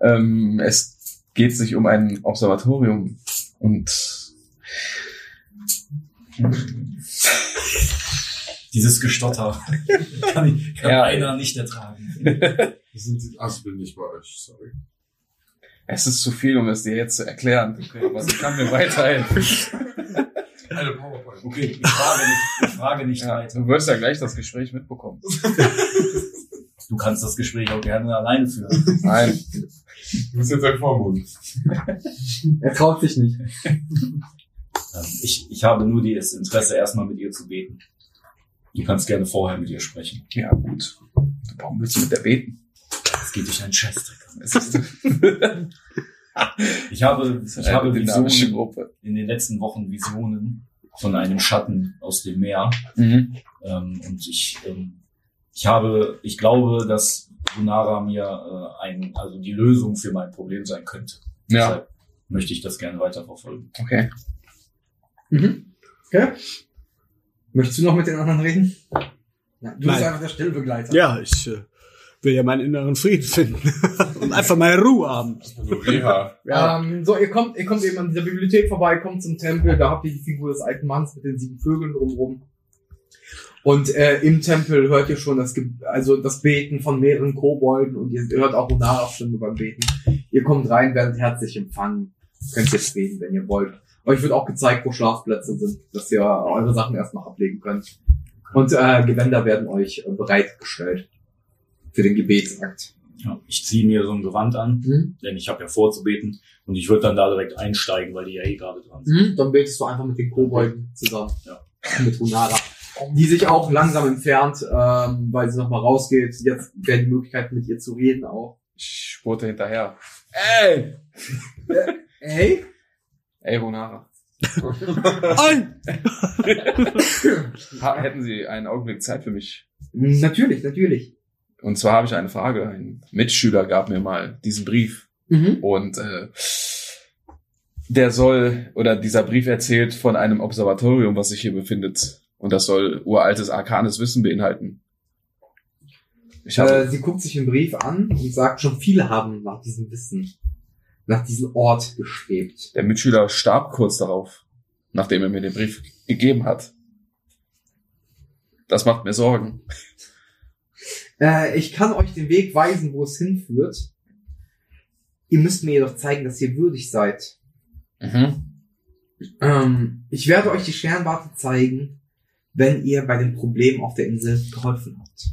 Speaker 5: ähm, es geht sich um ein Observatorium und
Speaker 3: Dieses Gestotter kann, ich, kann
Speaker 5: Ja.
Speaker 3: einer nicht ertragen.
Speaker 2: Das sind- Ah, ich bin nicht bei euch, sorry.
Speaker 5: es ist zu viel, um es dir jetzt zu erklären. Aber sie kann mir weiterhelfen.
Speaker 2: Eine PowerPoint.
Speaker 3: Okay, ich frage nicht, ich frage nicht
Speaker 5: Ja,
Speaker 3: weiter.
Speaker 5: du wirst ja gleich das Gespräch mitbekommen.
Speaker 3: Du kannst das Gespräch auch gerne alleine führen.
Speaker 5: Nein.
Speaker 2: Du bist jetzt ein Vormund.
Speaker 6: Er traut sich nicht.
Speaker 3: Ähm, Ich, ich habe nur die- das Interesse, erstmal mit ihr zu beten. Du kannst gerne vorher mit ihr sprechen.
Speaker 5: Ja, gut. Warum willst du mit der beten?
Speaker 3: Es geht durch einen Scheißdreck.
Speaker 5: Es ist
Speaker 3: Ich habe, ich habe Visionen
Speaker 5: Gruppe.
Speaker 3: in den letzten Wochen Visionen von einem Schatten aus dem Meer.
Speaker 5: Mhm.
Speaker 3: Ähm, und ich, ähm, ich habe, ich glaube, dass Lunara mir äh, ein, also die Lösung für mein Problem sein könnte.
Speaker 5: Ja,
Speaker 3: Deshalb möchte ich das gerne weiterverfolgen.
Speaker 5: okay.
Speaker 6: Mhm. Okay. Möchtest du noch mit den anderen reden? Ja, du
Speaker 4: Nein.
Speaker 6: bist einfach der Stillbegleiter.
Speaker 4: Ja, ich äh, will ja meinen inneren Frieden finden und einfach meine Ruhe haben.
Speaker 2: Also Reha.
Speaker 4: Ja.
Speaker 6: Ähm, so, ihr kommt, ihr kommt eben an dieser Bibliothek vorbei, kommt zum Tempel, da habt ihr die Figur des alten Manns mit den sieben Vögeln drumherum. Und äh, im Tempel hört ihr schon das, Ge also das Beten von mehreren Kobolden und ihr hört auch Runaras Stimme beim Beten. Ihr kommt rein, werdet herzlich empfangen. Könnt jetzt beten, wenn ihr wollt. Euch wird auch gezeigt, wo Schlafplätze sind, dass ihr eure Sachen erstmal ablegen könnt. Und äh, Gewänder werden euch äh, bereitgestellt für den Gebetsakt.
Speaker 3: Ja, ich ziehe mir so ein Gewand an,
Speaker 6: Mhm.
Speaker 3: denn ich habe ja vorzubeten und ich würde dann da direkt einsteigen, weil die ja eh gerade dran sind.
Speaker 6: Dann betest du einfach mit den Kobolden zusammen.
Speaker 3: Ja.
Speaker 6: Mit Runara. Die sich auch langsam entfernt, ähm, weil sie nochmal rausgeht. Jetzt wäre die Möglichkeit, mit ihr zu reden auch.
Speaker 5: Ich spurte hinterher.
Speaker 6: Ey! Äh, Ey?
Speaker 5: Ey, Bonara.
Speaker 4: Ein!
Speaker 5: Ha- Hätten Sie einen Augenblick Zeit für mich?
Speaker 6: Natürlich, natürlich.
Speaker 5: Und zwar habe ich eine Frage. Ein Mitschüler gab mir mal diesen Brief.
Speaker 6: Mhm.
Speaker 5: Und äh, der soll, oder dieser Brief erzählt von einem Observatorium, was sich hier befindet. Und das soll uraltes, arkanes Wissen beinhalten. Ich
Speaker 6: Äh,
Speaker 5: habe,
Speaker 6: sie guckt sich den Brief an und sagt, schon viele haben nach diesem Wissen, nach diesem Ort gestrebt.
Speaker 5: der Mitschüler starb kurz darauf, nachdem er mir den Brief gegeben hat. Das macht mir Sorgen.
Speaker 6: Äh, ich kann euch den Weg weisen, wo es hinführt. Ihr müsst mir jedoch zeigen, dass ihr würdig seid.
Speaker 5: Mhm.
Speaker 6: Ähm, ich werde euch die Sternwarte zeigen, wenn ihr bei dem Problem auf der Insel geholfen habt.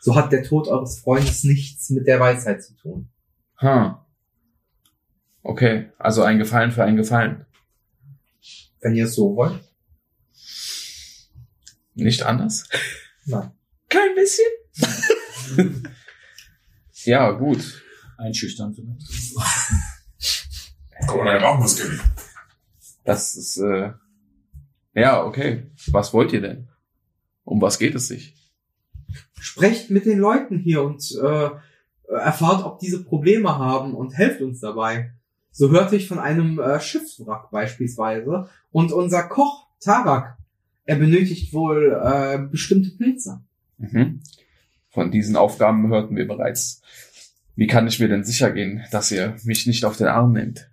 Speaker 6: So hat der Tod eures Freundes nichts mit der Weisheit zu tun.
Speaker 5: Ha. Okay, also ein Gefallen für einen Gefallen.
Speaker 6: Wenn ihr es so wollt.
Speaker 5: Nicht anders?
Speaker 6: Nein.
Speaker 5: Kein bisschen? ja, gut.
Speaker 3: Einschüchtern vielleicht.
Speaker 2: Guck mal, deine Bauchmuskeln.
Speaker 5: Das ist, äh, ja, okay. Was wollt ihr denn? Um was geht es sich?
Speaker 6: Sprecht mit den Leuten hier und äh, erfahrt, ob diese Probleme haben und helft uns dabei. So hörte ich von einem äh, Schiffswrack beispielsweise. Und unser Koch, Tarak, er benötigt wohl äh, bestimmte Pilze.
Speaker 5: Mhm. Von diesen Aufgaben hörten wir bereits. Wie kann ich mir denn sicher gehen, dass ihr mich nicht auf den Arm nehmt?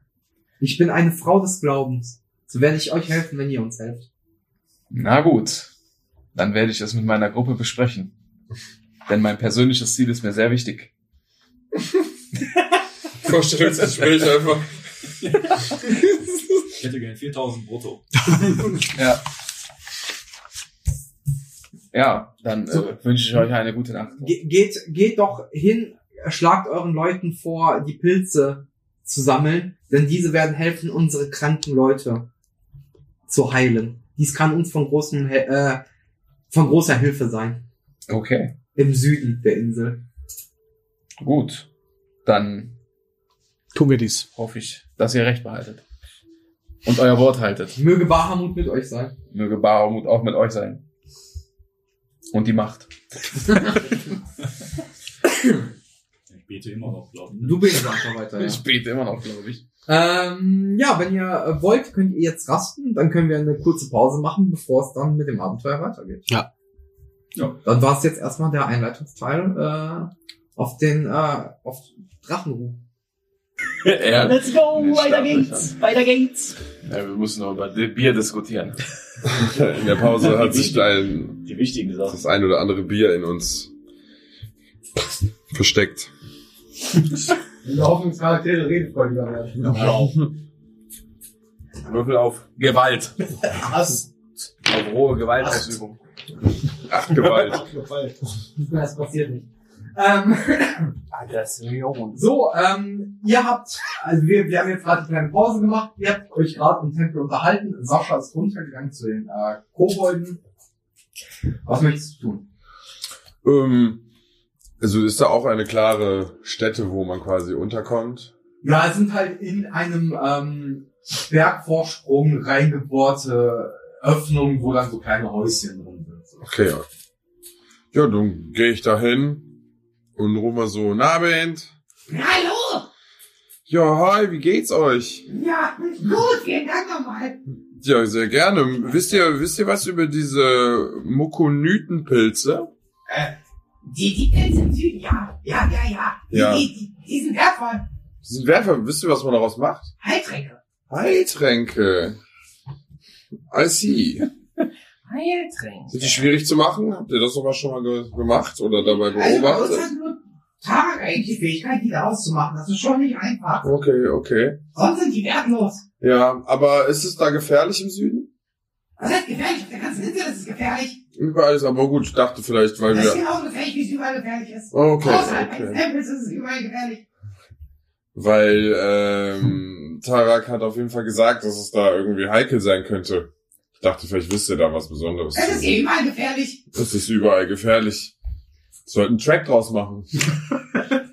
Speaker 6: Ich bin eine Frau des Glaubens. So werde ich euch helfen, wenn ihr uns helft.
Speaker 5: Na gut. Dann werde ich es mit meiner Gruppe besprechen. Denn mein persönliches Ziel ist mir sehr wichtig.
Speaker 2: Vorstellungsgespräch einfach.
Speaker 3: Ich hätte gern 4000 brutto.
Speaker 5: Ja. Ja, dann äh, wünsche ich euch eine gute Nacht.
Speaker 6: Ge geht, geht doch hin, schlagt euren Leuten vor, die Pilze zu sammeln, denn diese werden helfen, unsere kranken Leute zu heilen. Dies kann uns von, großem, He- äh, von großer Hilfe sein.
Speaker 5: Okay,
Speaker 6: Im Süden der Insel.
Speaker 5: gut. Dann
Speaker 4: Tun wir dies.
Speaker 5: hoffe ich, dass ihr recht behaltet. Und euer Wort haltet.
Speaker 6: Möge Bahamut mit euch sein.
Speaker 5: Möge Bahamut auch mit euch sein. Und die Macht.
Speaker 3: Ich bete immer noch, glaube ich.
Speaker 6: Du betest einfach weiter. Ja.
Speaker 5: Ich bete immer noch, glaube ich.
Speaker 6: Ähm, ja, wenn ihr äh, wollt, könnt ihr jetzt rasten. Dann können wir eine kurze Pause machen, bevor es dann mit dem Abenteuer weitergeht.
Speaker 4: Ja.
Speaker 3: Ja.
Speaker 6: Dann war es jetzt erstmal der Einleitungsteil äh, auf den äh, auf Drachenruf.
Speaker 5: ja,
Speaker 8: Let's go,
Speaker 5: Nee,
Speaker 8: weiter
Speaker 5: stark nicht,
Speaker 8: geht's, weiter geht's.
Speaker 5: wir müssen noch über Bier diskutieren.
Speaker 2: In der Pause hat sich ein,
Speaker 3: Die wichtigen Sachen.
Speaker 2: das ein oder andere Bier in uns versteckt.
Speaker 10: Wir hoffen, dass Charaktere redenfreudiger werden.
Speaker 5: Würfel auf Gewalt.
Speaker 10: Hass.
Speaker 5: Auf rohe Gewaltausübung.
Speaker 2: Ach, Gewalt.
Speaker 10: Das passiert nicht.
Speaker 6: Ähm,
Speaker 11: Aggression.
Speaker 6: so, ähm, ihr habt, also wir, wir haben jetzt gerade eine kleine Pause gemacht, ihr habt euch gerade im Tempel unterhalten, Sascha ist runtergegangen zu den äh, Kobolden. Was möchtest du tun?
Speaker 2: Ähm, also ist da auch eine klare Stätte, wo man quasi unterkommt.
Speaker 6: Ja, es sind halt in einem ähm, Bergvorsprung reingebohrte Öffnungen, wo dann so kleine Häuschen drin sind. So.
Speaker 2: Okay, ja. Ja, dann gehe ich da hin und rufe mal so, "Na, Abend.
Speaker 8: Hallo!
Speaker 2: Ja, hi, wie geht's euch?
Speaker 8: Ja, gut, vielen Dank nochmal.
Speaker 2: Ja, sehr gerne. Wisst ihr, wisst ihr was über diese Mokonytenpilze?
Speaker 8: Die, die Pilze im Süden, ja. Ja, ja, ja. Die,
Speaker 2: Ja.
Speaker 8: Die, die, die sind wertvoll.
Speaker 2: Die sind wertvoll. Wisst ihr, was man daraus macht?
Speaker 8: Heiltränke.
Speaker 2: Heiltränke. I see.
Speaker 11: Heiltränke.
Speaker 2: Sind die schwierig zu machen? Habt ihr das sogar schon mal ge gemacht oder dabei
Speaker 8: Also bei uns
Speaker 2: beobachtet?
Speaker 8: hat nur Tarek eigentlich die Fähigkeit, die da auszumachen. Das ist schon nicht einfach.
Speaker 2: Okay, okay.
Speaker 8: Sonst sind die wertlos.
Speaker 2: Ja, aber ist es da gefährlich im Süden?
Speaker 8: Das ist gefährlich. Auf der ganzen Insel ist es gefährlich.
Speaker 2: Überall ist aber gut, ich dachte vielleicht, weil
Speaker 8: Das ist
Speaker 2: wir. Oh,
Speaker 8: genauso gefährlich, wie es überall gefährlich ist.
Speaker 2: Also, Okay,
Speaker 8: Außerhalb eines
Speaker 2: okay.
Speaker 8: Tempels ist es überall gefährlich.
Speaker 2: Weil ähm, Tarak hat auf jeden Fall gesagt, dass es da irgendwie heikel sein könnte. Ich dachte, vielleicht wisst ihr da was Besonderes.
Speaker 8: Es ist hier überall gefährlich.
Speaker 2: Das ist überall gefährlich. Sollten einen Track draus machen.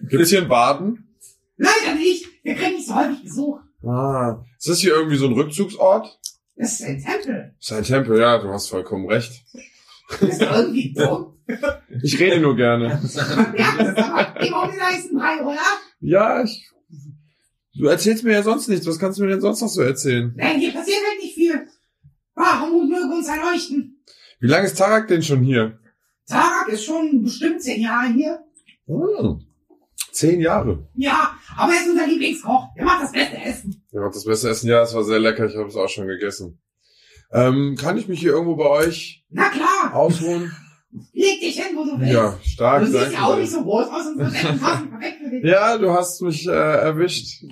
Speaker 2: Gibt's hier in Baden?
Speaker 8: Leider nicht. Wir kriegen nicht so häufig Besuch.
Speaker 2: Ah. Ist das hier irgendwie so ein Rückzugsort?
Speaker 8: Das ist ein Tempel.
Speaker 2: Ist ein Tempel, ja, du hast vollkommen recht.
Speaker 8: Bist du irgendwie dumm?
Speaker 2: Ich rede nur gerne.
Speaker 8: Man merkt es aber. um Gib auch den heißen Brei, oder?
Speaker 2: Ja, ich. Du erzählst mir ja sonst nichts. Was kannst du mir denn sonst noch so erzählen?
Speaker 8: Nein, hier passiert halt nicht viel. Warum möge uns erleuchten?
Speaker 2: Wie lange ist Tarak denn schon hier?
Speaker 8: Tarak ist schon bestimmt zehn Jahre hier.
Speaker 2: Hm. Zehn Jahre.
Speaker 8: Ja, aber er ist unser Lieblingskoch. Er macht das beste Essen.
Speaker 2: Ja, das beste Essen, ja, es war sehr lecker. Ich habe es auch schon gegessen. Ähm, kann ich mich hier irgendwo bei euch
Speaker 8: Na klar,
Speaker 2: ausruhen?
Speaker 8: leg dich hin, wo du willst.
Speaker 2: Ja, stark,
Speaker 8: du siehst ja auch
Speaker 2: danke.
Speaker 8: nicht so groß aus und so Essen passen perfekt für dich.
Speaker 2: Ja, du hast mich äh, erwischt.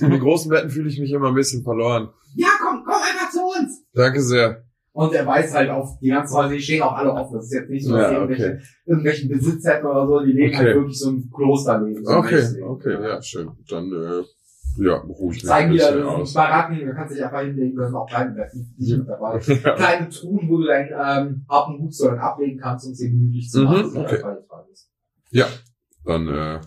Speaker 2: In den großen Betten fühle ich mich immer ein bisschen verloren.
Speaker 8: Ja, komm, komm einfach zu uns.
Speaker 2: Danke sehr.
Speaker 6: Und er weiß halt auf, die ganzen Häuser, die stehen auch alle offen. Das ist jetzt nicht so, dass
Speaker 2: Ja,
Speaker 6: die irgendwelche, irgendwelchen Besitz hätten oder so. Die leben halt
Speaker 2: Okay.
Speaker 6: wirklich so im Klosterleben. So ein
Speaker 2: Okay,
Speaker 6: Mönchsleben.
Speaker 2: okay, ja, schön. Dann, äh, ja, ruhig mich ein
Speaker 6: Zeigen dir
Speaker 2: bisschen
Speaker 6: das
Speaker 2: aus. Mhm.
Speaker 6: sind Baracken, du kannst dich einfach hinlegen, da sind auch kleine Betten nicht mit dabei. Kleine Truhen, wo du dein ähm, Hab und Gut so dann ablegen kannst, um es dir gemütlich zu
Speaker 2: Mhm,
Speaker 6: machen. Mhm,
Speaker 2: okay. Dann, äh,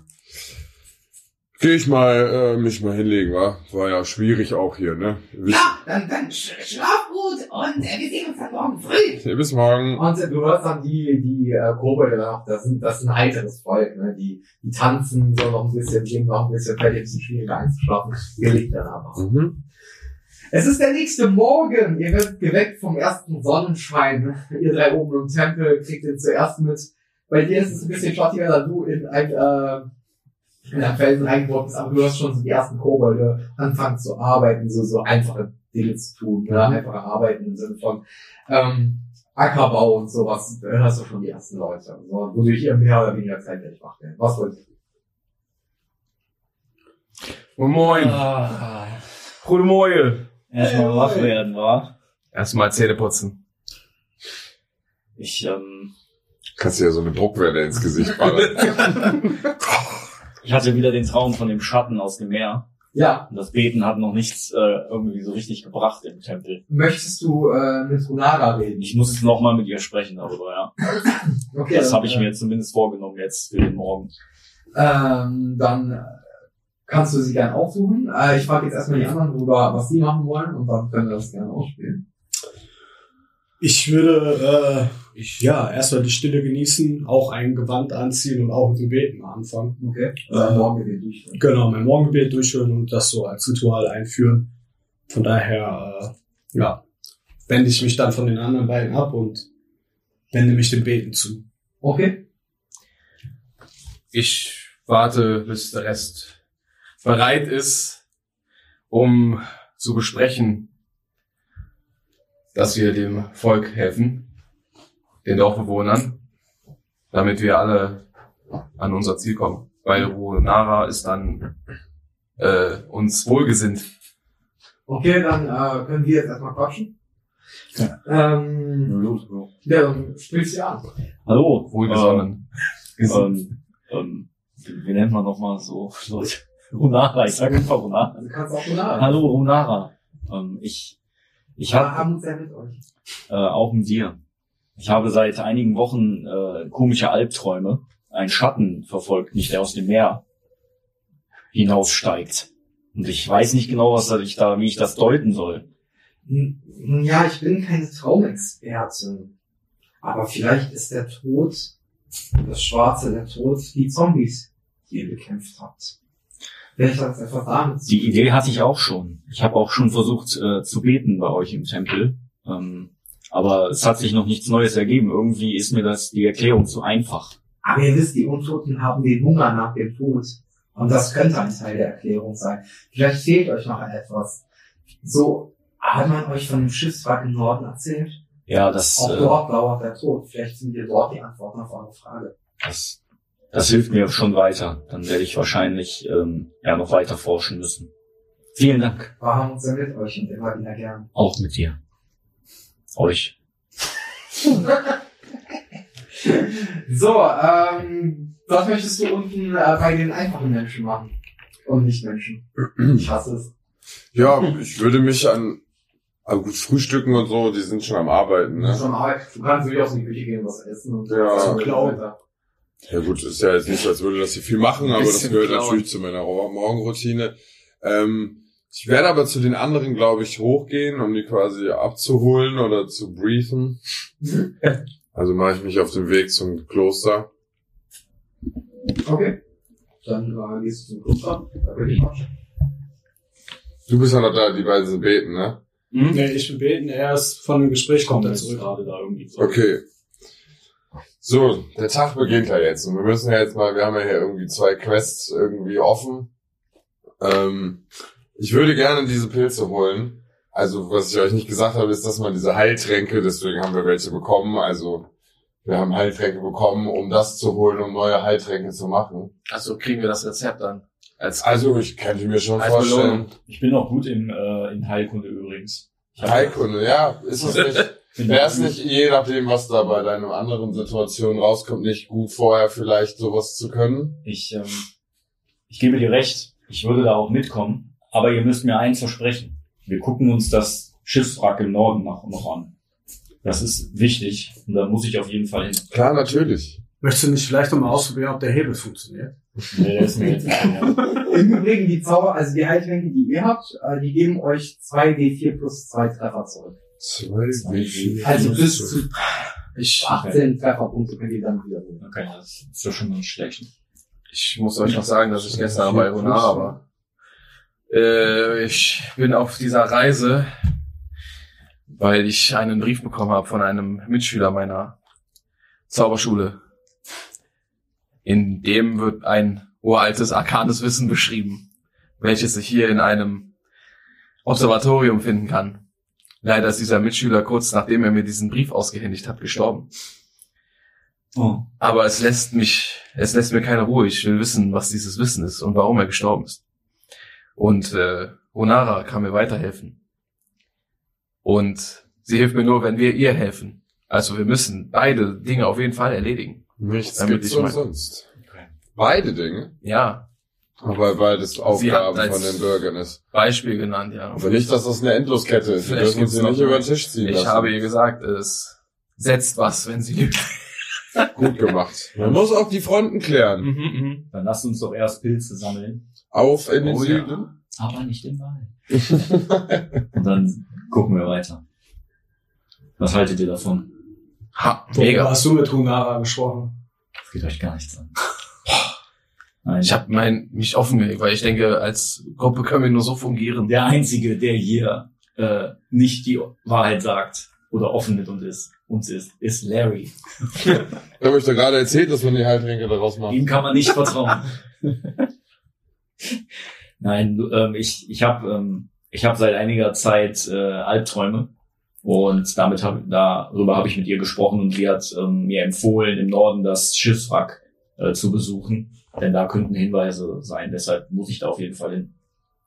Speaker 2: gehe ich mal, äh, mich mal hinlegen, wa? War ja schwierig auch hier, ne? Ihr wisst,
Speaker 8: Ja, dann, dann sch schlaf gut und äh, wir sehen uns dann morgen früh.
Speaker 2: ihr wisst morgen.
Speaker 6: Und äh, du hörst dann die, die äh, Kobolde danach, das sind, das ist ein heiteres Volk, ne? Die, die tanzen so noch ein bisschen, die sind noch ein bisschen fertig, ein bisschen schwieriger einzuschlafen. Ihr liegt dann aber.
Speaker 2: Mhm.
Speaker 6: Es ist der nächste Morgen. Ihr werdet geweckt vom ersten Sonnenschein. Ihr drei oben im Tempel kriegt den zuerst mit. Bei dir ist es ein bisschen schattiger, da du in ein, äh, in ein Felsen reingeworfen bist, aber du hast schon so die ersten Kobolde anfangen zu arbeiten, so, so einfache Dinge zu tun, ne?
Speaker 3: Mhm.
Speaker 6: einfache Arbeiten im Sinne von, ähm, Ackerbau und sowas, da hast du schon die ersten Leute, so, wodurch ihr mehr oder weniger zeitgleich wach werdet. Was wollt ihr?
Speaker 5: Moin.
Speaker 3: Ah,
Speaker 5: Gute Moje.
Speaker 3: Erstmal wach werden, wa?
Speaker 5: Erstmal Zähne putzen.
Speaker 3: Ich, ähm,
Speaker 2: Kannst dir ja so eine Druckwelle ins Gesicht ballern.
Speaker 3: ich hatte wieder den Traum von dem Schatten aus dem Meer.
Speaker 6: Ja,
Speaker 3: Und das Beten hat noch nichts äh, irgendwie so richtig gebracht im Tempel.
Speaker 6: möchtest du, äh, mit Runara reden?
Speaker 3: Ich muss jetzt nochmal mit ihr sprechen darüber, ja.
Speaker 6: Okay,
Speaker 3: Das
Speaker 6: dann,
Speaker 3: habe ich mir zumindest vorgenommen jetzt für den Morgen.
Speaker 6: Ähm, dann äh, kannst du sie gerne aufsuchen. Äh, ich frage jetzt erstmal die anderen drüber, was die machen wollen und dann können wir das gerne ausspielen.
Speaker 4: Ich würde äh, ich, ja erstmal die Stille genießen, auch ein Gewand anziehen und auch mit dem Beten anfangen.
Speaker 6: Okay.
Speaker 4: Äh,
Speaker 6: Dann morgen wir durchführen.
Speaker 4: Genau, mein Morgengebet durchführen und das so als Ritual einführen. Von daher, äh, ja, wende ich mich dann von den anderen beiden ab und wende mich dem Beten zu.
Speaker 6: Okay.
Speaker 5: Ich warte, bis der Rest bereit ist, um zu besprechen, dass wir dem Volk helfen, den Dorfbewohnern, damit wir alle an unser Ziel kommen. Weil Ruonara ist dann äh, uns wohlgesinnt.
Speaker 6: Okay, dann äh, können wir jetzt erstmal quatschen. Ähm, ja, dann spielst du an.
Speaker 3: Hallo.
Speaker 5: Wohlgesonnen.
Speaker 3: Ähm, ähm, wie nennt man nochmal so Leute? Runara, ich sage einfach Runara.
Speaker 6: Also
Speaker 12: Du kannst auch nah.
Speaker 3: Hallo Runara. Ähm, ich ich
Speaker 12: Wir
Speaker 3: habe
Speaker 12: haben uns ja mit euch.
Speaker 3: äh, auch mit dir. Ich habe seit einigen Wochen äh, komische Albträume. Ein Schatten verfolgt mich, der aus dem Meer hinaufsteigt. Und ich weiß nicht genau, was ich da, wie ich das deuten soll.
Speaker 12: Nun ja, ich bin keine Traumexpertin. Aber vielleicht ist der Tod, das Schwarze, der Tod, die Zombies, die ihr bekämpft habt. Vielleicht hat es einfach damit zu
Speaker 3: Die Idee hatte ich auch schon. Ich habe auch schon versucht äh, zu beten bei euch im Tempel. Ähm, aber es hat sich noch nichts Neues ergeben. Irgendwie ist mir das die Erklärung zu einfach.
Speaker 12: Aber ihr wisst, die Untoten haben den Hunger nach dem Tod. Und das könnte ein Teil der Erklärung sein. Vielleicht fehlt euch noch etwas. So hat man euch von dem Schiffswrack im Norden erzählt.
Speaker 3: Ja, das,
Speaker 12: Auch
Speaker 3: äh,
Speaker 12: dort lauert der Tod. Vielleicht sind wir dort die Antworten auf eure Frage.
Speaker 3: das, das hilft mir schon weiter. Dann werde ich wahrscheinlich ähm, ja noch weiter forschen müssen. Vielen Dank.
Speaker 12: Wir haben uns ja mit euch und immer wieder gern.
Speaker 3: Auch mit dir. Euch.
Speaker 12: So, ähm, was möchtest du unten äh, bei den einfachen Menschen machen? Und nicht Menschen. Ich hasse es.
Speaker 2: Ja, ich würde mich an, aber gut, frühstücken und so, die sind schon am Arbeiten,
Speaker 12: Du,
Speaker 2: ne?
Speaker 12: schon mal, du kannst wirklich aus in die Küche gehen, was essen und
Speaker 2: Ja.
Speaker 12: was
Speaker 2: Klauen.
Speaker 12: Weiter.
Speaker 2: Ja gut, ist ja jetzt nicht, als würde das hier viel machen, aber das
Speaker 5: Bisschen
Speaker 2: gehört
Speaker 5: klauen.
Speaker 2: natürlich zu meiner Ro- Morgenroutine. Ähm, ich werde aber zu den anderen, glaube ich, hochgehen, um die quasi abzuholen oder zu briefen. Also mache ich mich auf den Weg zum Kloster.
Speaker 12: Okay. Dann äh, gehst du zum Kloster. Da bin ich auch schon.
Speaker 2: Du bist ja noch da, die beiden sind beten, ne?
Speaker 5: Hm?
Speaker 4: Nee, ich will beten, er ist von einem Gespräch kommt er
Speaker 3: Jetzt
Speaker 4: zurück.
Speaker 3: gerade da irgendwie so.
Speaker 2: Okay. So, der Tag beginnt ja jetzt und wir müssen ja jetzt mal, wir haben ja hier irgendwie zwei Quests irgendwie offen. Ähm, ich würde gerne diese Pilze holen. Also, was ich euch nicht gesagt habe, ist, dass man diese Heiltränke, deswegen haben wir welche bekommen. Also, wir haben Heiltränke bekommen, um das zu holen, um neue Heiltränke zu machen.
Speaker 5: Also kriegen wir das Rezept dann. Als
Speaker 2: Also, ich könnte mir schon
Speaker 5: Als
Speaker 2: vorstellen.
Speaker 3: Ich bin auch gut im, äh, in Heilkunde übrigens. Ich hab-
Speaker 2: Heilkunde, ja, ist es nicht.
Speaker 3: bin
Speaker 2: Wäre es nicht, je nachdem, was da bei deiner anderen Situation rauskommt, nicht gut vorher vielleicht sowas zu können?
Speaker 3: Ich, ähm, ich gebe dir recht, ich würde da auch mitkommen, aber ihr müsst mir eins versprechen. Wir gucken uns das Schiffswrack im Norden noch, noch an. Das ist wichtig und da muss ich auf jeden Fall hin.
Speaker 2: Klar, natürlich.
Speaker 4: Möchtest du nicht vielleicht nochmal ausprobieren, ob der Hebel funktioniert?
Speaker 3: Nee, das ist mir jetzt nicht mehr.
Speaker 12: Im Übrigen, die Zauber, also die Heiltränke, die ihr habt, äh, die geben euch 2D4 plus 2 Treffer zurück.
Speaker 2: Zwei
Speaker 3: Wege.
Speaker 5: Mhm.
Speaker 12: Also bis zu
Speaker 5: ich,
Speaker 12: 18 Trefferpunkte könnt ihr dann wieder holen.
Speaker 3: Okay, das ist doch schon mal nicht schlecht.
Speaker 5: ich muss euch noch sagen, dass ich gestern bei Runara war. Äh, ich bin auf dieser Reise, weil ich einen Brief bekommen habe von einem Mitschüler meiner Zauberschule. In dem wird ein uraltes arkanes Wissen beschrieben, welches sich hier in einem Observatorium finden kann. Leider ist dieser Mitschüler kurz nachdem er mir diesen Brief ausgehändigt hat, gestorben.
Speaker 3: Oh.
Speaker 5: Aber es lässt mich, es lässt mir keine Ruhe. Ich will wissen, was dieses Wissen ist und warum er gestorben ist. Und äh, Onara kann mir weiterhelfen. Und sie hilft mir nur, wenn wir ihr helfen. Also wir müssen beide Dinge auf jeden Fall erledigen.
Speaker 2: Nichts
Speaker 5: Damit
Speaker 2: gibt's
Speaker 5: ich mein-
Speaker 2: umsonst.
Speaker 3: Okay.
Speaker 2: Beide Dinge,
Speaker 5: Ja,
Speaker 2: weil beides Aufgaben
Speaker 5: als-
Speaker 2: von den Bürgern ist.
Speaker 5: Beispiel genannt, ja.
Speaker 2: Aber nicht, dass das eine Endloskette ist. Wir
Speaker 5: Vielleicht
Speaker 2: dürfen uns
Speaker 5: gibt's
Speaker 2: nicht
Speaker 5: noch-
Speaker 2: über den Tisch ziehen
Speaker 5: Ich
Speaker 2: lassen.
Speaker 5: habe ihr gesagt, es setzt was, wenn sie lügt.
Speaker 2: Gut gemacht. Man muss auch die Fronten klären.
Speaker 5: Mhm,
Speaker 3: Dann lasst uns doch erst Pilze sammeln.
Speaker 2: Auf in den
Speaker 5: Oh ja.
Speaker 2: Süden.
Speaker 3: Aber nicht im Wald. und dann gucken wir weiter. Was haltet ihr davon?
Speaker 5: mhm. Ha,
Speaker 4: Worüber
Speaker 5: mega.
Speaker 4: Hast du mit Hunara gesprochen?
Speaker 3: Das geht euch gar nichts an. Nein.
Speaker 5: Ich habe mein, mich offengelegt, weil ich denke, als Gruppe können wir nur so fungieren.
Speaker 3: der Einzige, der hier äh, nicht die Wahrheit sagt oder offen mit uns ist, uns ist, ist Larry.
Speaker 2: Da habe ich doch gerade erzählt, dass man die Heiltränke daraus macht.
Speaker 3: Ihm kann man nicht vertrauen. Nein, du, ähm, ich, ich habe ähm, ich hab seit einiger Zeit äh, Albträume und damit hab, darüber habe ich mit ihr gesprochen und sie hat ähm, mir empfohlen, im Norden das Schiffswrack äh, zu besuchen, denn da könnten Hinweise sein, deshalb muss ich da auf jeden Fall hin.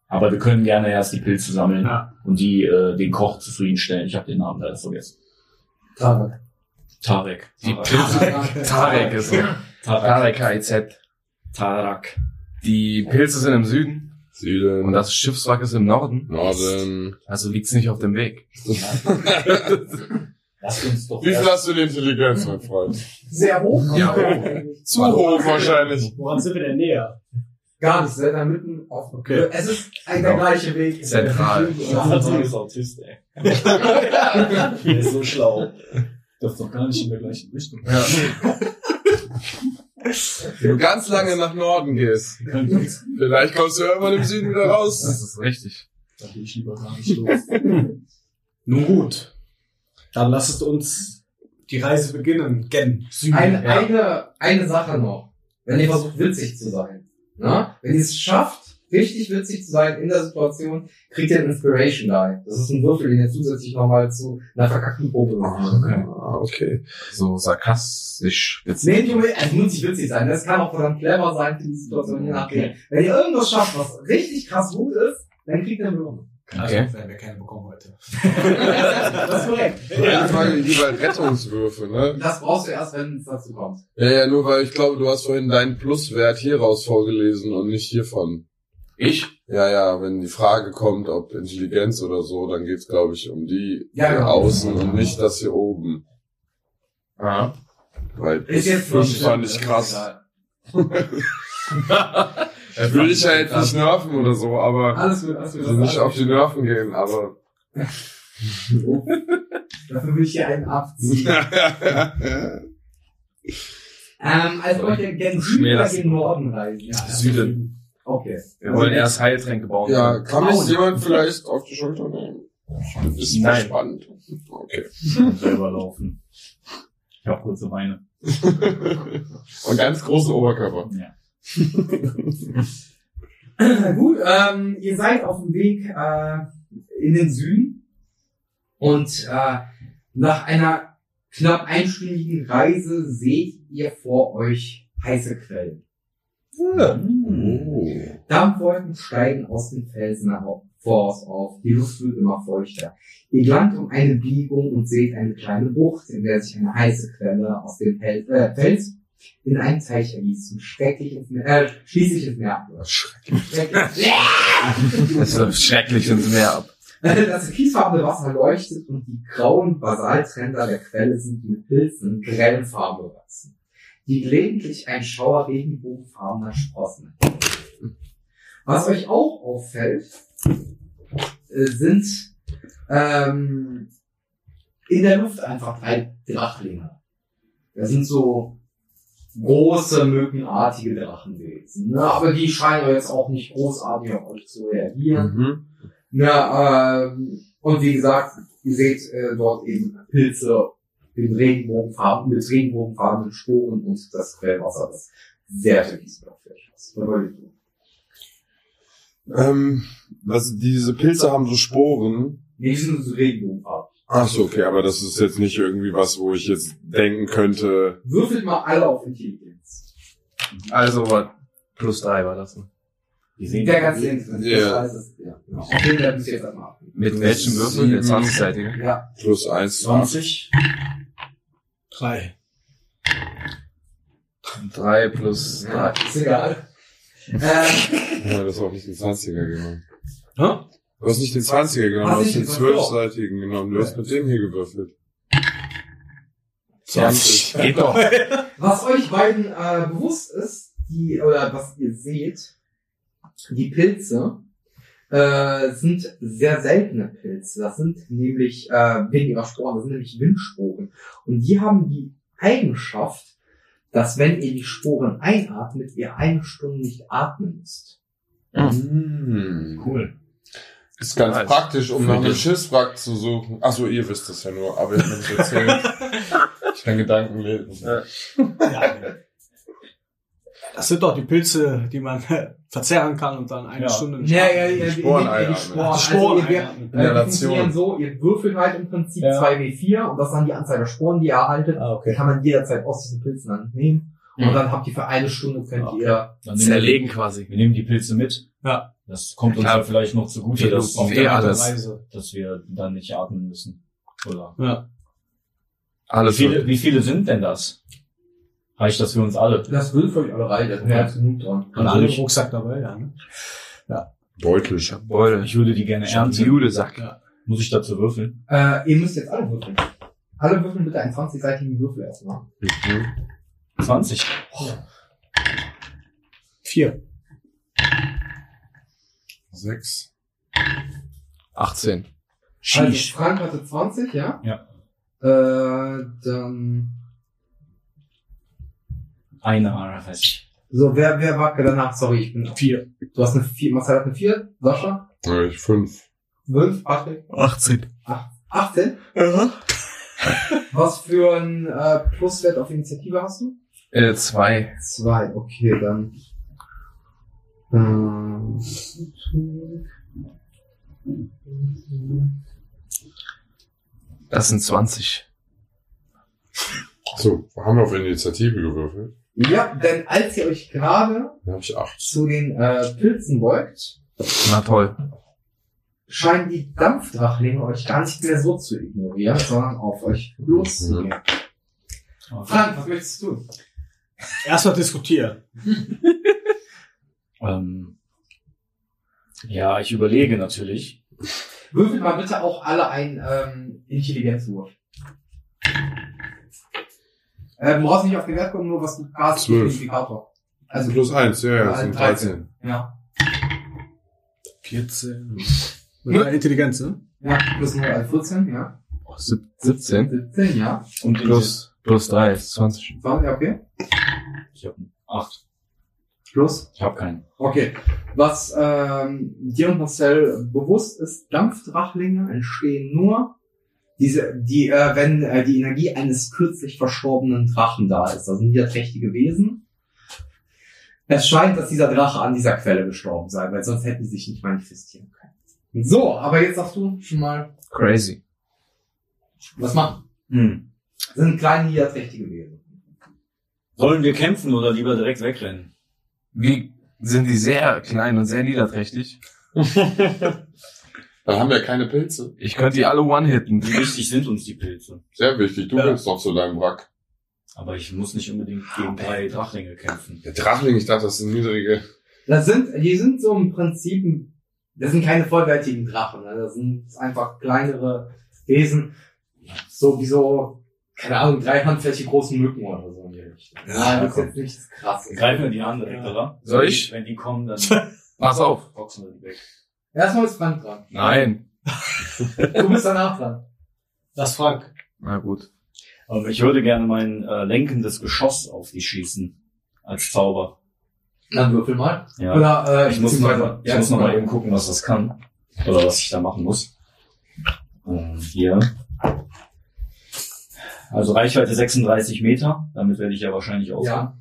Speaker 3: Aber wir können gerne erst die Pilze sammeln
Speaker 4: Ja.
Speaker 3: und die äh, den Koch zufriedenstellen. Ich habe den Namen leider vergessen.
Speaker 12: Treffer.
Speaker 3: Tarek.
Speaker 5: Die
Speaker 3: Tarek.
Speaker 5: Pilze. Tarek ist so.
Speaker 3: Tarek.
Speaker 5: Tarek KIZ.
Speaker 3: Tarak.
Speaker 5: Die Pilze sind im Süden
Speaker 2: Süden.
Speaker 5: und das Schiffswrack ist im Norden.
Speaker 2: Norden.
Speaker 5: Also liegt's nicht auf dem Weg.
Speaker 3: Lass uns doch
Speaker 2: Wie viel
Speaker 3: erst,
Speaker 2: hast du die Intelligenz, mein Freund?
Speaker 11: Sehr hoch.
Speaker 5: Ja, hoch.
Speaker 2: Zu hoch wahrscheinlich.
Speaker 4: Woran sind wir denn näher?
Speaker 6: Gar nicht, seid da mitten auf.
Speaker 4: Okay.
Speaker 6: Es ist ein, der
Speaker 5: Genau.
Speaker 6: gleiche Weg.
Speaker 5: Zentral.
Speaker 1: Satzung ist Autist, ey. Der ist so schlau. Darf doch gar nicht in der gleichen Richtung.
Speaker 5: Ja.
Speaker 2: Wenn du ganz lange nach Norden gehst,
Speaker 1: Kein Witz.
Speaker 2: vielleicht kommst du irgendwann im Süden wieder
Speaker 5: Das
Speaker 2: raus.
Speaker 5: ist richtig.
Speaker 1: Da gehe ich lieber gar nicht los.
Speaker 4: Nun gut. Dann lasst uns die Reise beginnen. Gen. Süden.
Speaker 6: Eine,
Speaker 5: Ja.
Speaker 6: eine, eine Sache noch. Wenn ihr versucht, witzig zu sein. Ne? Wenn ihr es schafft, richtig witzig zu sein in der Situation, kriegt ihr einen Inspiration Die. Das ist ein Würfel, den ihr zusätzlich nochmal zu einer verkackten Probe macht.
Speaker 2: Ah, okay.
Speaker 5: So sarkastisch. Jetzt.
Speaker 6: Nee, Junge, es muss nicht witzig sein. Das kann auch verdammt clever sein für die Situation, je nachdem. Wenn ihr irgendwas schafft, was richtig krass gut ist, dann kriegt ihr eine Belohnung.
Speaker 5: Okay.
Speaker 4: werden Also, wir keine bekommen heute.
Speaker 6: das ist korrekt.
Speaker 2: Ja, ich meine, die bei Rettungswürfe, ne?
Speaker 6: Das brauchst du erst, wenn es dazu kommt.
Speaker 2: Ja, ja, nur weil ich glaube, du hast vorhin deinen Pluswert hier raus vorgelesen und nicht hiervon.
Speaker 5: Ich?
Speaker 2: Ja, ja, wenn die Frage kommt, ob Intelligenz oder so, dann geht's, glaube ich, um die
Speaker 6: Ja,
Speaker 2: hier
Speaker 6: genau.
Speaker 2: außen und nicht das hier oben.
Speaker 5: Ja.
Speaker 2: Weil das
Speaker 6: Ist jetzt nicht
Speaker 2: fand
Speaker 6: schlimm,
Speaker 2: ich
Speaker 6: das ist
Speaker 2: krass.
Speaker 6: egal.
Speaker 2: Ich will dich ja
Speaker 5: halt,
Speaker 2: jetzt nicht nerven oder so, aber
Speaker 6: Alles gut, alles gut.
Speaker 2: also nicht auf die Nerven gehen, aber.
Speaker 6: Dafür will ich hier einen abziehen. ähm, also wollt ihr gerne
Speaker 5: Schmier
Speaker 6: Süden oder
Speaker 5: das.
Speaker 6: den Norden reisen? Ja.
Speaker 5: Süden.
Speaker 6: Okay.
Speaker 5: Wir wollen erst Heiltränke bauen.
Speaker 2: ja, kann mich jemand vielleicht auf die Schulter nehmen? Das ist
Speaker 5: Nein.
Speaker 2: spannend. Okay.
Speaker 3: selber laufen. Ich habe kurze Beine.
Speaker 2: Und ganz großen Oberkörper.
Speaker 3: Ja.
Speaker 6: Gut, ähm, ihr seid auf dem Weg äh, in den Süden und äh, nach einer knapp einstündigen Reise seht ihr vor euch heiße Quellen. Hm.
Speaker 2: Oh.
Speaker 6: Dampfwolken steigen aus den Felsen hervor- voraus auf. Die Luft wird immer feuchter. Ihr gelangt um eine Biegung und seht eine kleine Bucht, in der sich eine heiße Quelle aus dem Fel äh, Fels in einen Teich ergießt und schrecklich ins Meer, äh, schließlich ins Meer abläuft. Schrecklich.
Speaker 5: Es läuft schrecklich ins Meer ab.
Speaker 6: Das kiesfarbene Wasser leuchtet und die grauen Basaltränder der Quelle sind mit Pilzen grellen Farbe bewachsen, die gelegentlich ein Schauer regenbogenfarbener Sprossen. enthalten. Was euch auch auffällt, äh, sind ähm, in der Luft einfach drei Drachlinge. Das sind so große, mögenartige Drachenwesen. Ne? Aber die scheinen jetzt auch nicht großartig auf euch zu reagieren.
Speaker 2: Mhm.
Speaker 6: Ja, ähm, und wie gesagt, ihr seht äh, dort eben Pilze in Regenbogenfarben, mit Regenbogenfarbenen Sporen und das Quellwasser, das sehr türkisblaufähig ist. Was wollt ihr tun?
Speaker 2: Ähm, was, diese Pilze haben so Sporen.
Speaker 6: Nee, die sind so Regenbogenfarben.
Speaker 2: Ach so, okay, aber das ist jetzt nicht irgendwie was, wo ich jetzt denken könnte.
Speaker 6: Würfelt mal alle auf Intelligenz.
Speaker 5: Also, was? Plus drei war das. Ne?
Speaker 3: Die sehen
Speaker 6: Der ganz links.
Speaker 2: Ja.
Speaker 6: Das heißt, es- ja. Genau. Den werden wir jetzt einmal ab.
Speaker 5: Mit welchen Würfeln? Der 20-seitige.
Speaker 6: Ja.
Speaker 2: Plus eins.
Speaker 4: 20. 3.
Speaker 5: Drei plus
Speaker 6: ja,
Speaker 5: drei.
Speaker 6: ist egal. ähm,
Speaker 2: Ja, das war auch nicht den 20er genommen.
Speaker 4: Hä?
Speaker 2: Du hast nicht den 20er genommen, du
Speaker 6: Hast
Speaker 2: hast
Speaker 6: ich
Speaker 2: den
Speaker 6: den 20er?
Speaker 2: 12-seitigen genommen. Du hast mit dem hier gewürfelt. 20.
Speaker 5: Geht doch.
Speaker 6: was euch beiden äh, bewusst ist, die, oder was ihr seht, die Pilze äh, sind sehr seltene Pilze. Das sind nämlich äh, wegen ihrer Sporen, das sind nämlich Windsporen. Und die haben die Eigenschaft, dass wenn ihr die Sporen einatmet, ihr eine Stunde nicht atmen müsst.
Speaker 2: Mm.
Speaker 3: Cool.
Speaker 2: Ist ganz
Speaker 5: Nice.
Speaker 2: praktisch, um
Speaker 5: Für
Speaker 2: nach einem
Speaker 5: dich.
Speaker 2: Schiffswrack zu suchen. Ach so, ihr wisst das ja nur, aber ich kann es erzählen. ich kann Gedanken lesen.
Speaker 4: Ja. Das sind doch die Pilze, die man verzehren kann und dann eine
Speaker 3: Ja.
Speaker 4: Stunde
Speaker 2: Die Sporen einatmen.
Speaker 6: Also
Speaker 4: Sporen
Speaker 6: ihr- wir-
Speaker 4: einatmen.
Speaker 6: Äh, die
Speaker 2: Inhalation.
Speaker 6: funktionieren so, ihr würfelt halt im Prinzip
Speaker 1: Ja.
Speaker 6: 2W4 und das ist dann die Anzahl der Sporen, die ihr erhaltet.
Speaker 1: Ah,
Speaker 6: Die
Speaker 1: okay.
Speaker 6: kann man jederzeit aus diesen Pilzen dann nehmen. Und
Speaker 5: Mhm.
Speaker 6: dann habt ihr für eine Stunde könnt
Speaker 3: Okay.
Speaker 6: ihr.
Speaker 3: Dann nehmen wir-
Speaker 5: Zerlegen quasi.
Speaker 3: Wir nehmen die Pilze mit.
Speaker 4: Ja.
Speaker 3: Das kommt uns
Speaker 5: Klar.
Speaker 3: ja vielleicht noch zugute,
Speaker 5: Wir
Speaker 3: dass,
Speaker 5: lupen
Speaker 3: auf
Speaker 5: eh
Speaker 3: der Art und
Speaker 5: alles.
Speaker 3: Weise, dass wir dann nicht atmen müssen. Oder?
Speaker 4: Ja.
Speaker 5: Alles
Speaker 3: Wie viele,
Speaker 5: viele.
Speaker 3: wie viele sind denn das? Reicht das für uns alle?
Speaker 6: Das will für euch alle reichen, da sind
Speaker 4: Ja.
Speaker 6: ja. genug dran.
Speaker 4: Haben
Speaker 3: Also
Speaker 4: alle
Speaker 3: ich-
Speaker 4: einen Rucksack dabei, ja. Ne?
Speaker 2: Deutlich.
Speaker 13: Beule.
Speaker 3: Ich würde die gerne ernten.
Speaker 13: Jude-Sack.
Speaker 3: Muss ich dazu würfeln?
Speaker 6: Äh, ihr müsst jetzt alle würfeln. Alle würfeln bitte einen 20-seitigen Würfel erstmal.
Speaker 3: 20.
Speaker 4: Vier.
Speaker 2: Sechs.
Speaker 5: 18.
Speaker 6: Also Frank hatte 20, ja?
Speaker 3: Ja.
Speaker 6: Äh, dann.
Speaker 3: Eine Haarfest.
Speaker 6: So, wer, wer war danach? Sorry, ich bin.
Speaker 4: Vier.
Speaker 6: Du hast eine 4, Marcel hat eine 4, Sascha,
Speaker 2: Ja, ich fünf.
Speaker 6: 5, Patrick,
Speaker 4: 18.
Speaker 6: 18. Was für ein äh, Pluswert auf Initiative hast du?
Speaker 5: Äh, zwei.
Speaker 6: 2, okay, dann. Ähm,
Speaker 5: Das sind 20.
Speaker 2: So, haben wir auf Initiative gewürfelt.
Speaker 6: ja, denn als ihr euch gerade
Speaker 2: Dann habe ich acht.
Speaker 6: zu den äh, Pilzen beugt,
Speaker 5: Na toll.
Speaker 6: scheinen die Dampfdrachlinge euch gar nicht mehr so zu ignorieren, sondern auf euch loszugehen.
Speaker 2: Mhm.
Speaker 1: Ah,
Speaker 6: Frank, was möchtest du?
Speaker 4: Erstmal diskutieren.
Speaker 3: Ähm, ja, ich überlege natürlich.
Speaker 6: Würfelt mal bitte auch alle einen ähm, Intelligenzwurf. Äh, du brauchst nicht auf den Wert gucken, nur was du hast.
Speaker 2: Zwölf.
Speaker 6: Multiplikator. Also,
Speaker 2: Plus eins, ja, ja, das sind
Speaker 6: Dreizehn.
Speaker 2: 13.
Speaker 6: ja.
Speaker 4: 14. Mit einer Intelligenz, ne?
Speaker 6: Ja, plus 0, also 14, ja.
Speaker 5: Oh, sieb- 17.
Speaker 6: 17, ja.
Speaker 3: Und
Speaker 5: Plus, plus 3 ist 20.
Speaker 6: 20, okay.
Speaker 3: Ich habe acht.
Speaker 6: Plus
Speaker 3: Ich habe keinen.
Speaker 6: Okay. Was ähm, dir und Marcel bewusst ist, Dampfdrachlinge entstehen nur, diese, die, äh, wenn äh, die Energie eines kürzlich verstorbenen Drachen da ist. Das sind niederträchtige Wesen. Es scheint, dass dieser Drache an dieser Quelle gestorben sei, weil sonst hätten die sich nicht manifestieren können. So, aber jetzt sagst du schon mal,
Speaker 5: Crazy.
Speaker 6: was machen?
Speaker 3: Hm.
Speaker 6: Das sind kleine niederträchtige Wesen.
Speaker 3: Sollen wir kämpfen oder lieber direkt wegrennen?
Speaker 5: Wie sind die sehr klein und sehr niederträchtig?
Speaker 2: Dann haben wir keine Pilze.
Speaker 5: Ich könnte die alle one-hitten.
Speaker 3: Wie wichtig sind uns die Pilze?
Speaker 2: Sehr wichtig, du
Speaker 4: Ja.
Speaker 2: willst doch zu deinem Wrack.
Speaker 3: Aber ich muss nicht unbedingt gegen drei Drachlinge kämpfen.
Speaker 2: Der Drachling, ich dachte, das sind niedrige.
Speaker 6: Das sind, die sind so im Prinzip, ein- das sind keine vollwertigen Drachen, ne? das sind einfach kleinere Wesen, so wie so, keine Ahnung, drei Handfläche großen Mücken oder so in die Richtung.
Speaker 3: Ja,
Speaker 6: das ist
Speaker 3: komm.
Speaker 6: jetzt nichts krasses.
Speaker 3: Greifen wir die an direkt, oder?
Speaker 5: Soll ich?
Speaker 3: Wenn die kommen, dann
Speaker 5: Pass auf.
Speaker 3: boxen wir die weg.
Speaker 6: Erstmal ist Frank dran.
Speaker 5: Nein.
Speaker 6: Du bist danach dran.
Speaker 4: Das Frank.
Speaker 5: Na gut.
Speaker 3: Ähm, ich würde gerne mein äh, lenkendes Geschoss auf die schießen. Als Zauber.
Speaker 6: Dann würfel mal.
Speaker 3: Ja.
Speaker 6: Oder, äh,
Speaker 3: Ich muss
Speaker 6: beziehungsweise-
Speaker 3: nochmal
Speaker 6: Ja, genau.
Speaker 3: noch mal eben gucken, was das kann. Oder was ich da machen muss. Ähm, hier. Also Reichweite 36 Meter. Damit werde ich ja wahrscheinlich aus.
Speaker 6: Ja.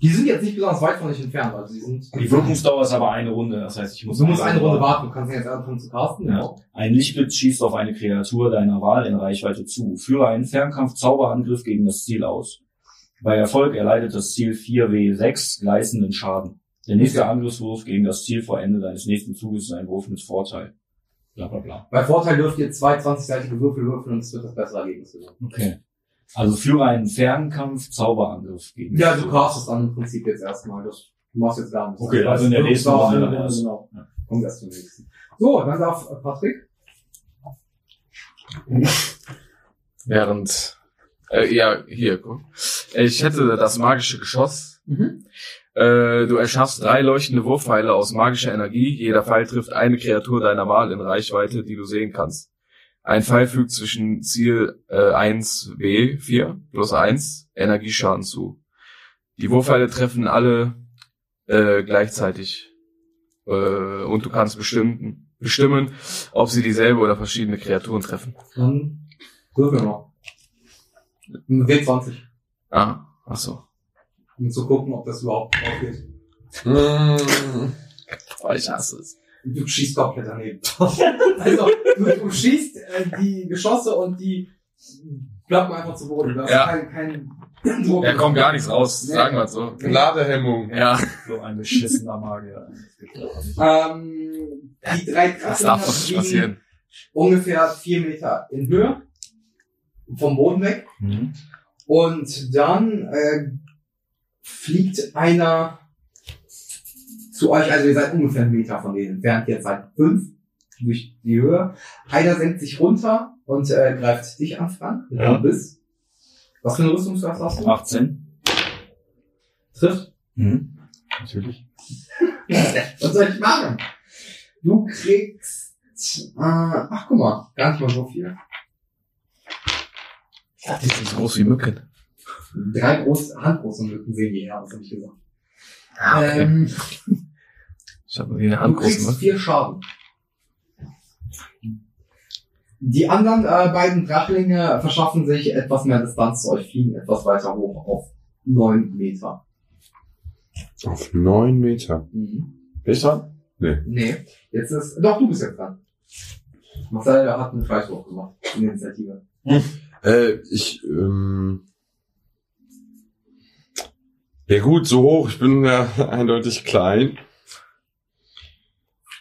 Speaker 6: Die sind jetzt nicht besonders weit von euch entfernt, also die sind,
Speaker 3: Die Wirkungsdauer ist aber eine Runde. Das heißt, ich muss
Speaker 6: du musst eine Runde warten, du kannst ja jetzt anfangen zu casten.
Speaker 3: Ja. Genau. Ein Lichtblitz schießt auf eine Kreatur deiner Wahl in Reichweite zu. Führe einen Fernkampf-Zauberangriff gegen das Ziel aus. Bei Erfolg erleidet das Ziel 4W6 gleißenden Schaden. Der nächste Angriffswurf gegen das Ziel vor Ende deines nächsten Zuges ist ein Wurf mit Vorteil. Bla bla bla.
Speaker 6: Bei Vorteil dürft ihr zwei 20-seitige Würfel würfeln und es wird das bessere Ergebnis geben.
Speaker 3: Okay. Also führe einen Fernkampf-Zauberangriff gegen
Speaker 6: Ja,
Speaker 3: das
Speaker 6: du
Speaker 3: Ziel
Speaker 6: castest
Speaker 3: aus.
Speaker 6: dann im Prinzip jetzt erstmal. Das, du machst jetzt gar nichts.
Speaker 3: Okay, also in der nächsten
Speaker 6: Wirkungsdauer
Speaker 3: Runde
Speaker 6: eine
Speaker 3: dann erst.
Speaker 6: Genau.
Speaker 3: Ja.
Speaker 6: Kommt erst zum nächsten. So, dann darf äh, Patrick.
Speaker 5: Während. Äh, ja, hier, guck. Ich hätte Also das magische Geschoss.
Speaker 6: Mhm.
Speaker 5: Äh, du erschaffst drei leuchtende Wurfpfeile aus magischer Energie. Jeder Pfeil trifft eine Kreatur deiner Wahl in Reichweite, die du sehen kannst. Ein Pfeil fügt zwischen Ziel äh, 1W4 plus 1 Energieschaden zu. Die Wurfpfeile treffen alle äh, gleichzeitig. Äh, und du kannst bestimmen, bestimmen, ob sie dieselbe oder verschiedene Kreaturen treffen.
Speaker 6: Dann würfeln wir. Ein W20.
Speaker 5: Ah, ach so.
Speaker 6: Um zu gucken, ob das überhaupt aufgeht.
Speaker 5: Oh, ich hasse es.
Speaker 6: Du schießt komplett daneben. also, du, du schießt äh, die Geschosse und die klappen einfach zu Boden. Du hast
Speaker 5: Ja.
Speaker 6: keinen keinen Druck.
Speaker 5: Da kommt gar nichts raus,
Speaker 6: Nee.
Speaker 5: sagen wir so.
Speaker 2: Ladehemmung.
Speaker 5: Ja,
Speaker 3: So ein beschissener Magier.
Speaker 6: Ähm, die drei
Speaker 5: das
Speaker 6: Krassen
Speaker 5: darf doch nicht
Speaker 6: fliegen
Speaker 5: passieren.
Speaker 6: ungefähr vier Meter in Höhe vom Boden weg
Speaker 3: Mhm.
Speaker 6: Und dann äh, fliegt einer zu euch, also ihr seid ungefähr einen Meter von denen entfernt, jetzt seid fünf durch die Höhe. Einer senkt sich runter und äh, greift dich an, Frank, mit
Speaker 2: Ja.
Speaker 6: einem Biss. Was für eine Rüstungsklasse hast du?
Speaker 3: 18.
Speaker 6: Trifft.
Speaker 3: Mhm.
Speaker 6: Was soll ich machen? Du kriegst, äh, ach guck mal, gar nicht mal so viel.
Speaker 5: Ich dachte, die sind so groß wie Mücken.
Speaker 6: Drei große, handgroße Mücken sehen die her, das habe ich gesagt.
Speaker 5: Ah, okay.
Speaker 6: Ähm,
Speaker 5: Ich habe die eine
Speaker 6: Du
Speaker 5: Hand groß
Speaker 6: kriegst
Speaker 5: gemacht.
Speaker 6: vier Schaden. Die anderen äh, beiden Drachlinge verschaffen sich etwas mehr Distanz zu euch, fliegen etwas weiter hoch auf neun Meter.
Speaker 2: Auf neun Meter.
Speaker 1: Bist du?
Speaker 6: Mhm. Nee, jetzt ist. Doch, du bist jetzt dran. Marcel hat einen Fleischwurf gemacht in der Initiative.
Speaker 2: Äh, ich, ähm. Ja gut, so hoch. Ich bin ja eindeutig klein.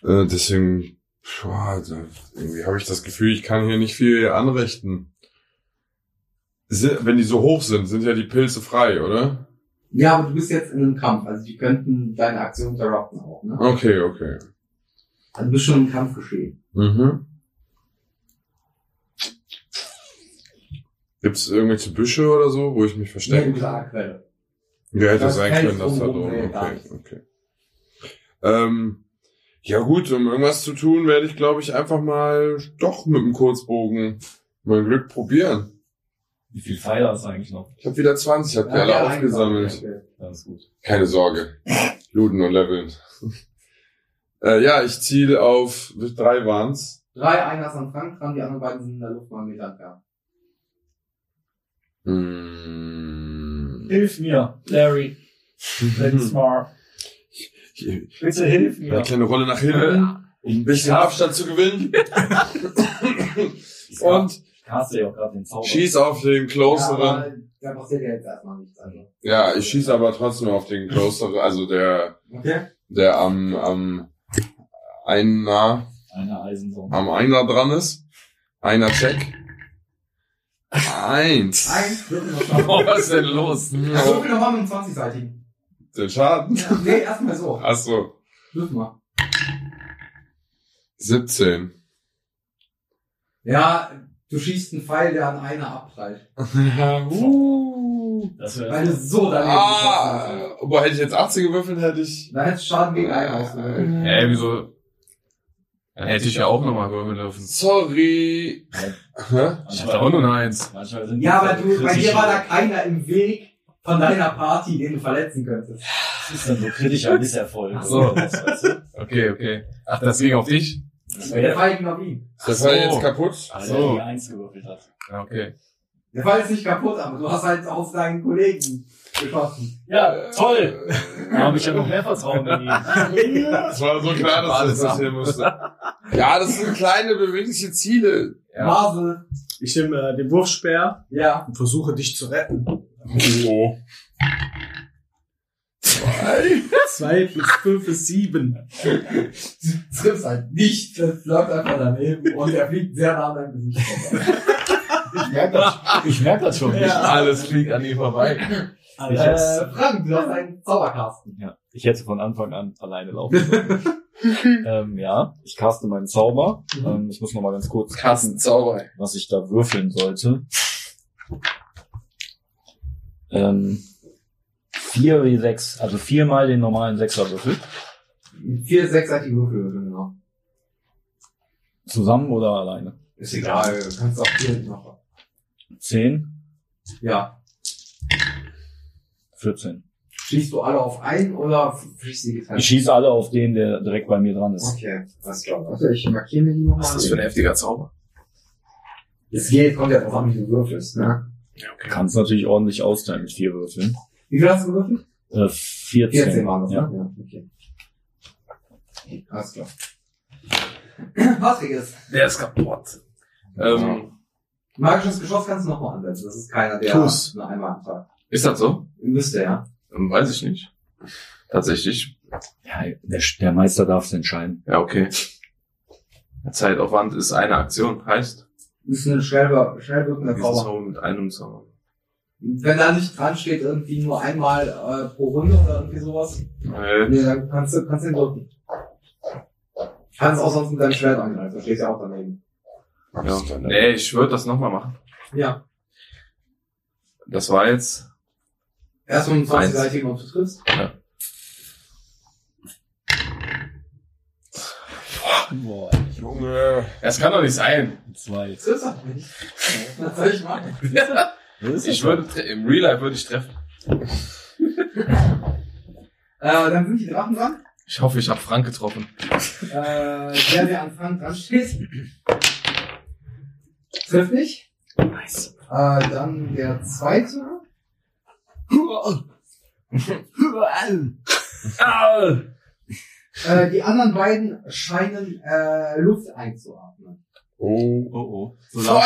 Speaker 2: Äh, deswegen, boah, da, irgendwie habe ich das Gefühl, ich kann hier nicht viel anrichten. Si- Wenn die so hoch sind, sind ja die Pilze frei, oder?
Speaker 6: Ja, aber du bist jetzt in einem Kampf, also die könnten deine Aktion interrupten auch, ne?
Speaker 2: Okay, okay.
Speaker 6: Also du bist schon im Kampf geschehen.
Speaker 2: Mhm. Gibt es irgendwelche Büsche oder so, wo ich mich verstecken kann?
Speaker 6: klar, Quelle.
Speaker 2: Ja, hätte
Speaker 6: Das
Speaker 2: sein
Speaker 6: fällt
Speaker 2: können, dass da
Speaker 6: drumrum,
Speaker 2: drum.
Speaker 6: nee, gar
Speaker 2: Okay,
Speaker 6: nicht.
Speaker 2: okay. Ähm, ja gut, um irgendwas zu tun, werde ich, glaube ich, einfach mal doch mit dem Kurzbogen mein Glück probieren.
Speaker 3: Wie viel Pfeile hast du eigentlich noch?
Speaker 2: Ich habe wieder 20, habe die alle aufgesammelt.
Speaker 3: Das ist gut.
Speaker 2: Keine Sorge. Looten und leveln. äh, ja, ich ziele auf drei waren's.
Speaker 6: Drei, einer ist an Frank dran, die anderen beiden sind in der Luft mal einen Meter entfernt.
Speaker 2: Hm.
Speaker 11: Hilf mir, Larry. Let's smart.
Speaker 2: Hier,
Speaker 11: Bitte hilf mir.
Speaker 2: Mhm. Eine kleine Rolle nach hinten, um ein bisschen Abstand zu gewinnen. und
Speaker 3: Ich hasse ja auch gerade den Zauber.
Speaker 2: Schieß auf den Closeren.
Speaker 6: aber da passiert ja jetzt erstmal nichts. Also.
Speaker 2: Ja, ich schieße aber trotzdem auf den Closeren, also der,
Speaker 6: Okay.
Speaker 2: der am, am einen nah,
Speaker 3: Eine Eisensohn.
Speaker 2: am einer dran ist. Einer check. Eins.
Speaker 6: Eins, würfel noch
Speaker 5: Oh,
Speaker 6: schaffen. Also,
Speaker 5: was ist denn los?
Speaker 6: Ja, würfel noch mal mit dem 20-seitigen.
Speaker 2: Den Schaden.
Speaker 6: Ja, nee, erstmal so.
Speaker 2: Ach so.
Speaker 6: Würfel mal.
Speaker 2: 17.
Speaker 6: Ja, du schießt einen Pfeil, der an einer abprallt.
Speaker 3: Das
Speaker 6: Weil
Speaker 3: wäre
Speaker 6: du so daneben geschossen hast.
Speaker 2: Ah, boah, hätte ich jetzt 18 gewürfelt, hätte ich.
Speaker 6: Da hättest du Schaden gegen einen ausgewählt.
Speaker 5: Hä, wieso? Dann hätte ich ja auch nochmal würfeln dürfen.
Speaker 2: Sorry. Hä?
Speaker 5: Ich hatte auch nur eine Eins.
Speaker 3: Manchmal sind die
Speaker 6: Ja, aber du,
Speaker 3: kritische-
Speaker 6: bei dir war da keiner im Weg von deiner Party, den du verletzen könntest.
Speaker 3: Das ist dann so kritischer Misserfolg.
Speaker 5: Ach so.
Speaker 3: Das, weißt du?
Speaker 5: Okay, okay. Ach, das ging auf dich?
Speaker 3: das
Speaker 6: Der
Speaker 3: wäre
Speaker 6: Pfeil genau ging auf ihn.
Speaker 2: Ist der
Speaker 5: Ach so.
Speaker 2: Fall jetzt kaputt?
Speaker 3: der,
Speaker 5: Ach
Speaker 3: der
Speaker 5: so.
Speaker 3: die Eins gewürfelt hat.
Speaker 5: Ja, okay.
Speaker 6: Der Pfeil ist nicht kaputt, aber du hast halt auf deinen Kollegen geschossen.
Speaker 3: Ja, toll. Da
Speaker 2: Äh,
Speaker 3: habe ich ja noch mehr Vertrauen in ihn.
Speaker 2: Es war so klar, dass das passieren musste. Ja, das sind kleine, bewegliche Ziele.
Speaker 5: Ja.
Speaker 6: Basel.
Speaker 4: Ich nehme äh, den Wurfspeer
Speaker 6: Ja.
Speaker 4: und versuche dich zu retten.
Speaker 2: Oh. Zwei.
Speaker 4: Zwei plus fünf ist sieben.
Speaker 6: Du triffst halt nicht, das läuft einfach daneben und er fliegt sehr nah an deinem Gesicht vorbei.
Speaker 1: Ich merke das, ich merk das schon.
Speaker 6: Ja.
Speaker 5: Alles fliegt an ihm vorbei.
Speaker 3: Ich
Speaker 6: Äh,
Speaker 3: hätte,
Speaker 6: Frank, du hast einen Zauberkasten.
Speaker 3: ja, ich hätte von Anfang an alleine laufen sollen. ähm, ja, ich caste meinen Zauber. Ähm, ich muss noch mal ganz kurz
Speaker 5: Carsten Zauber.
Speaker 3: was ich da würfeln sollte. Ähm, vier wie sechs, also viermal den normalen Sechserwürfel.
Speaker 6: Vier sechsseitige Würfel, genau.
Speaker 3: Zusammen oder alleine?
Speaker 6: Ist egal, du kannst auch hier noch.
Speaker 3: Zehn,
Speaker 6: Ja.
Speaker 3: 14.
Speaker 6: Schießt du alle auf einen oder schießt die geteilt?
Speaker 3: Ich schieße alle auf den, der direkt bei mir dran ist.
Speaker 6: Okay, alles klar. Warte, ich markiere mir die nochmal.
Speaker 5: Was ist das für ein heftiger Zauber?
Speaker 6: Das Geld kommt ja drauf an, wie du würfelst, ne?
Speaker 3: Kannst natürlich ordentlich austeilen mit vier Würfeln.
Speaker 6: Wie viel hast du gewürfelt?
Speaker 3: Äh, 14.
Speaker 6: 14 waren das,
Speaker 3: ja.
Speaker 6: ne? Ja, okay. Alles klar. Was ist?
Speaker 5: Der ist kaputt. Ähm,
Speaker 6: Magisches Geschoss kannst du nochmal ansetzen. Das ist keiner, der
Speaker 4: Tu's.
Speaker 6: nur einmal am Tag.
Speaker 5: Ist das so?
Speaker 6: Müsste, ja.
Speaker 5: Ähm, Weiß ich nicht. Tatsächlich.
Speaker 3: Ja, der, der Meister darf es entscheiden.
Speaker 5: Ja, okay. Zeitaufwand ist eine Aktion. Heißt,
Speaker 6: Ist ein schnell, schnell
Speaker 5: dieses
Speaker 6: wirkender Zauber.
Speaker 5: Zauber mit einem Zauber.
Speaker 6: Wenn da nicht dran steht, irgendwie nur einmal äh, pro Runde oder irgendwie sowas,
Speaker 5: Äh,
Speaker 6: nee, dann kannst du kannst du den drücken. Kannst auch sonst mit deinem Schwert angreifen, da steht ja auch daneben.
Speaker 5: ja. Nee, ich würde das nochmal machen.
Speaker 6: Ja.
Speaker 5: Das war jetzt.
Speaker 6: Erst um 20
Speaker 5: Eins.
Speaker 6: Seiten, ob du triffst.
Speaker 1: Boah,
Speaker 2: Junge.
Speaker 5: Es kann doch nicht sein.
Speaker 1: zwei.
Speaker 6: Triffst du nicht. Was soll ich machen?
Speaker 5: Ich würde tre- im Real Life würde ich treffen.
Speaker 6: Äh, dann sind die Drachen dran.
Speaker 5: Ich hoffe, ich habe Frank getroffen.
Speaker 6: äh, der, der an Frank dran steht. Trifft nicht. Nice. Äh, dann der zweite. äh, die anderen beiden scheinen äh, Luft einzuatmen.
Speaker 2: Oh.
Speaker 3: Oh oh. Solar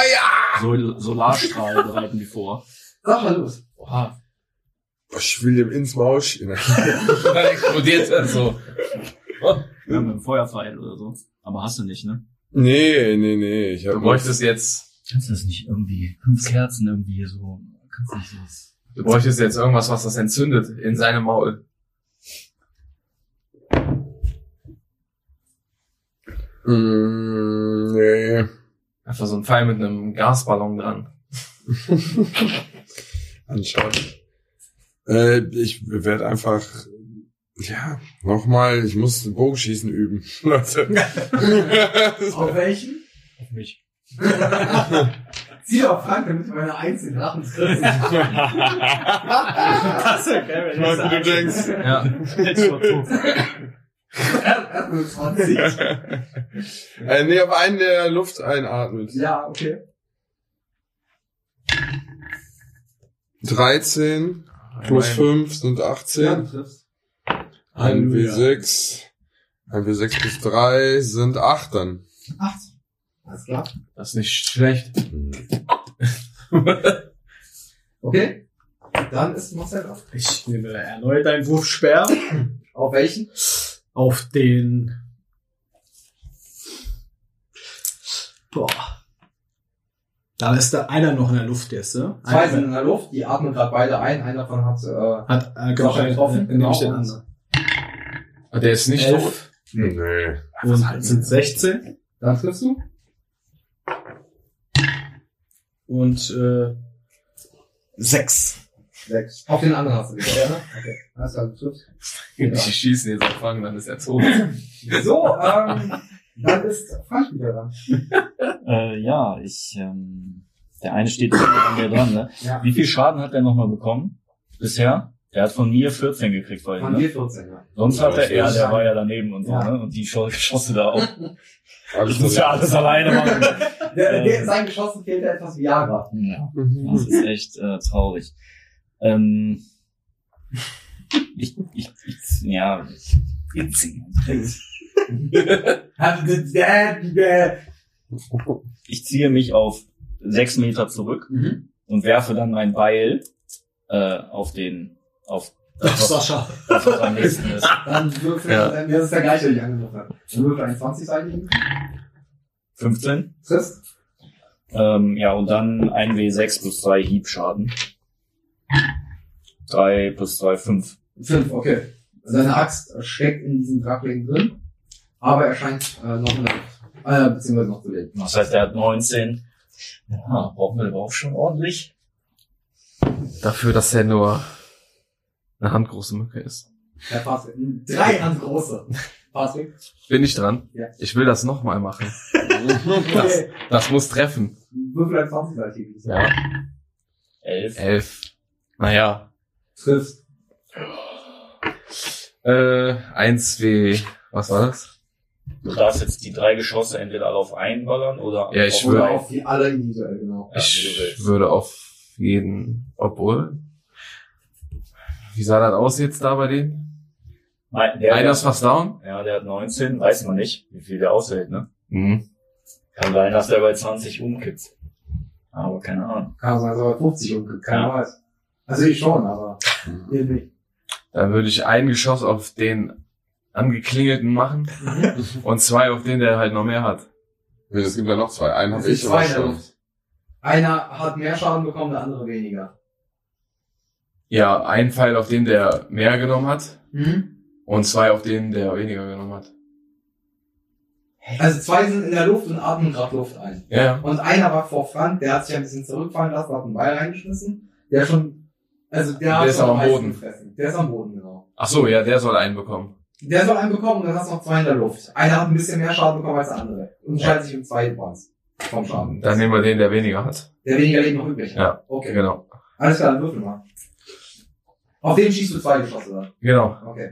Speaker 3: Sol Solarstrahl bereiten die vor.
Speaker 6: Sag mal los.
Speaker 3: Oha.
Speaker 2: Ich will dem ins Maul schieben.
Speaker 5: Dann explodiert Also, er so.
Speaker 3: Wir haben einen Feuerpfeil oder so. Aber hast du nicht, ne?
Speaker 2: Nee, nee, nee. Ich hab
Speaker 5: Du bräuchtest jetzt,
Speaker 3: Kannst du das nicht irgendwie, fünf Kerzen irgendwie so, kannst du nicht so.
Speaker 5: du bräuchtest jetzt irgendwas, was das entzündet in seinem Maul.
Speaker 2: Mm, nee.
Speaker 5: Einfach so ein Pfeil mit einem Gasballon dran.
Speaker 2: Anscheinend. Äh, ich werde einfach, ja, nochmal, ich muss Bogenschießen üben, Leute.
Speaker 6: Auf welchen?
Speaker 3: Auf mich.
Speaker 6: Zieh auf Frank, damit meine einzelnen Drachen trifft.
Speaker 3: Das ist ja geil, wenn
Speaker 2: Leute, du denkst,
Speaker 5: Ja.
Speaker 6: Erstmal 20.
Speaker 2: äh, nee, auf einen, der Luft einatmet.
Speaker 6: Ja, okay.
Speaker 2: 13 plus
Speaker 5: Nein.
Speaker 2: 5 sind
Speaker 6: Ja,
Speaker 2: 18.
Speaker 6: du triffst.
Speaker 2: 1 W6. 1 W6 plus 3 sind 8 dann.
Speaker 6: Acht. Alles klar.
Speaker 5: Das ist nicht schlecht.
Speaker 6: Okay. Dann ist Marcel dran.
Speaker 4: Ich nehme erneut einen Wurfsperr
Speaker 6: Auf welchen?
Speaker 4: auf den. Boah. Da ist da einer noch in der Luft jetzt, ne?
Speaker 6: Zwei
Speaker 4: Einer
Speaker 6: sind in der Luft, die atmen gerade beide ein. Einer davon hat äh,
Speaker 4: Hat äh, genau,
Speaker 6: Wahrscheinlich
Speaker 4: äh,
Speaker 6: offen.
Speaker 4: nehme ich den
Speaker 6: Genau.
Speaker 4: anderen.
Speaker 5: Ah, Der ist nicht
Speaker 4: Elf.
Speaker 5: tot.
Speaker 2: Nee.
Speaker 4: Und sind 16
Speaker 6: Dann triffst du.
Speaker 4: und äh, 6.
Speaker 6: Sechs. Auf den anderen hast du wieder, ja, ne? Okay. Hast du also triffst.
Speaker 5: Die schießen jetzt auf Frank, dann ist er tot.
Speaker 6: So, ähm, dann ist Frank wieder dran.
Speaker 3: Äh, ja, ich, ähm, der eine steht an mir dran, ne?
Speaker 6: Ja.
Speaker 3: Wie viel Schaden hat er nochmal bekommen? Bisher? Der hat von mir 14 gekriegt vorhin,
Speaker 6: Von
Speaker 3: ne?
Speaker 6: dir 14, ja.
Speaker 3: Sonst hat er, ja, der war ja daneben und so,
Speaker 6: Ja.
Speaker 3: ne? Und die Scho- Geschosse da auch.
Speaker 2: Hab
Speaker 3: Ich muss ja alles alleine machen.
Speaker 6: Der, der,
Speaker 3: Äh.
Speaker 6: sein Geschossen fehlt ja etwas Viagra.
Speaker 3: Ja,
Speaker 2: Mhm.
Speaker 3: das ist echt äh, traurig. Ähm, ich, ich, ich, ja, ich, ich
Speaker 6: Also, der, der, der.
Speaker 3: ziehe mich auf sechs Meter zurück
Speaker 6: Mhm.
Speaker 3: und werfe dann mein Beil äh, auf den, auf
Speaker 4: Das war schade.
Speaker 3: das, was am nächsten ist.
Speaker 6: Dann würfel,
Speaker 5: Ja.
Speaker 6: dann das ist der gleiche, den ich angegriffen habe. Dann würfel einen 20-seitigen.
Speaker 3: 15.
Speaker 6: Triffst.
Speaker 3: Ähm, ja, und dann 1W6 plus 2 Hiebschaden. 3 plus 2, 5.
Speaker 6: Fünf, okay. Seine Axt steckt in diesem Drachlegen drin, aber er scheint äh, noch in der Luft. Äh, beziehungsweise noch zu leben.
Speaker 3: Das heißt, er hat 19. Ja, brauchen wir aber auch schon ordentlich.
Speaker 5: Dafür, dass er nur eine handgroße Mücke ist.
Speaker 6: Herr Fassweg. Drei Hand große. Fassweg.
Speaker 5: Bin ich dran?
Speaker 6: Ja.
Speaker 5: Ich will das nochmal machen. Das,
Speaker 6: Okay.
Speaker 5: das muss treffen.
Speaker 6: Würfel ein 20-seitiges.
Speaker 5: Ja.
Speaker 3: 11.
Speaker 5: Elf. Naja.
Speaker 6: Triffst.
Speaker 5: Äh, eins W. Was war das?
Speaker 3: Du darfst jetzt die drei Geschosse entweder alle auf einen ballern oder
Speaker 5: Ja, ich
Speaker 3: auf
Speaker 5: will-
Speaker 6: Oder
Speaker 3: drei.
Speaker 6: auf die alle individuell, genau.
Speaker 3: Ja, wie du
Speaker 5: ich
Speaker 3: willst.
Speaker 5: würde auf jeden, obwohl. Wie sah das aus jetzt da bei denen?
Speaker 3: Nein, der,
Speaker 5: Einer ist fast down?
Speaker 3: ja, der hat 19, weiß man nicht, wie viel der aushält, ne?
Speaker 5: Mhm.
Speaker 3: Kann sein, dass der bei 20 umkippt. Aber keine Ahnung.
Speaker 6: Kann sein, dass er bei 50 umgeht. Keiner weiß. Also ich schon, aber ihr nicht.
Speaker 5: Dann würde ich ein Geschoss auf den angeklingelten machen
Speaker 3: Mhm.
Speaker 5: und zwei auf den, der halt noch mehr hat.
Speaker 2: Nee, es gibt ja noch zwei. Einen hab
Speaker 6: Es sind
Speaker 2: ich aber
Speaker 6: zwei in der
Speaker 2: schon.
Speaker 6: Luft. Einer hat mehr Schaden bekommen, der andere weniger.
Speaker 5: Ja, ein Pfeil auf den, der mehr genommen hat
Speaker 6: Mhm.
Speaker 5: und zwei auf den, der weniger genommen hat.
Speaker 6: Also zwei sind in der Luft und atmen gerade Luft ein.
Speaker 5: Ja, ja.
Speaker 6: Und einer war vor Frank, der hat sich ein bisschen zurückfallen lassen, hat einen Ball reingeschmissen. Der schon, also der,
Speaker 5: Der
Speaker 6: hat
Speaker 5: ist
Speaker 6: schon
Speaker 5: aber am
Speaker 6: am meisten
Speaker 5: Boden.
Speaker 6: Gefressen. Der ist am Boden, genau.
Speaker 5: Ach so, ja, der soll einen bekommen.
Speaker 6: Der soll einen bekommen und dann hast du noch zwei in der Luft. Einer hat ein bisschen mehr Schaden bekommen als der andere. Und entscheidet sich im zweiten Preis vom Schaden.
Speaker 5: Dann nehmen wir den, der weniger hat.
Speaker 6: der weniger Leben noch übrig hat.
Speaker 5: Ja.
Speaker 6: Okay.
Speaker 5: Genau.
Speaker 6: Alles klar, dann würfel mal. Auf den schießt du zwei Geschosse dann.
Speaker 5: Genau.
Speaker 6: Okay.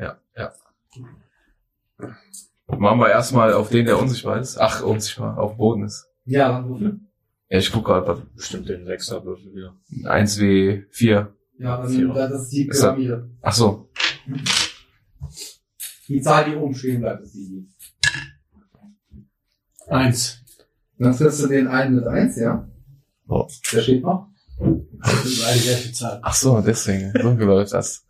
Speaker 5: Machen wir erstmal auf den, der unsichtbar ist. Ach, unsichtbar, auf dem Boden ist.
Speaker 6: Ja, dann würfel.
Speaker 5: Ja, ich gucke gerade.
Speaker 1: Bestimmt den Sechserwürfel wieder.
Speaker 5: 1 W 4.
Speaker 6: Ja,
Speaker 1: Vierer.
Speaker 6: dann, dann das ist die
Speaker 5: Ist er-
Speaker 6: Pyramide.
Speaker 5: Ach so.
Speaker 6: Die Zahl, die oben stehen bleibt, ist die.
Speaker 11: Eins.
Speaker 6: Dann triffst du den einen mit eins, ja?
Speaker 5: Oh.
Speaker 6: Der steht noch.
Speaker 11: Das ist eine sehr viel Zahl.
Speaker 5: Ach so, deswegen. So läuft das.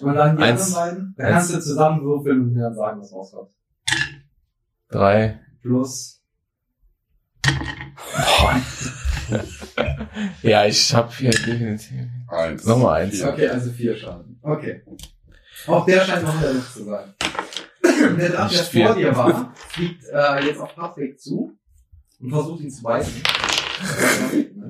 Speaker 6: Und dann die
Speaker 5: Eins.
Speaker 6: anderen beiden. Dann
Speaker 5: Eins.
Speaker 6: kannst du zusammenwürfeln und mir dann sagen, was rauskommt.
Speaker 5: 3.
Speaker 6: Plus.
Speaker 5: Ja, ich hab hier definitiv.
Speaker 2: Eins.
Speaker 5: Nochmal eins.
Speaker 2: Vier.
Speaker 6: Okay, also vier Schaden. Okay. Auch der scheint noch in der Luft zu sein. Der Drache, der
Speaker 5: Nicht vier.
Speaker 6: vor dir war, fliegt äh, jetzt auf Patrick zu und versucht ihn zu beißen.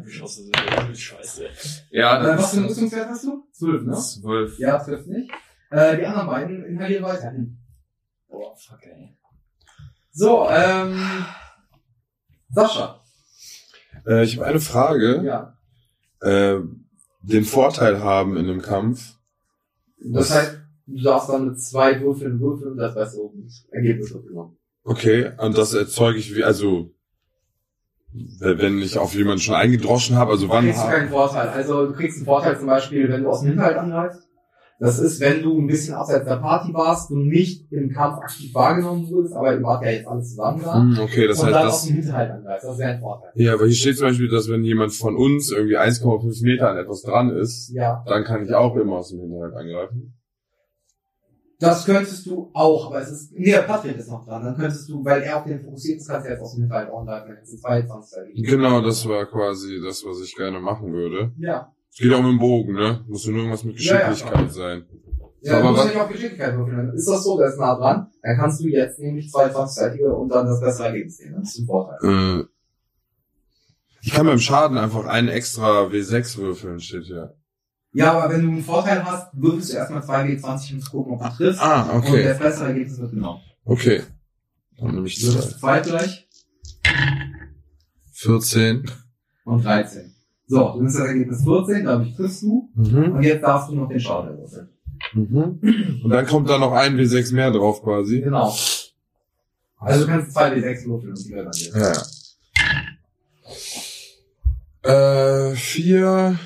Speaker 1: Geschosse sind ja scheiße.
Speaker 5: Ja,
Speaker 6: Äh, was
Speaker 5: das
Speaker 6: für einen
Speaker 5: ist
Speaker 6: Rüstungswert hast du? Zwölf, ne?
Speaker 5: 12.
Speaker 6: Ja, trifft nicht. Äh, die anderen beiden inhalieren weiterhin.
Speaker 1: Boah, fuck ey.
Speaker 6: So, ähm. Sascha.
Speaker 2: Äh, ich habe eine Frage.
Speaker 6: Ja.
Speaker 2: Äh, den Vorteil haben in dem Kampf.
Speaker 6: Das heißt, du darfst dann mit zwei Würfeln würfeln und das weißt du das Ergebnis wird genommen.
Speaker 2: Okay, und das erzeuge ich wie, also w- wenn ich auf jemanden schon eingedroschen habe, also
Speaker 6: Du
Speaker 2: wann
Speaker 6: kriegst du
Speaker 2: hab,
Speaker 6: keinen Vorteil. Also du kriegst einen Vorteil zum Beispiel, wenn du aus dem Hinterhalt angreifst. Das ist, wenn du ein bisschen abseits der Party warst und nicht im Kampf aktiv wahrgenommen wurdest, aber ihr wart ja jetzt alles zusammen da.
Speaker 2: Hm, okay, das
Speaker 6: und
Speaker 2: heißt,
Speaker 6: dann aus
Speaker 2: das,
Speaker 6: dem Hinterhalt angreifst. Das wäre ein Vorteil.
Speaker 2: ja, aber hier steht zum Beispiel, dass wenn jemand von uns irgendwie 1,5 Meter an etwas dran ist,
Speaker 6: Ja.
Speaker 2: dann kann ich auch immer aus dem Hinterhalt angreifen.
Speaker 6: Das könntest du auch, aber es ist. Nee, Patrick ist noch dran. Dann könntest du, weil er auf den fokussiert ist, kannst du jetzt aus dem Hinterhalt auch angreifen. Dann kannst du 22 erledigen.
Speaker 2: Genau, das war quasi das, was ich gerne machen würde.
Speaker 6: Ja.
Speaker 2: Es geht auch mit dem Bogen, ne? Muss nur irgendwas mit
Speaker 6: Ja, ja.
Speaker 2: Geschicklichkeit sein.
Speaker 6: Ja,
Speaker 2: Aber
Speaker 6: du musst
Speaker 2: was-
Speaker 6: nicht auf Geschicklichkeit würfeln. Dann ist das so, der ist nah dran. Dann kannst du jetzt nämlich 22-seitige und dann das bessere Ergebnis nehmen. Das ist ein Vorteil.
Speaker 2: Äh, ich kann beim Schaden einfach einen extra W6 würfeln, steht hier.
Speaker 6: Ja, aber wenn du einen Vorteil hast, würfelst du erstmal 2W20 und um gucken, ob du triffst.
Speaker 2: Ah,
Speaker 6: Und
Speaker 2: okay.
Speaker 6: das bessere Ergebnis wird genommen.
Speaker 2: Okay. Dann nehme ich
Speaker 6: So, das
Speaker 2: zwei.
Speaker 6: ist 2 gleich
Speaker 2: 14.
Speaker 6: und 13. So, dann ist das Ergebnis 14, dadurch triffst du.
Speaker 2: Mhm.
Speaker 6: Und jetzt darfst du noch den Schaden würfeln.
Speaker 2: Mhm. Und dann kommt da noch ein W6 mehr drauf quasi.
Speaker 6: Genau. Also du kannst 2W6 würfeln und die werden dann jetzt.
Speaker 2: Ja. ja. Äh, 4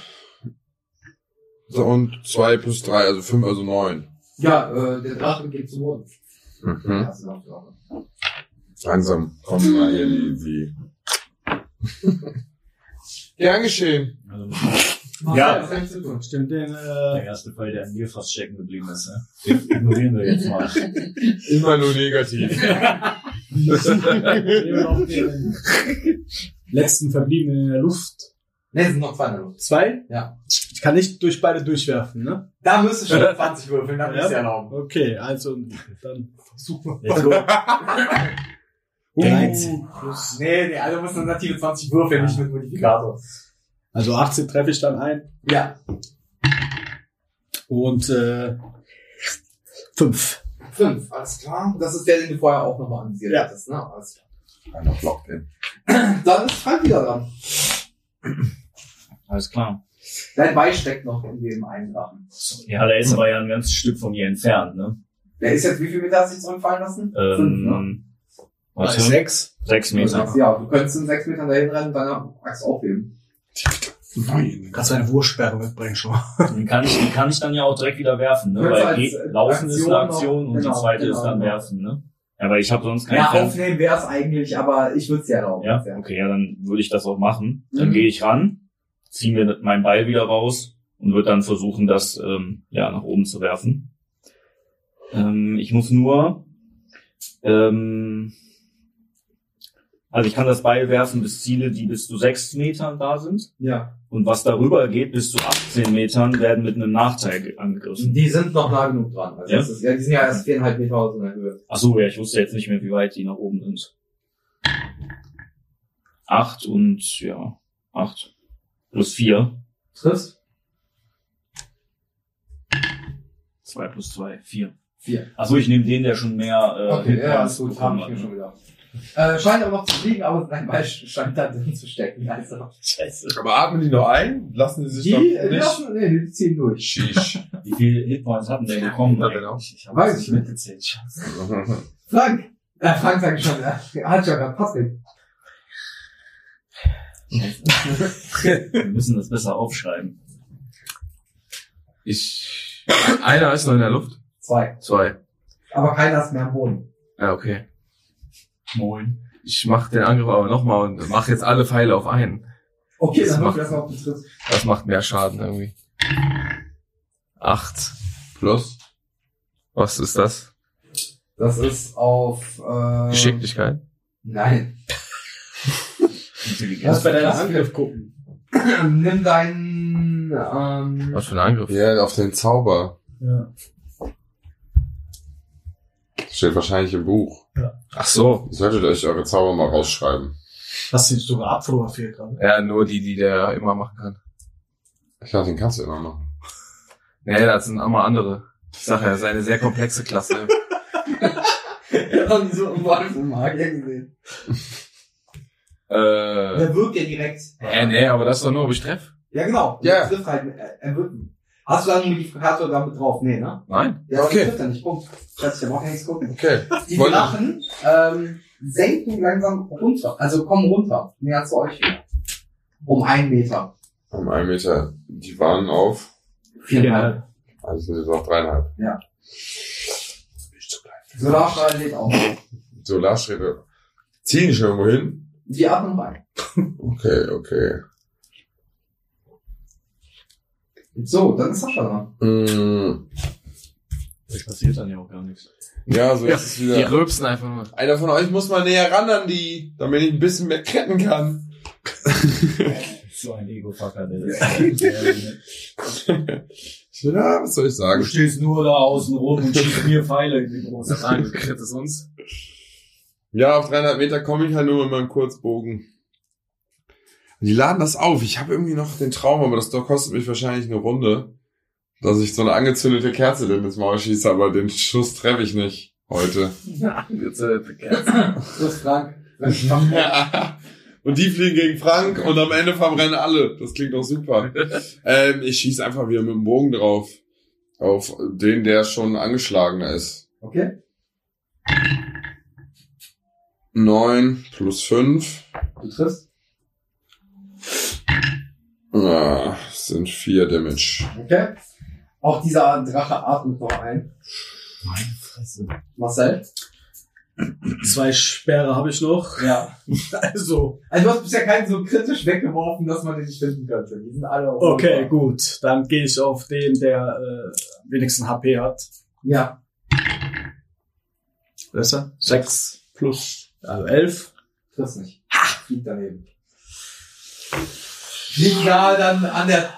Speaker 2: und 2 plus 3, also 5, also 9.
Speaker 6: Ja, äh, der Drache geht zu Boden.
Speaker 2: Mhm.
Speaker 6: Hast du noch drauf.
Speaker 2: Langsam kommen mal hier die... die. Gern geschehen.
Speaker 1: Also,
Speaker 3: Äh.
Speaker 6: Marcel, was denkst du tun?
Speaker 4: Stimmt, den, äh,
Speaker 1: der erste Fall, der an mir fast stecken geblieben ist, ne? Den ignorieren wir jetzt mal.
Speaker 2: Immer nur negativ.
Speaker 1: Nehmen wir noch den letzten verbliebenen in der Luft.
Speaker 6: Ne, es sind noch zwei in der Luft.
Speaker 4: zwei?
Speaker 6: Ja.
Speaker 4: Ich kann nicht durch beide durchwerfen, ne?
Speaker 6: Da müsstest du schon 20 würfeln, dann
Speaker 4: Ja.
Speaker 6: ist ja erlauben.
Speaker 4: Okay, also, dann. Super.
Speaker 1: Let's go.
Speaker 4: Uh,
Speaker 6: Nee, nee, also musst du native 20 würfeln, nicht mit Modifikator.
Speaker 4: also 18 treffe ich dann ein
Speaker 6: Ja.
Speaker 4: und, äh, fünf.
Speaker 6: Fünf, alles klar. Das ist der, den du vorher auch nochmal anvisiert
Speaker 4: Ja.
Speaker 6: hattest, ne? Alles klar.
Speaker 2: Einer blockt den.
Speaker 6: Dann ist Frank wieder dran.
Speaker 1: Alles klar.
Speaker 6: Dein Bein steckt noch in dem einen Drachen.
Speaker 1: Ja, der ist aber ja ein ganzes Stück von mir entfernt, ne?
Speaker 6: Der ist jetzt, wie viel Meter hast du dich zurückfallen lassen?
Speaker 1: Ähm,
Speaker 4: Also
Speaker 1: warte,
Speaker 4: Sechs.
Speaker 1: sechs
Speaker 6: ne?
Speaker 1: Meter.
Speaker 6: Ja, du könntest in sechs Metern dahin rennen und deine Axt aufheben.
Speaker 2: Nein.
Speaker 4: Kannst du eine Wurfsperre mitbringen schon mal.
Speaker 1: Den kann, ich, den kann ich dann ja auch direkt wieder werfen, ne?
Speaker 6: Kannst
Speaker 1: Weil
Speaker 6: als,
Speaker 1: geht,
Speaker 6: äh,
Speaker 1: laufen ist eine
Speaker 6: Aktion noch-
Speaker 1: Aktion und die
Speaker 6: genau,
Speaker 1: zweite ist
Speaker 6: genau,
Speaker 1: dann
Speaker 6: genau.
Speaker 1: werfen, ne? Aber ich habe sonst keinen
Speaker 6: Ja,
Speaker 1: Fern-
Speaker 6: aufnehmen wäre es eigentlich, aber ich würde es ja erlauben.
Speaker 1: Ja, okay, ja, dann würde ich das auch machen. Dann
Speaker 6: Mhm.
Speaker 1: gehe ich ran, ziehe mir meinen Ball wieder raus und würde dann versuchen, das ähm, ja nach oben zu werfen. Ähm, ich muss nur ähm,
Speaker 3: Also ich kann das Beil werfen bis Ziele, die bis zu sechs Metern da sind.
Speaker 6: Ja.
Speaker 3: Und was darüber geht, bis zu 18 Metern, werden mit einem Nachteil ge- angegriffen.
Speaker 6: Die sind noch nah genug dran. Also
Speaker 3: Ja?
Speaker 6: das ist, ja, die sind ja erst viereinhalb Meter aus in der Höhe.
Speaker 3: Ach so, ja, ich wusste jetzt nicht mehr, wie weit die nach oben sind. Acht und, ja, acht. Plus vier.
Speaker 6: Triffst?
Speaker 3: Zwei plus zwei, vier.
Speaker 6: Vier.
Speaker 3: Ach so, ich nehme den, der schon mehr äh,
Speaker 6: Okay, ja,
Speaker 3: Hitpoints
Speaker 6: ist gut,
Speaker 3: bekommen hat,
Speaker 6: hab ich mir
Speaker 3: ne?
Speaker 6: schon gedacht. Äh, scheint aber noch zu fliegen, aber sein Ball scheint da drin zu stecken. Also,
Speaker 3: Scheiße.
Speaker 5: Aber atmen die noch ein? Lassen die sich
Speaker 6: die
Speaker 5: noch
Speaker 6: äh,
Speaker 5: nicht?
Speaker 6: lassen, nee, die ziehen durch.
Speaker 5: Sheesh.
Speaker 3: Wie viele Hitpoints hat denn der bekommen?
Speaker 5: hat er noch?
Speaker 3: Ich, ich hab
Speaker 6: genau. Weiß
Speaker 3: das
Speaker 6: ich
Speaker 3: nicht mitgezählt. Scheiße.
Speaker 6: Frank! Äh, Frank sag ich schon, äh, hat schon gerade Patrick.
Speaker 3: Wir müssen das besser aufschreiben.
Speaker 5: Ich. Einer ist noch in der Luft.
Speaker 6: Zwei.
Speaker 5: Zwei.
Speaker 6: Aber keiner ist mehr am Boden.
Speaker 5: Ja, okay.
Speaker 3: Moin.
Speaker 5: Ich mach den Angriff aber nochmal und mach jetzt alle Pfeile auf einen.
Speaker 6: Okay,
Speaker 5: Das
Speaker 6: dann
Speaker 5: macht-
Speaker 6: würfel das mal auf den Tritt.
Speaker 5: Das macht mehr Schaden irgendwie. Acht. Plus. Was ist das?
Speaker 6: Das ist auf, äh,
Speaker 5: Geschicklichkeit?
Speaker 6: Nein.
Speaker 3: Intelligenz.
Speaker 6: Lass bei deiner
Speaker 14: Angriff gucken.
Speaker 6: Nimm deinen, ähm,
Speaker 5: Was für ein Angriff?
Speaker 2: Ja, auf den Zauber.
Speaker 14: Ja.
Speaker 2: Steht wahrscheinlich im Buch.
Speaker 5: Ach so.
Speaker 2: Ihr solltet euch eure Zauber mal rausschreiben.
Speaker 14: Hast du ihn sogar abfotografiert gerade?
Speaker 5: Ja, nur die, die der immer machen kann.
Speaker 2: Ich dachte, den kannst du immer machen.
Speaker 5: Nee, das sind immer andere. Ich sag ja, das ist eine sehr komplexe Klasse.
Speaker 6: ich hab noch nie so einen Wolf im Magier gesehen.
Speaker 5: äh,
Speaker 6: Der wirkt ja direkt.
Speaker 5: äh, nee, aber das ist doch nur, ob ich treff.
Speaker 6: Ja, genau.
Speaker 2: Ja.
Speaker 6: Der trifft halt, äh, er wirkt. Hast du dann nur die Karte damit drauf? Nee, ne?
Speaker 5: Nein.
Speaker 6: Ja,
Speaker 2: Okay.
Speaker 6: okay. trifft er nicht. Punkt. Schatz, der braucht ja nichts gucken.
Speaker 2: Okay.
Speaker 6: Die
Speaker 2: Wollen-
Speaker 6: Drachen, ähm, senken langsam runter. Also kommen runter. Näher zu euch wieder. Um einen Meter.
Speaker 2: Um einen Meter. Die waren auf.
Speaker 3: Viereinhalb.
Speaker 2: Also sind jetzt auf dreieinhalb.
Speaker 6: Solarstrahl lebt auch.
Speaker 2: Solarsträbe. Ziehen schon irgendwo hin.
Speaker 6: Die atmen rein.
Speaker 2: Okay, okay.
Speaker 6: So, dann ist Sascha dran.
Speaker 2: Mm,
Speaker 3: Das passiert dann ja auch gar nichts.
Speaker 2: ja, so ist es
Speaker 5: Die
Speaker 2: wieder.
Speaker 5: rülpsen einfach nur.
Speaker 2: Einer von euch muss mal näher ran an die, damit ich ein bisschen mehr kretten kann.
Speaker 3: So ein Ego-Fucker, der ist.
Speaker 2: Ja, was soll ich
Speaker 14: Du
Speaker 2: sagen?
Speaker 14: stehst nur da außen rum und schießt mir Pfeile in die Brust.
Speaker 5: Nein, du krittest uns.
Speaker 2: Ja, auf 300 Meter komme ich halt nur mit meinem Kurzbogen. Die laden das auf. Ich habe irgendwie noch den Traum, aber das doch kostet mich wahrscheinlich eine Runde, dass ich so eine angezündete Kerze denn ins Maul schieße, aber den Schuss treffe ich nicht heute.
Speaker 5: Jetzt, äh,
Speaker 6: So ist Frank.
Speaker 2: und die fliegen gegen Frank und am Ende verbrennen alle. Das klingt doch super. ähm, ich schieße einfach wieder mit dem Bogen drauf. Auf den, der schon angeschlagener ist.
Speaker 6: Okay?
Speaker 2: Neun plus fünf.
Speaker 6: Du triffst.
Speaker 2: Ah, sind vier Damage.
Speaker 6: Okay? Auch dieser Drache atmet noch ein.
Speaker 3: Meine Fresse.
Speaker 6: Marcel?
Speaker 11: Zwei Sperre habe ich noch.
Speaker 6: Ja.
Speaker 11: Also,
Speaker 6: Also du hast bisher keinen so kritisch weggeworfen, dass man den nicht finden könnte. Die sind alle auf
Speaker 11: okay, gut. Dann gehe ich auf den, der äh, wenigsten HP hat.
Speaker 6: Ja.
Speaker 11: Besser? Sechs plus, also elf.
Speaker 6: Triffst nicht. Fliegt daneben. Fliegt da dann an der,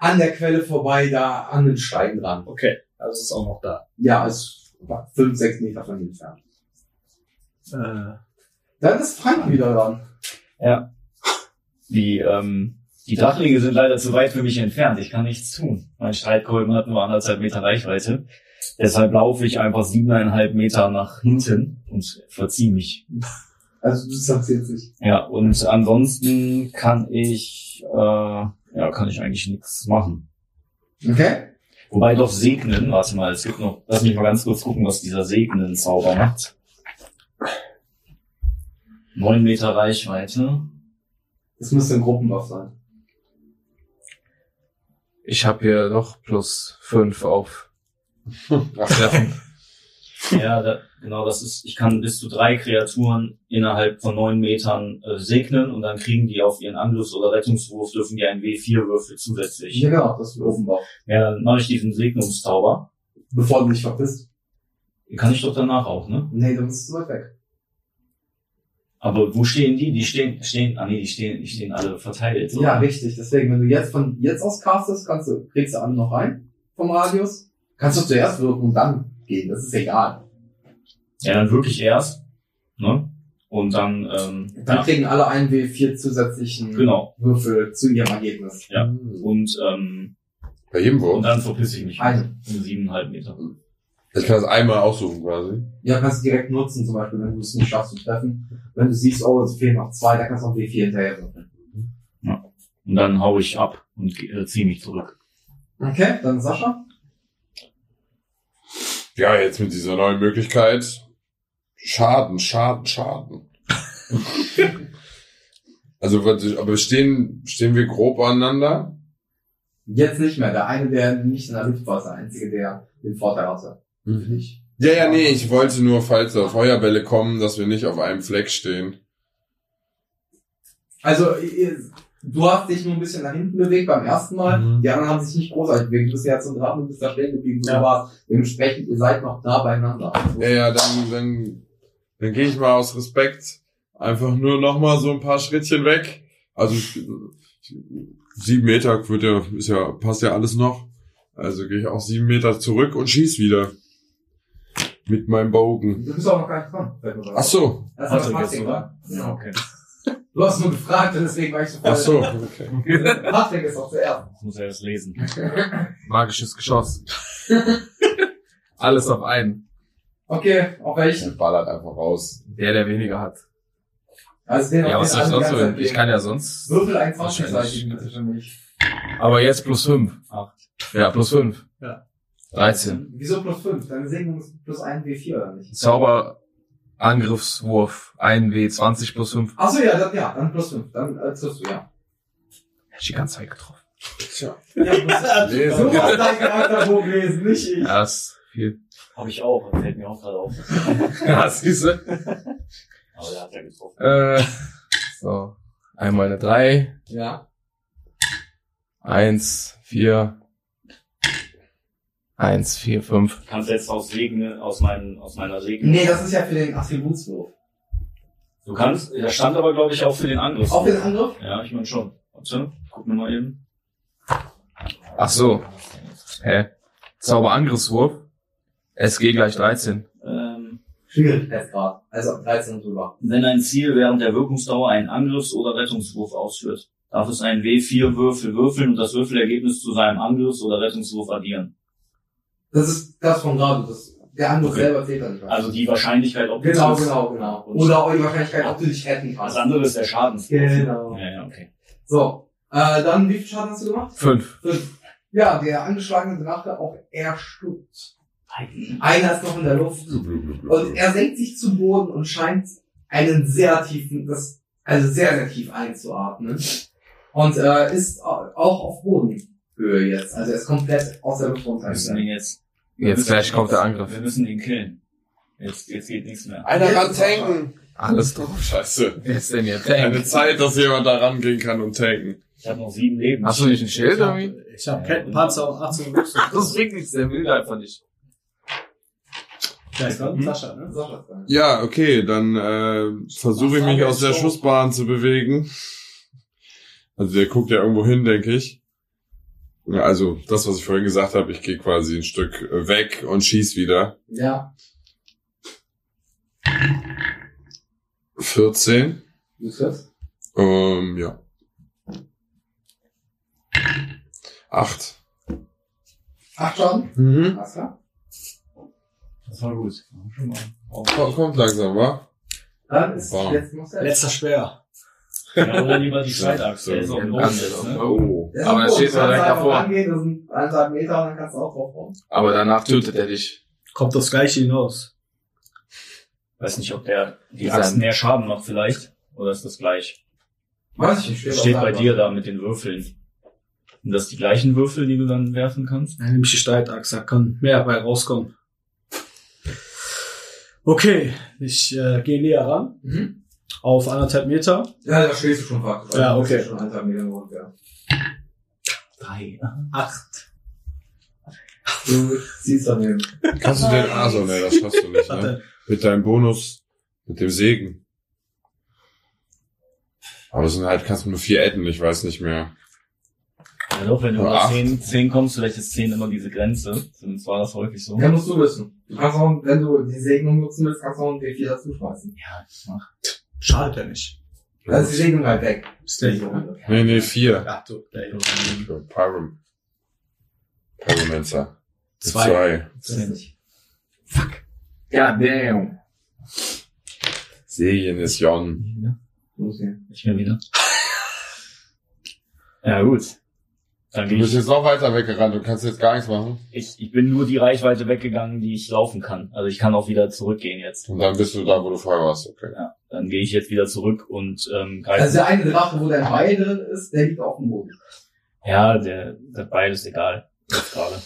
Speaker 6: an der Quelle vorbei, da an den Stein dran.
Speaker 11: Okay, also ist auch noch da.
Speaker 6: Ja, ist fünf, sechs Meter von ihm entfernt.
Speaker 11: Äh,
Speaker 6: Dann ist Frank wieder dran.
Speaker 3: Die, ähm, die Drachlinge sind leider zu weit für mich entfernt. Ich kann nichts tun. Mein Streitkolben hat nur anderthalb Meter Reichweite. Deshalb laufe ich einfach siebeneinhalb Meter nach hinten und verziehe mich.
Speaker 6: Also du sagst jetzt nicht.
Speaker 3: Ja, und ansonsten kann ich, äh, ja, kann ich eigentlich nichts machen.
Speaker 6: Okay?
Speaker 3: Wobei doch segnen, warte mal, es gibt noch, lass mich mal ganz kurz gucken, was dieser segnen Zauber macht. Neun Meter Reichweite.
Speaker 6: Das müsste ein Gruppenbuff sein.
Speaker 5: Ich habe hier noch plus fünf auf Treffen.
Speaker 3: Ja, da, genau, das ist, ich kann bis zu drei Kreaturen innerhalb von neun Metern äh, segnen und dann kriegen die auf ihren Angriffs- oder Rettungswurf, dürfen die einen W4 würfel zusätzlich.
Speaker 6: Ja, genau, das ist ein Gruppenbuff.
Speaker 3: Ja, dann mache ich diesen Segnungszauber.
Speaker 6: Bevor du dich verpisst.
Speaker 3: Den Kann ich doch danach auch, ne?
Speaker 6: Nee, dann bist du weit weg.
Speaker 3: Aber wo stehen die? Die stehen, stehen, ah nee, die stehen, die stehen alle verteilt.
Speaker 6: Ja, richtig. Deswegen, wenn du jetzt von jetzt aus castest, kannst du, kriegst du alle noch rein vom Radius. Kannst du zuerst wirken und dann gehen. Das ist egal.
Speaker 3: Ja, dann wirklich erst, ne? Und dann, ähm,
Speaker 6: Dann
Speaker 3: ja,
Speaker 6: kriegen alle einen W4 zusätzlichen
Speaker 3: genau.
Speaker 6: Würfel zu ihrem Ergebnis.
Speaker 3: Ja. Und, ähm,
Speaker 2: Bei jedem
Speaker 3: und
Speaker 2: Wurf.
Speaker 3: dann verpiss ich mich.
Speaker 6: Eine.
Speaker 3: Um siebeneinhalb Meter.
Speaker 2: Ich kann das einmal aussuchen quasi.
Speaker 6: Ja, kannst du direkt nutzen, zum Beispiel, wenn du es nicht schaffst zu treffen. Wenn du siehst, oh, es fehlen noch zwei, dann kannst du noch W4 hinterher würfeln.
Speaker 3: Und dann hau ich ab und geh- äh, zieh mich zurück.
Speaker 6: Okay, dann Sascha.
Speaker 2: Ja, jetzt mit dieser neuen Möglichkeit. Schaden, Schaden, Schaden. also, was- aber stehen, stehen wir grob aneinander?
Speaker 6: Jetzt nicht mehr. Der eine, der nicht in der Luft war, ist der einzige, der den Vorteil hatte. Für dich.
Speaker 2: Ja, ja, nee, ich wollte nur, falls da Feuerbälle kommen, dass wir nicht auf einem Fleck stehen.
Speaker 6: Also, ihr- du hast dich nur ein bisschen nach hinten bewegt beim ersten Mal.
Speaker 5: Mhm.
Speaker 6: Die anderen haben sich nicht großartig bewegt. Du bist ja zum Drachen, du bist da stehen geblieben, wo du warst. Dementsprechend, ihr seid noch nah beieinander.
Speaker 2: Ja, ja, dann, dann, dann gehe ich mal aus Respekt einfach nur noch mal so ein paar Schrittchen weg. Also ich, ich, sieben Meter wird ja, ist ja, passt ja alles noch. Also gehe ich auch sieben Meter zurück und schieß wieder. Mit meinem Bogen.
Speaker 6: Du bist auch noch gar nicht dran. fällt mir gerade
Speaker 2: Ach
Speaker 6: auf.
Speaker 2: so,
Speaker 6: Das war
Speaker 3: Ach so,
Speaker 6: das
Speaker 3: jetzt
Speaker 6: Patrick,
Speaker 3: so.
Speaker 6: oder? Ja.
Speaker 3: okay.
Speaker 6: Du hast nur gefragt und deswegen war ich so
Speaker 2: ach so, okay.
Speaker 6: Patrick ist auch zuerst.
Speaker 3: Das muss er erst lesen.
Speaker 5: Magisches Geschoss. Alles auf einen.
Speaker 6: Okay, auf
Speaker 2: Der
Speaker 6: welchen?
Speaker 2: ballert einfach raus.
Speaker 5: Der, der weniger hat.
Speaker 6: Also den
Speaker 5: Ja,
Speaker 6: auf
Speaker 5: was
Speaker 6: den
Speaker 5: soll ich
Speaker 6: anderen
Speaker 5: sonst
Speaker 6: ganz
Speaker 5: so? Ich
Speaker 6: entgegen.
Speaker 5: kann ja sonst.
Speaker 6: Würfel ein 20
Speaker 5: Wahrscheinlich.
Speaker 6: Seiten bitte für mich.
Speaker 5: Aber jetzt plus fünf.
Speaker 3: Acht.
Speaker 5: Ja, plus fünf.
Speaker 11: Ja.
Speaker 5: 13.
Speaker 6: Wieso plus 5? Deine Segnung ist plus 1 W4 oder nicht?
Speaker 5: Zauberangriffswurf. 1W20 plus fünf.
Speaker 6: Achso, ja, dann, ja, dann plus 5. Dann äh, triffst du, ja.
Speaker 5: Hätte ich die ganze Zeit getroffen.
Speaker 2: Tja.
Speaker 6: Ja, plus
Speaker 2: Lesen.
Speaker 6: So muss dein Charakterbogen lesen, nicht ich.
Speaker 5: Ja, das ist viel.
Speaker 3: Hab ich auch, fällt mir auch gerade auf.
Speaker 5: Ja, siehste.
Speaker 3: Aber der hat ja getroffen.
Speaker 5: Äh, so. Einmal eine drei.
Speaker 6: Ja.
Speaker 5: Eins, vier. Eins, vier, fünf.
Speaker 3: Kannst jetzt aus Regnen, aus meinem, aus meiner Segnung.
Speaker 6: Nee, das ist ja für den Attributswurf.
Speaker 3: Du kannst, da stand aber glaube ich auch für den Angriff.
Speaker 6: Auf den Angriff?
Speaker 3: Ja, ich meine schon. Warte, guck mir mal eben.
Speaker 5: Ach so. Hä? Zauberangriffswurf. SG gleich 13.
Speaker 3: Ähm,
Speaker 6: Schwierig. Jetzt gerade. Also ab 13 und drüber.
Speaker 3: Wenn ein Ziel während der Wirkungsdauer einen Angriffs- oder Rettungswurf ausführt, darf es einen W4-Würfel würfeln und das Würfelergebnis zu seinem Angriffs- oder Rettungswurf addieren.
Speaker 6: Das ist das von gerade. Das, der Angriff
Speaker 3: Okay.
Speaker 6: selber zählt dann nicht.
Speaker 3: Also die Wahrscheinlichkeit, ob du
Speaker 6: genau,
Speaker 3: triffst.
Speaker 6: genau, genau. Oder auch die Wahrscheinlichkeit, ob du dich retten
Speaker 3: Das
Speaker 6: kannst.
Speaker 3: andere ist der Schaden.
Speaker 6: Genau.
Speaker 3: Ja, ja, okay.
Speaker 6: So. Äh, dann, wie viel Schaden hast du gemacht?
Speaker 5: Fünf.
Speaker 6: Fünf. Ja, der angeschlagene Drache auch erstickt. Einer ist noch in der Luft. Und er senkt sich zu Boden und scheint einen sehr tiefen, das, also sehr, sehr tief einzuatmen. Und äh, ist au- auch auf Bodenhöhe jetzt. Also er ist komplett aus der Luft
Speaker 3: Wir
Speaker 6: runter.
Speaker 3: müssen den jetzt. wir
Speaker 5: Jetzt
Speaker 3: müssen-
Speaker 5: gleich kommt der Angriff.
Speaker 3: Wir müssen den killen. Jetzt, jetzt geht nichts mehr.
Speaker 2: Einer
Speaker 6: Jetzt
Speaker 2: kann
Speaker 6: ist er
Speaker 2: tanken.
Speaker 5: Alles drauf.
Speaker 2: Scheiße.
Speaker 5: Wer ist denn jetzt?
Speaker 2: Eine Zeit, dass jemand da rangehen kann und tanken.
Speaker 3: Ich habe noch sieben Leben.
Speaker 5: Hast du nicht ein Schild
Speaker 11: Ich hab,
Speaker 5: irgendwie?
Speaker 11: ich hab keinen Panzer und 18 Würfel.
Speaker 5: Das bringt nichts, der will einfach nicht.
Speaker 11: Ja, ist
Speaker 4: Mhm.
Speaker 11: dann Sascha, ne?
Speaker 6: Sascha, dann.
Speaker 2: Ja, okay, dann äh, versuche ich mich aus der Schussbahn zu bewegen. Also der guckt ja irgendwo hin, denke ich. Ja, also das, was ich vorhin gesagt habe, ich gehe quasi ein Stück äh, weg und schieß wieder.
Speaker 6: Ja,
Speaker 2: 14.
Speaker 6: du triffst.
Speaker 2: Ähm, ja. Acht.
Speaker 6: Acht Schaden.
Speaker 2: Mhm.
Speaker 6: Alles klar.
Speaker 3: Das war gut. Schon mal.
Speaker 2: Kommt, Oh, kommt langsam, wa?
Speaker 6: Dann ist
Speaker 2: Wow.
Speaker 6: jetzt noch selbst.
Speaker 11: Letzter Schwer.
Speaker 3: Ja, oder lieber die Streitachse.
Speaker 2: Ja,
Speaker 3: Der ist auf dem
Speaker 5: Ganz
Speaker 3: Boden jetzt, ne?
Speaker 5: Oh. Aber dann stehst du direkt davor.
Speaker 6: Angehen, das sind eineinhalb Meter und dann kannst du auch drauf hauen.
Speaker 5: Aber danach tötet er dich.
Speaker 11: Kommt das gleiche hinaus.
Speaker 3: Weiß nicht, ob der die
Speaker 5: Sein.
Speaker 3: Axt mehr Schaden macht vielleicht. Oder ist das gleich?
Speaker 6: Weiß ich nicht.
Speaker 3: Steht,
Speaker 6: auf
Speaker 3: bei
Speaker 6: deinem
Speaker 3: dir da mit den Würfeln. Sind das die gleichen Würfel, die du dann werfen kannst?
Speaker 11: Ja, nämlich die Streitachse, da kann mehr dabei rauskommen. Okay, ich äh, gehe näher ran.
Speaker 6: Mhm.
Speaker 11: Auf anderthalb Meter.
Speaker 6: Ja, da stehst du schon fast. Also,
Speaker 11: Ja, okay.
Speaker 6: Du bist schon eineinhalb Meter hoch, ja.
Speaker 3: Drei.
Speaker 11: Acht.
Speaker 6: Du siehst daneben.
Speaker 2: Kannst du Ah, den... Also, ne, das schaffst du nicht, ne?
Speaker 11: Warte.
Speaker 2: Mit deinem Bonus, mit dem Segen. Aber es sind halt, kannst du nur vier Etten, ich weiß nicht mehr.
Speaker 3: Ja doch, wenn du
Speaker 2: Oder
Speaker 3: über
Speaker 2: acht.
Speaker 3: 10, 10 kommst, vielleicht ist 10 immer diese Grenze. Zumindest war das häufig so.
Speaker 6: Ja, musst du wissen. Du kannst auch, wenn du die Segnung nutzen willst, kannst du auch ein D4 dazu schmeißen.
Speaker 11: Schadet ja nicht.
Speaker 6: Da ist die Segnung halt weg.
Speaker 11: Stay, ne?
Speaker 2: Nee, nee, vier.
Speaker 11: Ach du, ey.
Speaker 2: Für Pyrom. Pyromancer.
Speaker 11: Zwei.
Speaker 2: Zwei.
Speaker 15: Ja, damn.
Speaker 2: Serien ist Jon.
Speaker 6: Okay.
Speaker 3: Ich mir wieder. Ja gut. Dann
Speaker 2: Du
Speaker 3: gehe
Speaker 2: bist
Speaker 3: ich,
Speaker 2: jetzt noch weiter weggerannt, du kannst jetzt gar nichts machen.
Speaker 3: ich. Ich bin nur die Reichweite weggegangen, die ich laufen kann. Also ich kann auch wieder zurückgehen jetzt.
Speaker 2: Und dann bist du da, wo du vorher warst, okay.
Speaker 3: Dann gehe ich jetzt wieder zurück und ähm,
Speaker 6: Also
Speaker 3: greife.
Speaker 6: der eine Drache, wo der Hai drin ist, der liegt auf dem Boden.
Speaker 3: Ja, der, der Beil ist egal. Jetzt gerade.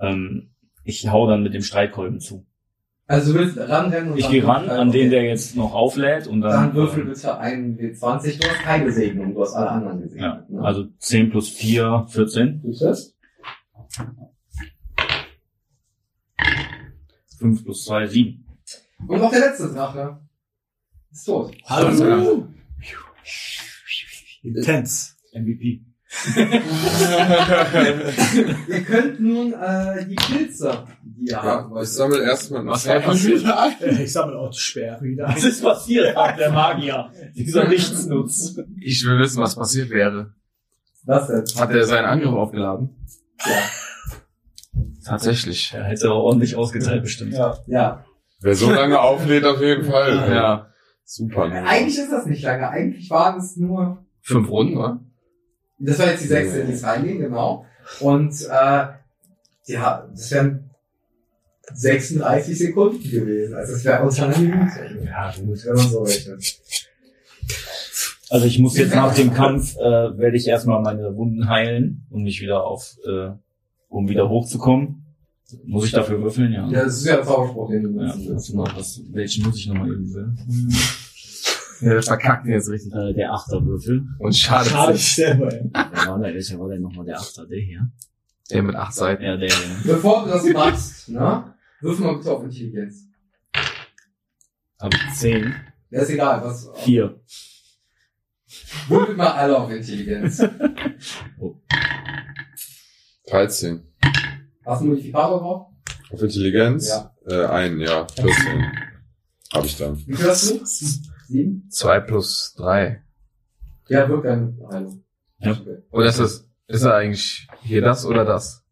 Speaker 3: Ähm, ich hau dann mit dem Streitkolben zu.
Speaker 6: Also du willst ranrennen und
Speaker 3: Ich
Speaker 6: dann-
Speaker 3: gehe ran an den,
Speaker 6: Okay.
Speaker 3: der jetzt noch auflädt und dann.
Speaker 6: Dann würfel bitte einen W20. Du hast keine Segnung, du hast alle anderen
Speaker 3: Ja,
Speaker 6: gesegnet. ne?
Speaker 3: also 10 plus 4, 14.
Speaker 6: Tust du das?
Speaker 3: 5 plus 2, 7.
Speaker 6: Und noch der letzte Drache. Ist Also, tot.
Speaker 5: Hallo.
Speaker 11: Intens.
Speaker 3: MVP.
Speaker 6: Ihr könnt nun äh, die Pilze, die ihr habt,
Speaker 2: Ja, ich sammel erstmal
Speaker 5: Was hält uns wieder ein?
Speaker 11: Äh, Ich sammle auch die Schwere wieder ein.
Speaker 3: Was ist passiert, fragt der Magier. Dieser Nichtsnutz.
Speaker 5: Ich will wissen, was passiert wäre.
Speaker 6: Was denn?
Speaker 5: Hat er seinen Angriff aufgeladen?
Speaker 6: Ja.
Speaker 5: Tatsächlich.
Speaker 3: Der hätte auch ordentlich ausgeteilt bestimmt.
Speaker 11: Ja.
Speaker 6: Ja.
Speaker 2: Wer so lange auflädt, auf jeden Fall.
Speaker 5: Ja.
Speaker 2: Super.
Speaker 6: Eigentlich ist das nicht lange. Eigentlich waren es nur.
Speaker 5: Fünf Runden, oder?
Speaker 6: Das war jetzt die sechste, in die es reingehen, genau. Und äh, ja, das wären 36 Sekunden gewesen. Also das wäre unter einer Minute. Ja, gut, wenn man so rechnet.
Speaker 3: Also ich muss jetzt nach dem Kampf, äh, werde ich erstmal meine Wunden heilen, um mich wieder auf, äh, um wieder hochzukommen. Muss ich dafür würfeln, ja.
Speaker 6: Ja, das ist ja ein Zauberspruch, den du
Speaker 3: Ja,
Speaker 6: benutzt.
Speaker 3: warte mal, was, welchen muss ich nochmal eben sehen?
Speaker 5: Ja, der verkackt ihn jetzt richtig.
Speaker 3: Äh, der Achterwürfel.
Speaker 5: Und schadet
Speaker 11: Schade
Speaker 5: sich.
Speaker 11: selber, ey.
Speaker 3: Wer war der, welcher war denn nochmal der Achter? Der hier?
Speaker 5: Der mit acht Seiten.
Speaker 3: Ja, der hier.
Speaker 6: Bevor du das machst, ne? Wirf mal bitte auf Intelligenz.
Speaker 3: Hab ich 10,
Speaker 6: Ja, ist egal, was.
Speaker 3: 4.
Speaker 6: Würfel mal alle auf Intelligenz.
Speaker 2: 13.
Speaker 6: Hast du einen Modifikator drauf?
Speaker 2: Auf Intelligenz?
Speaker 6: Ja.
Speaker 2: Äh, ein, ja. 14. Hab ich dann.
Speaker 6: Wie viel hast du? Sieben?
Speaker 5: Zwei plus drei.
Speaker 6: Ja, wirkt dann Heilung.
Speaker 3: Ja.
Speaker 6: Okay.
Speaker 5: Oder ist das, ist er eigentlich hier das oder das?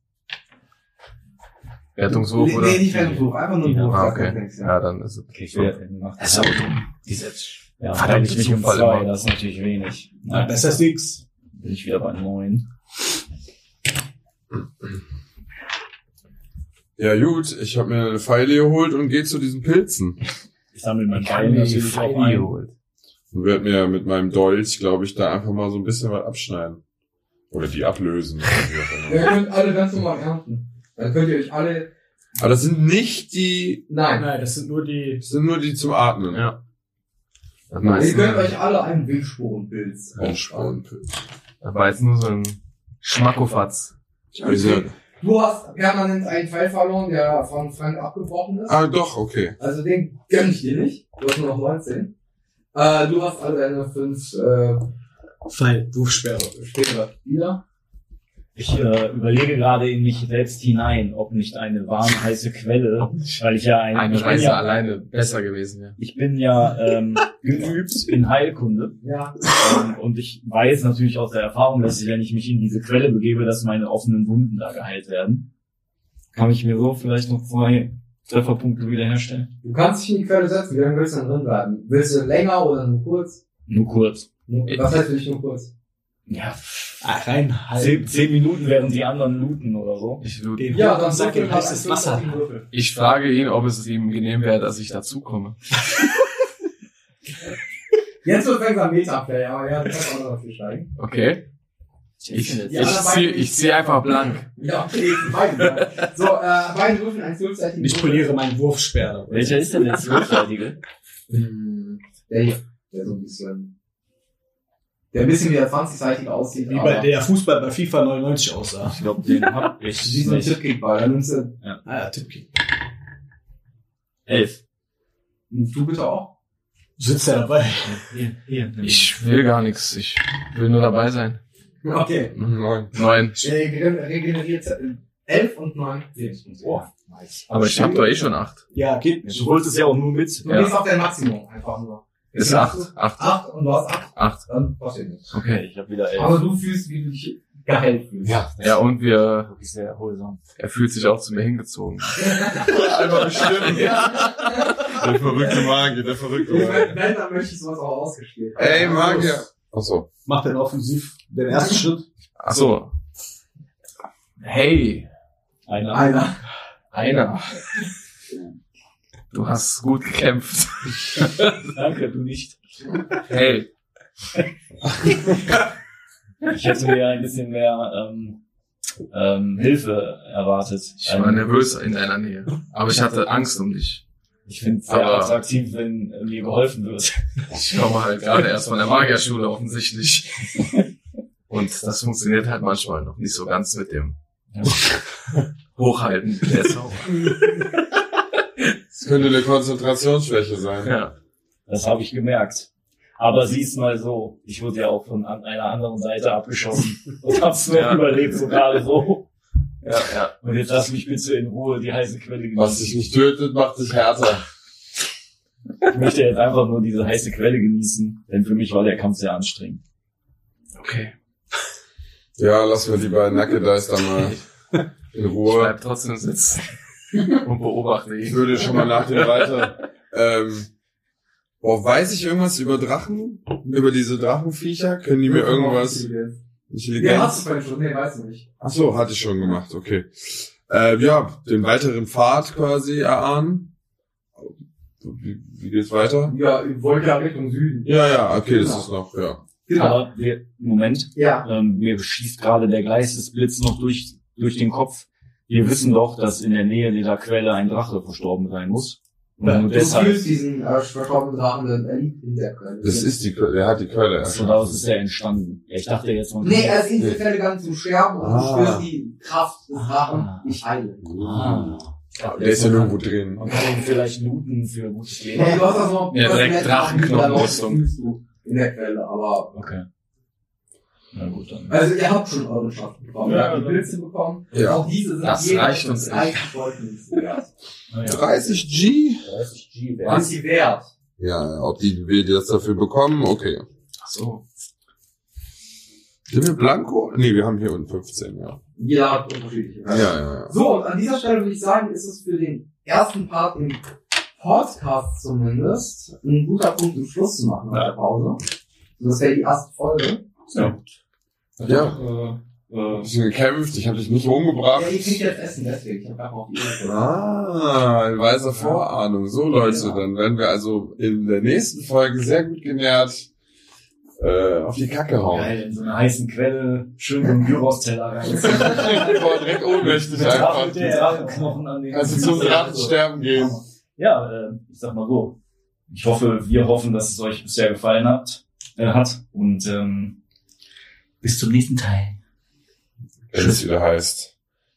Speaker 5: Rettungswurf
Speaker 6: Nee,
Speaker 5: oder?
Speaker 6: nee, nicht Rettungswurf, einfach nur ein
Speaker 3: Ja,
Speaker 6: Wurf.
Speaker 5: Ah,
Speaker 6: sag
Speaker 5: okay.
Speaker 6: mir nichts, ja.
Speaker 5: Ja, dann ist es.
Speaker 3: Okay, ich werde nach
Speaker 5: Das ist aber dumm.
Speaker 3: Diese, ja,
Speaker 5: Verdammte
Speaker 3: verteile ich mich um
Speaker 5: Zufall
Speaker 3: zwei,
Speaker 5: immer.
Speaker 3: das ist natürlich wenig.
Speaker 11: Ja, besser als nix.
Speaker 3: bin ich wieder bei neun.
Speaker 2: Ja gut, ich habe mir eine Pfeile geholt und gehe zu diesen Pilzen.
Speaker 3: Ich sammle mein
Speaker 5: Ich habe
Speaker 3: Bein
Speaker 5: mir die
Speaker 3: natürlich auch
Speaker 5: Pfeile
Speaker 3: ein.
Speaker 5: geholt.
Speaker 2: Und werde mir mit meinem Dolch, glaube ich, da einfach mal so ein bisschen was abschneiden. Oder die ablösen. oder wie auch
Speaker 6: Ihr
Speaker 2: immer.
Speaker 6: könnt alle ganz normal ernten. Dann könnt ihr euch alle.
Speaker 2: Aber das sind nicht die.
Speaker 6: Nein.
Speaker 11: Nein, das sind nur die.
Speaker 2: Das sind nur die zum Atmen.
Speaker 5: Ja.
Speaker 6: Ihr
Speaker 5: Das
Speaker 6: könnt
Speaker 5: meiste,
Speaker 6: euch alle einen Wildsporenpilz.
Speaker 2: Ein Spornpilz.
Speaker 5: das meiste nur so ein Schmackofatz.
Speaker 2: Also,
Speaker 6: Du hast permanent einen Teil verloren, der von Frank abgebrochen ist.
Speaker 2: ah, doch, okay.
Speaker 6: Also den gönn ich dir nicht. Du hast nur noch 19. Äh, du hast alle deine fünf äh,
Speaker 4: Pfeil, Wurfsperre.
Speaker 6: Schwere wieder.
Speaker 3: Ich äh, überlege gerade in mich selbst hinein, ob nicht eine warm heiße Quelle, weil ich ja ein,
Speaker 5: Eigentlich
Speaker 3: ich bin
Speaker 5: wäre
Speaker 3: ja,
Speaker 5: alleine besser gewesen, ja.
Speaker 3: ich bin ja ähm, geübt in Heilkunde
Speaker 6: Ja.
Speaker 3: ähm, und ich weiß natürlich aus der Erfahrung, dass ich, wenn ich mich in diese Quelle begebe, dass meine offenen Wunden da geheilt werden. Kann ich mir so vielleicht noch zwei Trefferpunkte wiederherstellen?
Speaker 6: Du kannst dich in die Quelle setzen. Wie lange willst du denn drin bleiben? Willst du länger oder nur kurz?
Speaker 3: Nur kurz.
Speaker 6: Nur,
Speaker 5: Ich-
Speaker 6: was heißt für dich nur kurz?
Speaker 3: Ja,
Speaker 4: Ah,
Speaker 3: ah,
Speaker 4: halt.
Speaker 11: Reinhalten.
Speaker 3: zehn, zehn Minuten während die anderen looten oder so.
Speaker 5: Ich, lud-
Speaker 11: Den
Speaker 6: Ja,
Speaker 11: ja,
Speaker 6: dann
Speaker 11: dann sag ihm
Speaker 6: würfel mal
Speaker 11: heißes
Speaker 6: einen Würfel auf
Speaker 11: Wasser.
Speaker 6: den Würfel.
Speaker 5: ich frage ihn, ob es ihm genehm wäre, dass ich dazukomme.
Speaker 6: Jetzt wird langsam Metaplay, aber ja, du kannst auch noch viel steigen.
Speaker 5: Okay? Ich,
Speaker 3: Ja,
Speaker 5: ich ziehe ich zieh einfach blank.
Speaker 6: Ja, okay, beide. So, äh, beide Würfel, eins Würfelzeichen.
Speaker 4: Ich poliere meinen Wurfsperre.
Speaker 3: Welcher ist denn der Zwölfseitige?
Speaker 6: Hm, Der hier, der so ein bisschen, der ein bisschen wie der 20-seitige aussieht.
Speaker 11: Wie
Speaker 6: aber-
Speaker 11: bei der Fußball bei FIFA 99 aussah.
Speaker 3: Ich glaube, den hab ich
Speaker 6: Wie so ein
Speaker 3: nicht.
Speaker 6: Tippkickball, dann nimmst du,
Speaker 11: Ah ja, Tippkick.
Speaker 3: Elf.
Speaker 6: du bitte auch.
Speaker 16: sitzt er dabei.
Speaker 3: Hier, hier.
Speaker 5: Ich will gar nichts. Ich will nur dabei sein.
Speaker 6: Okay.
Speaker 2: Nein.
Speaker 5: Nein.
Speaker 6: Regen- Regeneriert äh, elf und neun Lebenspunkte.
Speaker 3: Boah.
Speaker 5: Aber ich hab doch eh schon acht.
Speaker 16: Ja, geht
Speaker 3: Du wolltest ja auch nur mit.
Speaker 6: Du
Speaker 5: Ja.
Speaker 6: gehst auf dein Maximum einfach nur.
Speaker 5: Ist acht. Acht.
Speaker 6: Acht und du hast acht,
Speaker 5: Acht.
Speaker 6: dann brauchst du nicht.
Speaker 5: Okay.
Speaker 3: Ich hab wieder elf.
Speaker 6: Aber du fühlst, wie du dich geheilt fühlst.
Speaker 3: ja,
Speaker 5: Ja, und wir,
Speaker 3: wirklich sehr erholsam.
Speaker 5: er fühlt sich auch zu mir hingezogen.
Speaker 2: Einfach bestimmt. Der verrückte Magier, der verrückte
Speaker 6: Ich meine,
Speaker 2: Magier.
Speaker 6: Wenn, dann möchte ich sowas auch ausgespielt. haben.
Speaker 2: Ey, Magier. Achso.
Speaker 16: Macht den offensiv den ersten Schritt.
Speaker 5: Ach so. Hey,
Speaker 3: Einer.
Speaker 6: Einer.
Speaker 5: einer. Du hast gut gekämpft.
Speaker 3: Danke, du nicht.
Speaker 5: Hey,
Speaker 3: Ich hätte mir ein bisschen mehr ähm, ähm, Hilfe erwartet.
Speaker 5: ich war
Speaker 3: Ähm,
Speaker 5: nervös in deiner Nähe. Aber ich hatte Angst um dich.
Speaker 3: Ich finde es sehr
Speaker 5: Aber-
Speaker 3: attraktiv, wenn äh, mir geholfen wird.
Speaker 5: Ich komme halt gerade erst von der Magierschule offensichtlich. Und das funktioniert halt manchmal noch nicht so ganz mit dem
Speaker 3: Ja.
Speaker 5: Hochhalten der Zauber.
Speaker 2: Das könnte eine Konzentrationsschwäche sein.
Speaker 5: Ja.
Speaker 3: Das habe ich gemerkt. Aber sieh's mal so, ich wurde ja auch von an einer anderen Seite abgeschossen und hab's nur
Speaker 5: Ja.
Speaker 3: überlebt, so gerade so.
Speaker 5: Ja, ja.
Speaker 3: Und jetzt lass mich bitte in Ruhe die heiße Quelle genießen.
Speaker 2: Was dich nicht tötet, macht dich härter.
Speaker 3: Ich möchte jetzt einfach nur diese heiße Quelle genießen, denn für mich war der Kampf sehr anstrengend.
Speaker 5: Okay.
Speaker 2: Ja, lass mir die beiden Nackedeis da mal in
Speaker 5: Ich
Speaker 2: Ruhe.
Speaker 5: bleib trotzdem sitzen und beobachte
Speaker 2: Ich
Speaker 5: ihn.
Speaker 2: würde schon mal nach dem weiter. Ähm, boah, weiß ich irgendwas über Drachen? Über diese Drachenviecher? Können die mir irgendwas
Speaker 6: Ja, hast
Speaker 2: Intelligenz?
Speaker 6: du vorhin schon. Nee, weißt du nicht.
Speaker 2: Ach so, hatte ich schon gemacht, okay. Äh, ja, den weiteren Pfad quasi erahnen. Wie, wie geht's weiter?
Speaker 6: Ja, ihr wollt ja Richtung Süden.
Speaker 2: Ja, ja, okay, das ist noch, ja.
Speaker 6: Genau.
Speaker 3: Aber wir, Moment,
Speaker 6: Ja.
Speaker 3: ähm, mir schießt gerade der Geistesblitz noch durch, durch den Kopf. Wir wissen doch, dass in der Nähe dieser Quelle ein Drache verstorben sein muss. Und
Speaker 16: Ja.
Speaker 3: nur
Speaker 6: Du fühlst
Speaker 3: deshalb,
Speaker 6: diesen äh, verstorbenen Drachen, denn er liegt in der Quelle.
Speaker 2: Das ist die Quelle, er hat die Quelle
Speaker 3: so
Speaker 2: erschaffen.
Speaker 3: Also daraus ist er entstanden. Ich dachte jetzt mal.
Speaker 6: Nee, also- er ist in der Quelle ganz zum Sterben und
Speaker 2: Ah.
Speaker 6: du spürst die Kraft des Drachen, ich heile.
Speaker 3: Ah.
Speaker 2: Der ist ja irgendwo drin.
Speaker 3: Man kann ihn vielleicht looten für gutes Leben.
Speaker 6: Ja, du hast das noch
Speaker 5: Ja, direkt Drachenknochenrüstung.
Speaker 6: In der Quelle, aber.
Speaker 3: Okay. Na gut, dann.
Speaker 6: Also ihr habt schon eure Schatten bekommen. ihr
Speaker 3: Ja,
Speaker 6: habt die
Speaker 3: dann-
Speaker 6: Pilze bekommen.
Speaker 2: Ja.
Speaker 6: Auch diese sind
Speaker 5: Das
Speaker 6: jeweils
Speaker 5: reicht uns nicht.
Speaker 6: 30 Wolken nicht. wert.
Speaker 3: Naja.
Speaker 2: 30 G?
Speaker 3: 30 G
Speaker 6: Was ist die wert?
Speaker 2: Ja, ja, ob die wir das dafür bekommen, okay.
Speaker 5: Ach so.
Speaker 2: Sind wir Blanco? Nee, wir haben hier unten 15, ja.
Speaker 6: Jeder hat unterschiedliche
Speaker 2: Ja,
Speaker 6: Werte.
Speaker 2: ja, ja.
Speaker 6: So, und an dieser Stelle würde ich sagen, ist es für den ersten Part im Podcast zumindest ein guter Punkt, den Schluss zu machen nach der Pause. Das wäre die erste Folge.
Speaker 2: Ja.
Speaker 17: Äh, äh,
Speaker 2: Ich bin gekämpft, ich habe dich nicht
Speaker 6: Ja,
Speaker 2: umgebracht.
Speaker 6: ihr kriegt jetzt Essen, deswegen. Ich habe einfach auf die Ehe gewartet.
Speaker 2: Ah, in weiser Vorahnung. So Leute, dann werden wir also in der nächsten Folge sehr gut genährt äh, auf die Kacke hauen.
Speaker 3: Geil, in so einer heißen Quelle, schön so einen Gyros-Teller reinziehen.
Speaker 2: Ich war direkt ohnmächtig
Speaker 3: Mit Drachen-
Speaker 2: einfach.
Speaker 3: mit Drachenknochen an den
Speaker 2: Also zum Drachensterben gehen.
Speaker 3: Ja, äh, ich sag mal so. Ich hoffe, wir hoffen, dass es euch bisher gefallen hat. Äh, hat. Und ähm, bis zum nächsten Teil.
Speaker 2: Wenn es wieder heißt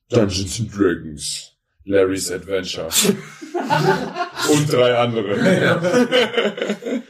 Speaker 2: Dungeons and Dragons, Larry's Adventure und drei andere.